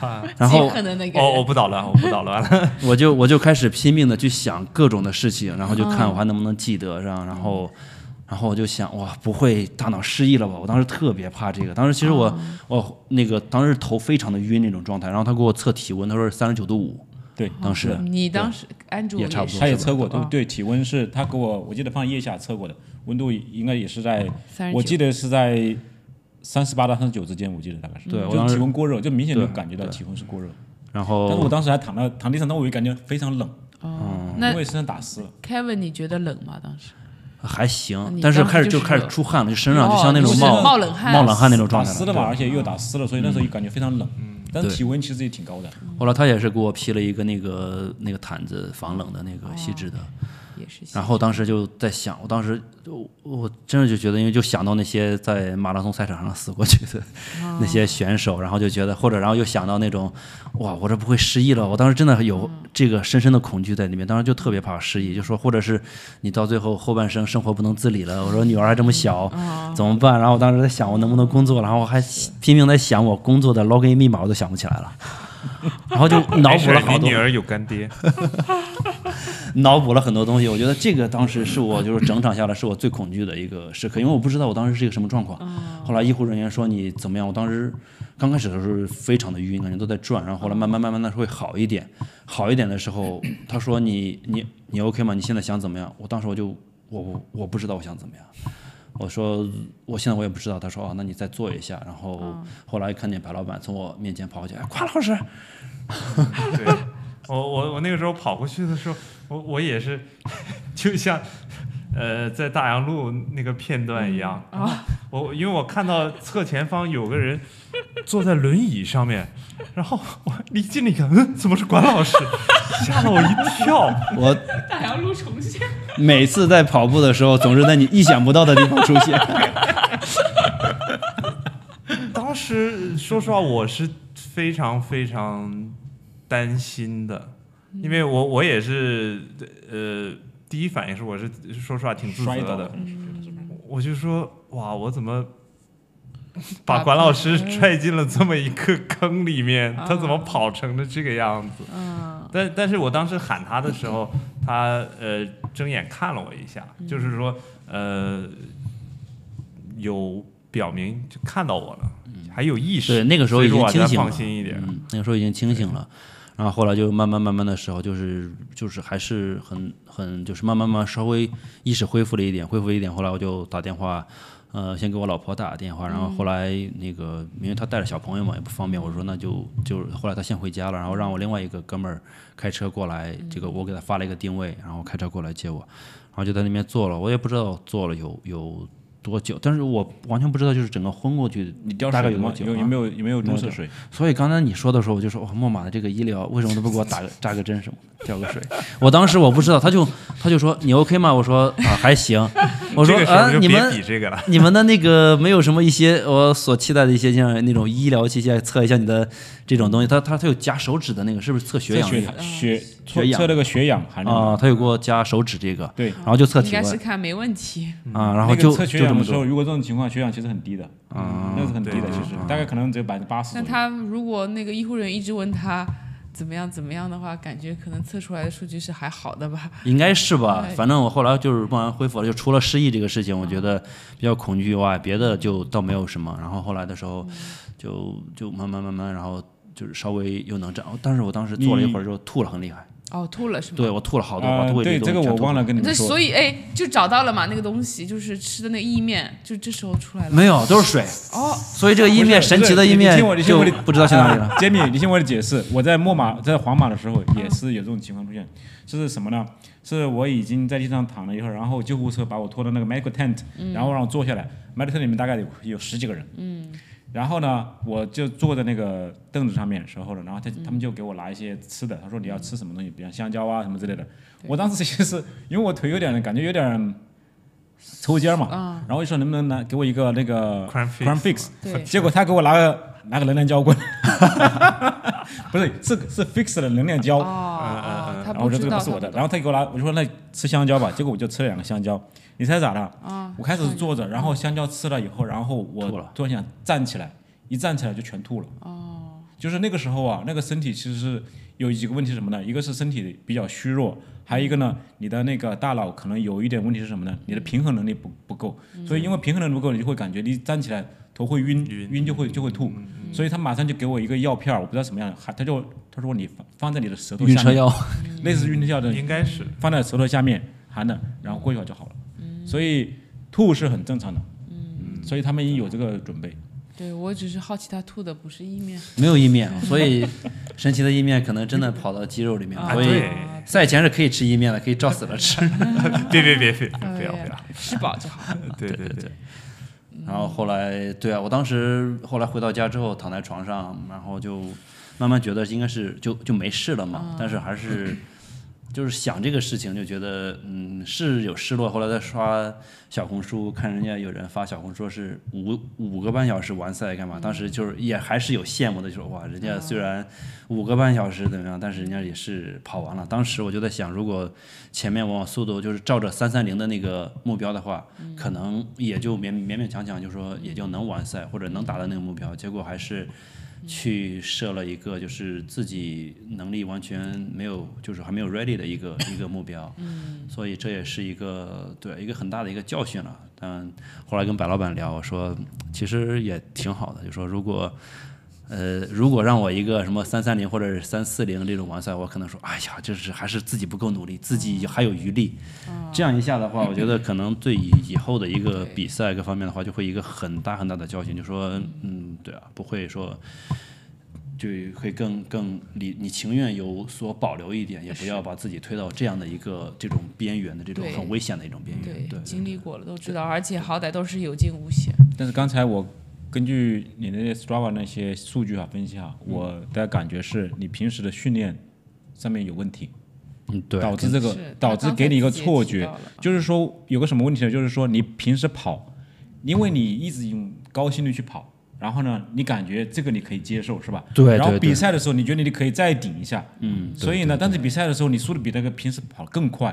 S4: 啊
S3: 然
S1: 得
S3: 后
S1: 极可能那个
S2: 哦，我
S1: 人，
S2: 不捣乱，我不捣乱了。
S3: 我就我就开始拼命的去想各种的事情，然后
S1: 嗯
S3: 就看我还能不能记得上，然后然后我就想哇，不会大脑失忆了吧？我当时特别怕这个，当时其实我、
S1: 哦
S3: 我那个当时头非常的晕那种状态，然后他给我测体温，他说是三十九度五，
S4: 对，
S1: 哦
S3: 当时
S1: 你当时安住
S3: 也差不多
S4: 他也
S3: 是吧
S4: 测过，对
S1: 哦
S4: 对，体温是他给我，我记得放腋下测过的，温度应该也是在，
S1: 哦三
S4: 我
S1: 十
S4: 记
S1: 九，
S4: 得是在三十八到三十九之间，我记得大概是，
S3: 对我
S4: 就
S3: 当时
S4: 是体温过热，就明显就感觉到体温是过热，
S3: 然
S4: 但是我
S3: 后
S4: 当时还躺在躺地上，但我也感觉非常冷，
S1: 哦，
S3: 嗯
S4: 因
S1: 那
S4: 为身上打湿了，
S1: Kevin 你觉得冷吗？当时
S3: 还行
S1: 你，
S3: 但是
S1: 当时
S3: 开始
S1: 就
S3: 就是开始
S1: 热
S3: 出汗了，就身上就像那
S1: 哦
S3: 种
S1: 你是
S3: 冒
S1: 冒冷汗
S3: 冒冷汗那种
S4: 打
S3: 状态了。
S4: 湿了嗯嘛，而且又打湿了，所以那时候就感觉非常冷，但是
S3: 对
S4: 体温其实也挺高的。
S3: 对后来他也是给我披了一个那个那个毯子，防冷的那个细
S1: 哦
S3: 致的。
S1: 也是
S3: 然后当时就在想，我当时我我真的就觉得，因为就想到那些在马拉松赛场上死过去的那些选手，然后就觉得，或者然后又想到那种，哇，我这不会失忆了。我当时真的有这个深深的恐惧在里面，当时就特别怕失忆，就说或者是你到最后后半生生活不能自理了。我说女儿还这么小，怎么办？然后我当时在想，我能不能工作？然后我还拼命在想我工作的 login 密码，我都想不起来了。然后就脑
S2: 没
S3: 补
S2: 事
S3: 了
S2: 儿
S3: 好
S2: 你
S3: 多
S2: 女儿有干爹，
S3: 脑补了很多东西。我觉得这个当时是我就是整场下来是我最恐惧的一个时刻，因为我不知道我当时是一个什么状况。后来医护人员说你怎么样，我当时刚开始的时候非常的晕，感觉都在转，然后后来慢慢慢慢的会好一点，好一点的时候，他说你你你 OK 吗？你现在想怎么样？我当时我就我我我不知道我想怎么样。我说，我现在我也不知道。他说，哦，那你再做一下。然后
S1: 哦
S3: 后来看见白老板从我面前跑过去，哎，夸老师，
S2: 对，我我我那个时候跑过去的时候，我我也是， 就像呃在大洋路那个片段一样，
S1: 哦
S4: 嗯
S2: 我因为我看到侧前方有个人坐在轮椅上面，然后我离近了一看，嗯，怎么是管老师？ 吓了我一跳。
S3: 我
S1: 大洋路重现，
S3: 每次在跑步的时候，总是在你意想不到的地方出现。
S2: 当时说实话，我是非常非常担心的，
S4: 嗯
S2: 因为我我也是呃第一反应是我是说实话挺自责
S4: 摔倒
S2: 的，
S1: 嗯
S2: 我就说哇，我 怎么把管老师
S1: 嗯
S2: 拽进了这么一个坑里面？他怎么跑成了这个样子？
S1: 嗯，
S2: 但但是我当时喊他的时候，他呃睁眼看了我一下，
S1: 嗯
S2: 就是说呃有表明就看到我了，还有意识。
S3: 嗯对，那个时候已
S2: 所以说我
S3: 经清
S2: 还
S3: 醒了，
S2: 放心一点。
S3: 嗯，那个时候已经清醒了。然后后来就慢慢慢慢的时候，就是就是还是很很就是慢慢慢慢稍微意识恢复了一点，恢复了一点。后来我就打电话，呃，先给我老婆打电话，然后后来那个因为她带着小朋友嘛，也不方便，我说那就就是后来她先回家了，然后让我另外一个哥们儿开车过来，这
S4: 嗯
S3: 个我给他发了一个定位，然后开车过来接我，然后就在那边坐了，我也不知道坐了有有多久，但是我完全不知道就是整个昏过去
S4: 你掉
S3: 大概有
S4: 水了
S3: 多
S4: 吗？
S3: 久
S4: 有
S3: 啊
S4: 有没有有没有
S3: 没有
S4: 入
S3: 掉
S4: 色水？
S3: 所以刚才你说的时候，我就说哇，墨马的这个医疗为什么都不给我打个扎个针什么的，吊个水？ 我当时我不知道，他就他就说你 OK 吗？我说啊还行。我说
S2: 这个时候
S1: 呃
S3: 啊
S2: 就
S3: 你
S2: 别
S3: 们
S2: 比这个了，
S3: 你们的那个没有什么一些呃我所期待的一些像那种医疗器械测一下你的这种东西，他他他有夹手指的那个是不是测血
S4: 测
S3: 氧
S4: 血
S1: 嗯
S3: 那个
S4: 血测
S3: 血氧
S4: 测那个血氧含量
S3: 啊？他有给我夹手指这个，
S4: 对
S3: 然后就测
S1: 应
S3: 体
S1: 该是
S3: 温
S1: 看没问题，
S3: 啊，然后
S4: 那个
S3: 就
S4: 测
S3: 就
S4: 血
S3: 这
S4: 氧
S3: 么
S4: 的时候，
S3: 多。啊
S4: 如果这种情况，血氧其实很低的，那是很低的，其实大概可能只有百分之八十左
S1: 但
S4: 右。
S1: 他如果那个医护人员一直问他怎么样怎么样的话，感觉可能测出来的数据是还好的吧。
S3: 应该是吧
S1: 对，
S3: 反正我后来就是慢慢恢复了，就除了失忆这个事
S4: 嗯
S3: 情，我觉得比较恐惧以外，别的就倒没有什么。然后后来的时
S4: 嗯
S3: 候，就就慢慢慢慢，然后就是稍微又能长。但是我当时坐了一会儿之后吐了很厉害，
S1: 哦，吐了是吗？
S3: 对我吐了好多，把
S4: 啊，
S3: 吐
S4: 对这个我忘
S3: 了。
S4: 了跟你
S1: 那
S4: 们说。
S1: 所以哎，就找到了嘛，那个东西就是吃的那意面，就这时候出来了。
S3: 没有，都是水，
S1: 哦，
S3: 所以这个意面神
S4: 不是
S3: 奇的意面
S4: 你听我，你听
S3: 就
S4: 我的
S3: 不知道去哪 里了。
S4: 杰米，你听我的解释，我在墨马在皇马的时候也是有这种情况出现，是什么呢？是我已经在地上躺了一会儿，然后救护车把我拖到那个 medical tent，、然后让我坐下来。medical tent 里面大概有有十几个人，嗯，然后呢，我就坐在那个凳子上面的时候呢，然后他他们就给我拿一些吃的，他说你要吃什么东西，比如香蕉啊什么之类的。我当时其实是因为我腿有点感觉有点抽筋儿嘛，然后就说能不能拿给我一个那个
S2: Cramp fix
S4: fix，
S1: 对
S4: 结果他给我拿个拿个能量胶过来， 不是是是 fix 的能量胶，
S1: 哦哦，他
S4: 呃然后我
S1: 不
S4: 说这
S1: 知
S4: 个
S1: 道
S4: 不是我的，
S1: 他
S4: 然后他给我拿，我就说那吃香蕉吧，结果我就吃了两个香蕉，你猜咋的？
S1: 啊
S4: 我开始坐着，然后香蕉吃了以后，然后
S3: 吐
S4: 我
S3: 了
S4: 突然想站起来，一站起来就全吐了。哦，就是那个时候啊，那个身体其实是有几个问题是什么呢？一个是身体比较虚弱，还有一个呢，你的那个大脑可能有一点问题是什么呢？你的平衡能力不不够，
S1: 嗯
S4: 所以因为平衡能力不够，你就会感觉你站起来头会晕，
S2: 晕
S4: 晕就会就会吐。
S3: 嗯
S4: 所以他马上就给我一个药片儿，我不知道什么样的，还他就他说你放放在你的舌头
S3: 晕
S4: 下
S3: 车
S4: 面，
S3: 药，
S4: 类似晕车药的
S1: 嗯
S2: 应 该是
S4: 放在舌头下面含着，然后过一会儿就好了。
S1: 嗯
S4: 所以吐是很正常的。嗯所以他们已经有这个准备。
S1: 对我只是好奇他吐的不是意面，
S3: 没有意面，所以神奇的意面可能真的跑到肌肉里面，
S1: 啊
S3: 所以
S2: 对
S1: 还是
S3: 赛前是可以吃意面的，可以照死了吃。
S2: 别别别别，
S1: 哎
S2: 不要不
S1: 呀
S2: 要，
S1: 吃饱就好。
S2: 对对对，
S3: 然后后来，对啊，我当时后来回到家之后，躺在床上，然后就慢慢觉得应该是就就没事了嘛，但是还是就是想这个事情，就觉得嗯是有失落。后来在刷小红书，看人家有人发小红书说是五五个半小时完赛干嘛，当时就是也还是有羡慕的，就说哇，人家虽然五个半小时怎么样，但是人家也是跑完了。当时我就在想，如果前面我往速度就是照着三三零的那个目标的话，可能也就勉勉勉强强就说也就能完赛或者能达到那个目标，结果还是去设了一个就是自己能力完全没有，就是还没有 ready 的一个一个目标，所以这也是一个对一个很大的一个教训了。但后来跟白老板聊，我说其实也挺好的，就说如果。呃，如果让我一个什么三三零或者三四零这种完赛，我可能说，哎呀，就是还是自己不够努力，自己还有余力。这样一下的话，我觉得可能对以以后的一个比赛各方面的话，就会一个很大很大的教训，就说，嗯，对啊，不会说。就会更更你你情愿有所保留一点，也不要把自己推到这样的一个这种边缘的这种
S1: 对
S3: 很危险的一种边缘。对
S1: 对，，经历过了都知道，而且好歹都是有惊无险。
S4: 但是刚才我根据你的那 Strava 那些数据啊分析啊，我的感觉是你平时的训练上面有问题，
S3: 嗯，对，
S4: 导致这个
S1: 是
S4: 导致给你一个错
S1: 他
S4: 觉
S1: 刚才自己也提到了，
S4: 就是说有个什么问题呢？就是说你平时跑，因为你一直用高心率去跑，然后呢，你感觉这个你可以接受是吧？
S3: 对
S4: 然后
S3: 对
S4: 比
S3: 对
S4: 赛的时候，你觉得你可以再顶一下，嗯，所以呢，但是比赛的时候你速度比那个平时跑更快，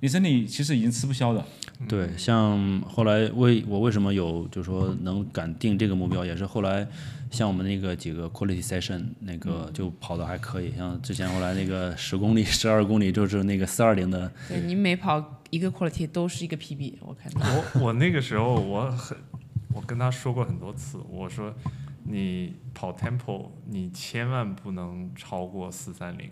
S4: 你身体其实已经吃不消的。
S3: 对，像后来为我为什么有就说能敢定这个目标，也是后来像我们那个几个 quality session 那个就跑的还可以，像之前后来那个十公里、十二公里就是那个四二零的，
S1: 对你每跑一个 quality 都是一个 PB，我看到。
S2: 我我那个时候我很，我跟他说过很多次，我说你跑 tempo 你千万不能超过四三零，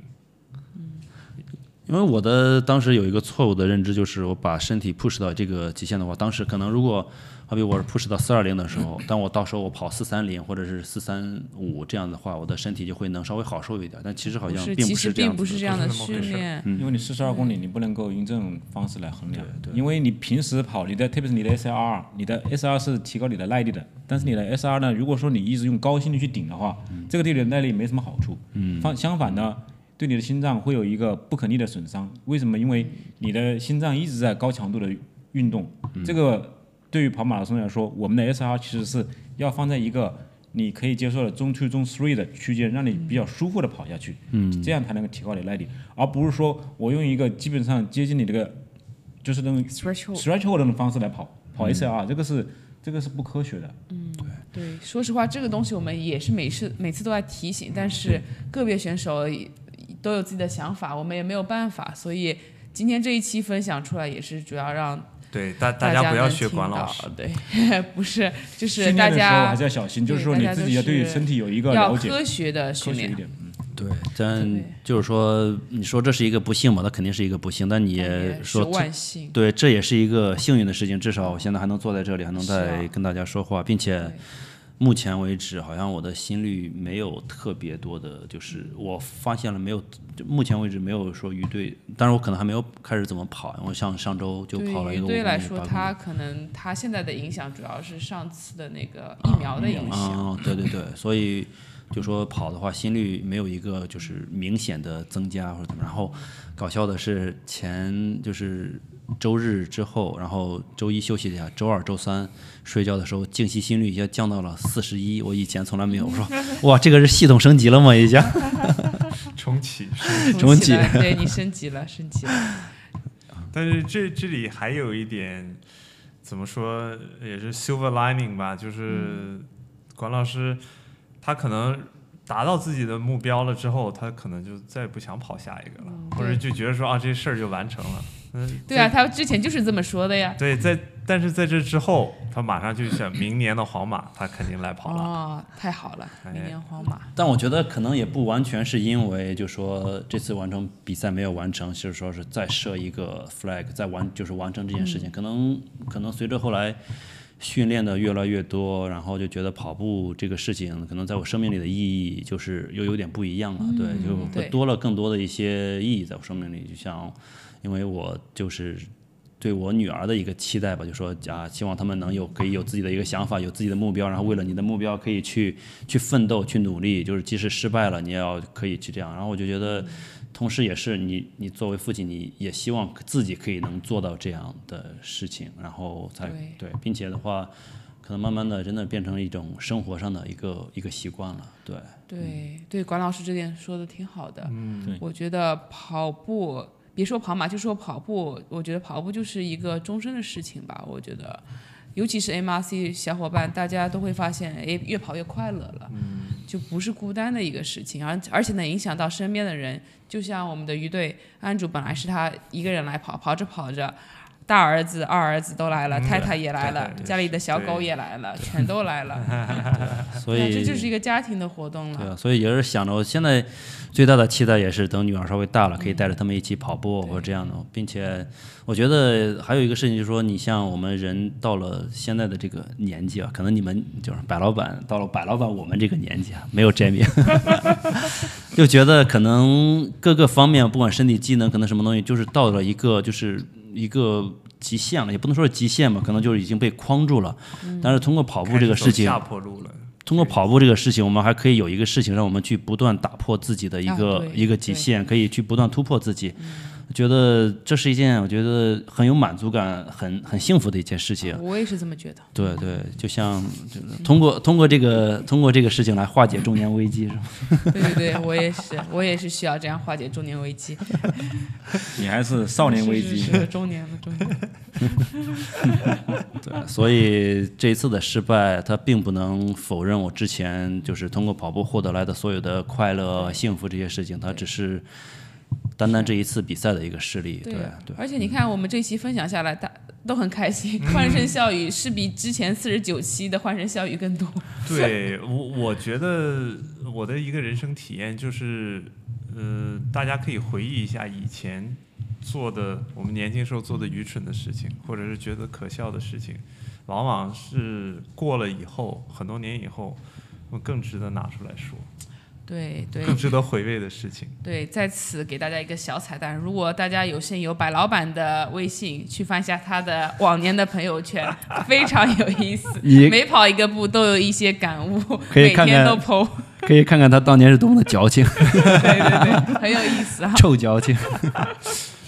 S3: 因为我的当时有一个错误的认知，就是我把身体 push 到这个极限的话，当时可能如果好比我是 push 到四二零的时候，但我到时候我跑四三零或者是四三五这样的话，我的身体就会能稍微好受一点，但其实好像
S1: 是，
S3: 并
S1: 其
S3: 不
S1: 实
S3: 是这样
S1: 并
S3: 子
S1: 不是
S3: 的
S1: 这样的
S2: 不是那么
S1: 训
S2: 回事
S1: 练。
S3: 嗯
S4: 因为你四十二公里，你不能够用这种方式来衡量，因为你平时跑，你的特别是你的 SR，你的 SR 是提高你的耐力的，但是你的 SR 呢，如果说你一直用高心率去顶的话，这个对你的耐力没什么好处，反相反呢，对你的心脏会有一个不可逆的损伤。为什么？因为你的心脏一直在高强度的运动，这个对于跑马拉松来说，我们的 SR 其实是要放在一个你可以接受的中 two 中 three 的区间，让你比较舒服的跑下去，嗯，这样才能够提高你的耐力，而不是说我用一个基本上接近你这个就是那种
S1: threshold
S4: threshold 的那种方式来跑跑 SR，、这个是这个是不科学的。
S1: 对，说实话，这个东西我们也是每次每次都在提醒，但是个别选手也都有自己的想法，我们也没有办法，所以今天这一期分享出来也是主要让
S2: 对，大
S1: 大
S2: 家不要
S1: 能
S2: 学
S1: 听
S2: 管
S1: 到
S2: 老师，，
S1: 对， 不是，就是
S4: 训
S1: 大
S4: 练的时候还
S1: 家
S4: 是要小心，就是说
S1: 对
S4: 你
S1: 大家
S4: 自己要
S1: 都
S4: 对
S1: 是
S4: 身体有一个
S1: 要
S4: 了解，
S1: 科学的
S4: 科
S1: 训
S4: 学一
S1: 练，
S4: 点。
S3: 对，但
S1: 对
S3: 就是说，你说这是一个不幸嘛？它肯定是一个不幸，但你也
S1: 也是
S3: 说这，
S1: 万幸，
S3: 对，这也是一个幸运的事情。至少我现在还能坐在这里，还能
S1: 是
S3: 再
S1: 啊
S3: 跟大家说话，并且目前为止，好像我的心率没有特别多的，就是我发现了没有，就目前为止没有说鱼队，当然我可能还没有开始怎么跑，因为上上周就
S1: 对
S3: 跑了一
S1: 于
S3: 个五公
S1: 队
S3: 里、
S1: 来
S3: 八
S1: 说，
S3: 公里。
S1: 他可能他现在的影响主要是上次的那个
S3: 啊
S1: 疫苗的影响。
S3: 嗯，对对对，所以就说跑的话，心率没有一个就是明显的增加或者怎么。然后搞笑的是前就是周日之后，然后周一休息一下，周二、周三睡觉的时候，静息心率一下降到了四十一，我以前从来没有。我说哇，这个是系统升级了吗？一下
S2: 重启。
S3: 重
S1: 起
S3: 启
S1: 来，对你升级了，升级了，
S2: 但是这这里还有一点，怎么说也是 silver lining 吧，
S1: 嗯
S2: 就是管老师他可能达到自己的目标了之后，他可能就再也不想跑下一个了，
S1: 嗯
S2: 或者
S1: 对
S2: 就觉得说啊这事儿就完成了。嗯，
S1: 对啊，他之前就是这么说的呀。
S2: 对，在但是在这之后，他马上就想明年的皇马，他肯定来跑了。
S1: 哦，太好了，明
S2: 哎
S1: 年皇马。
S3: 但我觉得可能也不完全是因为，就说这次完成比赛没有完成，就是说是再设一个 flag，再完就是完成这件事情。可能可能随着后来训练的越来越多，然后就觉得跑步这个事情可能在我生命里的意义就是又有点不一样了，对，就会
S1: 对
S3: 多了更多的一些意义在我生命里，就像因为我就是。对我女儿的一个期待吧，就说啊，希望他们能有可以有自己的一个想法，有自己的目标，然后为了你的目标可以去去奋斗、去努力，就是即使失败了，你也要可以去这样。然后我就觉得，同时也是你你作为父亲，你也希望自己可以能做到这样的事情，然后才
S1: 对
S3: 并且的话，可能慢慢的真的变成一种生活上的一个一个习惯了，对。
S2: 嗯
S1: 对对，管老师这点说的挺好的。嗯，我觉得跑步，别说跑马，就说跑步，我觉得跑步就是一个终身的事情吧。我觉得，尤其是 MRC 小伙伴，大家都会发现，哎，越跑越快乐了，
S2: 嗯
S1: 就不是孤单的一个事情，而而且能影响到身边的人。就像我们的鱼队安主，本来是他一个人来跑，跑着跑着。大儿子、二儿子都来了，
S2: 嗯
S1: 太太也来
S2: 太太
S1: 了
S2: 也，是
S1: 家里的小狗
S2: 对
S1: 也来了，全都来 了。
S3: 所
S1: 对啊
S3: 以
S1: 这就是一个家庭的活动了。
S3: 对啊，所以也是想着，我现在最大的期待也是等女儿稍微大了，可以
S2: 嗯
S3: 带着他们一起跑步
S1: 对
S3: 或者这样的，并且我觉得还有一个事情就是说，你像我们人到了现在的这个年纪啊，可能你们就是百老板到了百老板我们这个年纪啊，没 有 Jamie，就觉得可能各个方面，不管身体机能，可能什么东西，就是到了一个就是一个。极限了，也不能说是极限吧，可能就是已经被框住了。但是通过跑步这个事情，
S2: 嗯开始走下坡路了，
S3: 通过跑步这个事情，我们还可以有一个事情让我们去不断打破自己的一个、
S1: 啊对嗯
S3: 一个极限，可以去不断突破自己。我觉得这是一件我觉得很有满足感、很很幸福的一件事情。
S1: 我也是这么觉得。
S3: 对对，就像就是通过通过这个通过这个事情来化解中年危机，是吧？
S1: 对对对，我也是，我也是需要这样化解中年危机。
S4: 你还是少年危
S1: 是
S4: 机
S1: 是，是中年了，中年了。
S3: 对，所以这一次的失败，它并不能否认我之前就是通过跑步获得来的所有的快乐、幸福这些事情，它只是单单这一次比赛的一个失利。对啊对。
S1: 而且你看，我们这期分享下来，大都很开心，欢声笑语是比之前四十九期的欢声笑语更多。
S2: 对我，我觉得我的一个人生体验就是，呃，大家可以回忆一下以前做的我们年轻时候做的愚蠢的事情，或者是觉得可笑的事情，往往是过了以后，很多年以后，更值得拿出来说，
S1: 对对
S2: 更值得回味的事情。
S1: 对，在此给大家一个小彩蛋，如果大家有幸有白老板的微信，去翻一下他的往年的朋友圈，非常有意思，
S3: 你
S1: 每跑一个步都有一些感悟，
S3: 可以看
S1: 每天
S3: 看
S1: 都 PO，
S3: 可以看看他当年是多么的矫情，
S1: 对对对，很有意思啊。
S3: 臭矫情。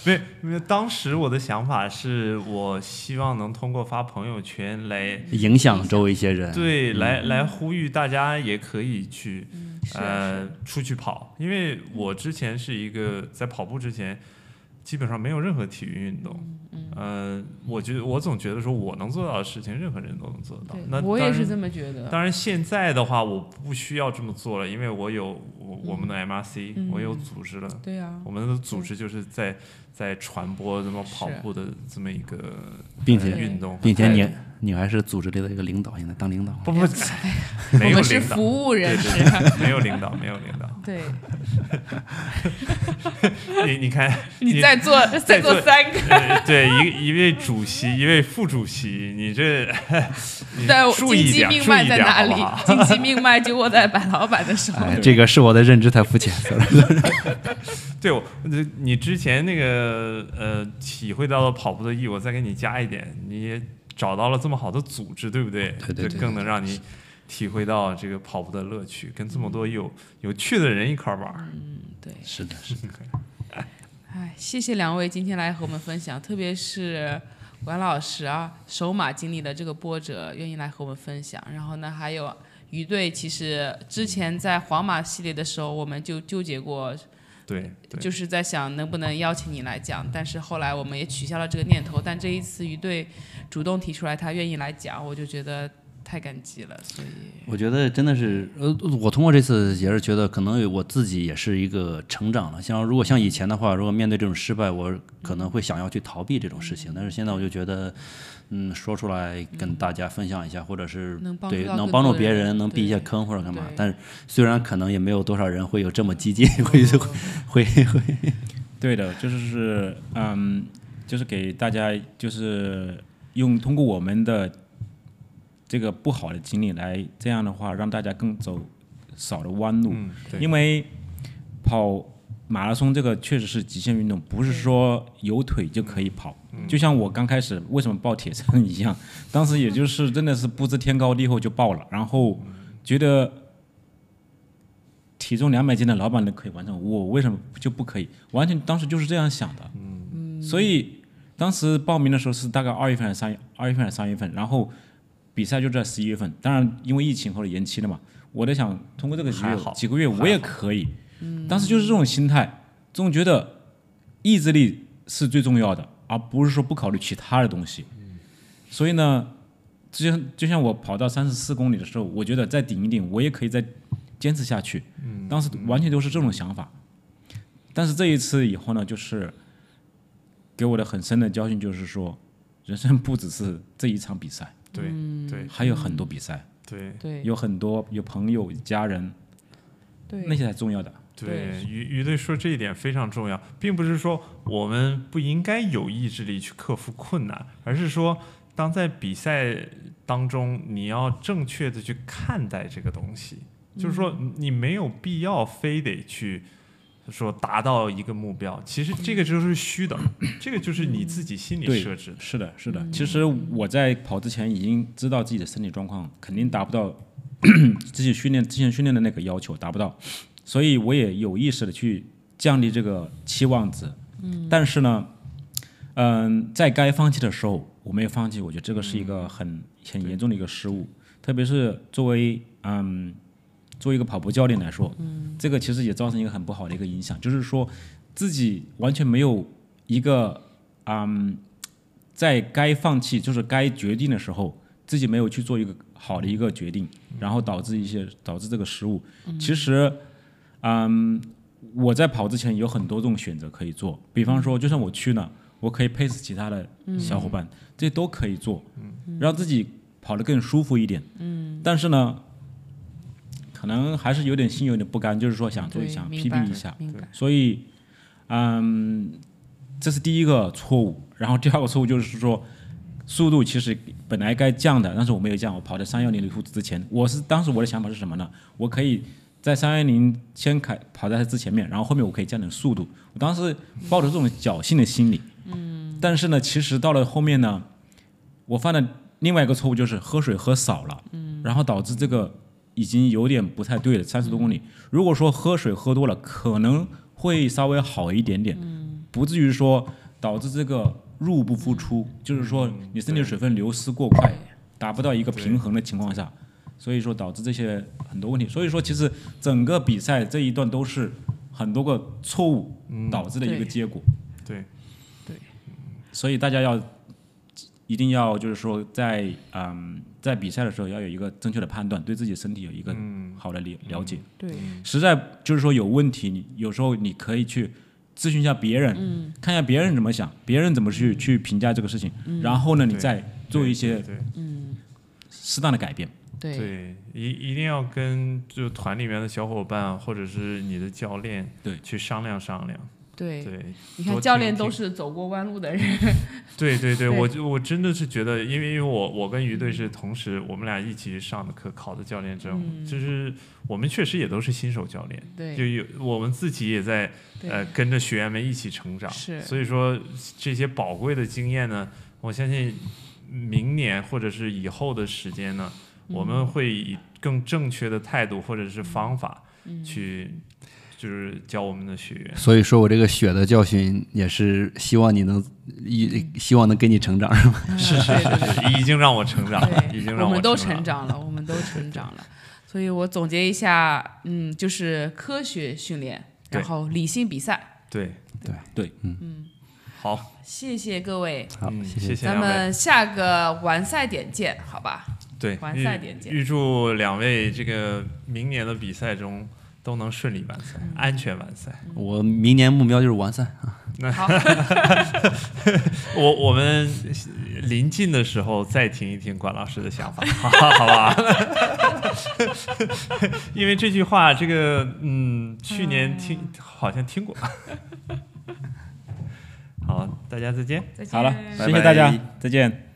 S2: 没没有，当时我的想法是我希望能通过发朋友圈来，
S3: 影响周围一些人。
S2: 对，来来呼吁大家也可以去，
S1: 嗯
S2: 呃，出去跑，因为我之前是一个在跑步之前基本上没有任何体育运动，
S1: 嗯
S2: 呃，我觉得我总觉得说我能做到的事情，任何人都能做得到
S1: 对。
S2: 那
S1: 我
S2: 当
S1: 也
S2: 然
S1: 是这么觉得。
S2: 当然，现在的话，我不需要这么做了，因为我有我我
S1: 嗯
S2: 们的 MRC，、我有组织了，
S1: 对啊，
S2: 我们的组织就是在在传播这么跑
S1: 是
S2: 步的这么一个
S3: 并且
S2: 呃运动，
S3: 并且你
S2: 哎
S3: 你还是组织里的一个领导，现在当领导。
S2: 不不没
S1: 我
S2: 有
S1: 们是
S2: 领导，
S1: 服务人
S2: 对
S1: 士。
S2: 对对，没有领导，没有领导。
S1: 对，
S2: 你你看，
S1: 你再做再做
S2: 做
S1: 三个，
S2: 呃对一一位主席，一位副主席，你这 你
S1: 对，
S2: 注
S1: 荆
S2: 意一
S1: 棘
S2: 点，
S1: 命
S2: 注
S1: 脉
S2: 意一
S1: 在
S2: 点，
S1: 哪
S2: 好
S1: 里
S2: 不好？？
S1: 荆棘命脉就握在白老板的手里。
S3: 哎，这个是我的认知太肤浅了。
S2: 对，我呃你之前那个呃体会到了跑步的意义，我再给你加一点，你也找到了这么好的组织，对不对？
S3: 对对
S2: 这
S3: 对
S2: 更能让你体会到这个跑步的乐趣，跟这么多有有趣的人一块儿玩儿。
S1: 对，
S3: 是的，是的。
S1: 哎，谢谢两位今天来和我们分享，特别是管老师啊，首马经历的这个波折，愿意来和我们分享。然后呢，还有余队，其实之前在皇马系列的时候，我们就纠结过
S2: 对，对
S1: 就是在想能不能邀请你来讲，但是后来我们也取消了这个念头。但这一次于队主动提出来，他愿意来讲，我就觉得太感激了。所以，
S3: 我觉得真的是，呃，我通过这次也是觉得，可能我自己也是一个成长了。像如果像以前的话，如果面对这种失败，我可能会想要去逃避这种事情，但是现在我就觉得，嗯，说出来跟大家分享一下，或者是
S1: 能帮
S3: 对
S1: 助到
S3: 能
S1: 更
S3: 帮助
S1: 多
S3: 别
S1: 人
S3: 人，能避一下
S1: 对
S3: 坑或者干嘛
S1: 对。
S3: 但是虽然可能也没有多少人会 有这么激进， 会
S1: 嗯
S3: 会会
S4: 对的，就是嗯，就是给大家就是用通过我们的这个不好的经历来这样的话，让大家更走少的弯路。
S2: 嗯，对，
S4: 因为跑马拉松这个确实是极限运动，不是说有腿就可
S2: 嗯
S4: 以跑。就像我刚开始为什么报铁三一样，当时也就是真的是不知天高地厚就报了，然后
S2: 嗯
S4: 觉得体重两百斤的老板都可以完成，我为什么就不可以？完全当时就是这样想的。嗯，所以当时报名的时候是大概二月份还是三月二月份还是三月份，然后比赛就在十一月份，当然因为疫情后来延期了嘛。我在想，通过这个几个
S2: 还
S4: 月
S2: 好
S4: 几个月，我也可以。
S1: 嗯
S4: 当时就是这种心态，总觉得意志力是最重要的，而不是说不考虑其他的东西。
S1: 嗯
S4: 所以呢，就像就像我跑到三十四公里的时候，我觉得再顶一顶，我也可以再坚持下去。
S1: 嗯
S4: 当时完全都是这种想法。但是这一次以后呢，就是给我的很深的教训就是说，人生不只是这一场比赛，
S2: 对对
S4: 还有很多比赛，
S2: 对
S1: 对
S4: 有很多有朋友、家人，
S1: 对
S4: 那些才重要的。
S2: 对，于于队说这一点非常重要，并不是说我们不应该有意志力去克服困难，而是说当在比赛当中，你要正确的去看待这个东西，就是说你没有必要非得去。说达到一个目标，其实这个就是虚的，这个就是你自己心里
S4: 对
S2: 设置的。
S4: 是的，嗯是的。其实我在跑之前已经知道自己的身体状况肯定达不到 自己训练之前训练的那个要求，达不到，所以我也有意识的去降低这个期望值。嗯。但是呢，嗯、在该放弃的时候，我没有放弃，我觉得这个是一个很、很严重的一个失误，特别是作为嗯。作为一个跑步教练来说，嗯、这个其实也造成一个很不好的一个影响，就是说自己完全没有一个嗯在该放弃，就是该决定的时候，自己没有去做一个好的一个决定，然后导致一些导致这个失误。其实，嗯，我在跑之前有很多种选择可以做，比方说，就算我去了，我可以配合其他的小伙
S1: 嗯
S4: 伴，这些都可以做，让自己跑得更舒服一点。嗯，但是呢，可能还是有点心有点不甘，就是说想做
S1: 对
S4: 一想
S1: 明
S4: 批
S1: 白
S4: 评一下，
S1: 明白
S4: 所以，嗯，这是第一个错误。然后第二个错误就是说，速度其实本来该降的，但是我没有降，我跑到三幺零零负之前，我是当时我的想法是什么呢？我可以在三幺零先开跑在它之前面，然后后面我可以降点速度。我当时抱着这种侥幸的心理，嗯，但是呢，其实到了后面呢，我犯了另外一个错误，就是喝水喝少了，嗯，然后导致这个已经有点不太对了，三十多公里。如果说喝水喝多了，可能会稍微好一点点，不至于说导致这个入不敷出，就是说你身体水分流失过快，达不到一个平衡的情况下，所以说导致这些很多问题。所以说，其实整个比赛这一段都是很多个错误导致的一个
S1: 对
S4: 结果。
S2: 嗯对，
S4: 所以大家要一定要就是说在嗯在比赛的时候要有一个正确的判断，对自己身体有一个
S2: 嗯
S4: 好的了了解。
S1: 对
S4: 实在就是说有问题，你有时候你可以去咨询一下别
S2: 嗯
S4: 人，
S1: 嗯
S4: 看一下别人怎么想，别人怎么去去评价这个事情，然后呢你
S2: 嗯对
S4: 再做一
S2: 对
S4: 些
S2: 对
S4: 适当的改变。
S1: 对
S2: 对，一一定要跟就团里面的小伙伴或者是你的教练
S4: 对
S2: 去商量商量。
S1: 对，
S2: 对，
S1: 你
S2: 多
S1: 看教
S2: 听一
S1: 练
S2: 听
S1: 都是走过弯路的人，
S2: 对对
S1: 对
S2: 对，我就我真的是觉得，因为因为我我跟于
S1: 嗯
S2: 队是同时，我们俩一起上的课，考的教练证，就是我们确实也都是新手教练，就
S1: 嗯对
S2: 有我们自己也在呃
S1: 对
S2: 跟着学员们一起成长，
S1: 是
S2: 所以说这些宝贵的经验呢，我相信明年或者是以后的时间呢，
S1: 嗯
S2: 我们会以更正确的态度或者是方法
S1: 嗯
S2: 去 就是教我们的学员。
S5: 所以说我这个血的教训也是希望你能，一希望能给你成长，
S3: 嗯
S5: 是吧？
S1: 是是是
S2: 已经让我成长了， 已经
S1: 对，
S2: 让
S1: 我们都
S2: 成
S1: 成
S2: 长了。
S1: 长了，我们都成长 了。所以我总结一下，嗯，就是科学训练，
S2: 对
S1: 然后理性比赛。
S2: 对
S5: 对
S4: 对，
S5: 嗯，
S2: 好，
S1: 谢谢各位，
S5: 好，
S2: 嗯，
S5: 谢
S2: 谢谢
S1: 咱
S2: 两位。
S1: 们下个完赛点见，好吧？
S2: 对，
S1: 完
S2: 预
S1: 赛点见
S2: 预祝两位这个明年的比赛中都能顺利完
S1: 嗯
S2: 赛，安全完赛。
S5: 我明年目标就是完赛啊，
S1: 好，
S2: 我我们临近的时候再听一听管老师的想法，好吧？因为这句话，这个嗯，去年听好像听过。好，大家再见。
S1: 再见。
S4: 好了，
S5: 拜
S4: 谢谢大家
S5: 拜，
S4: 再见。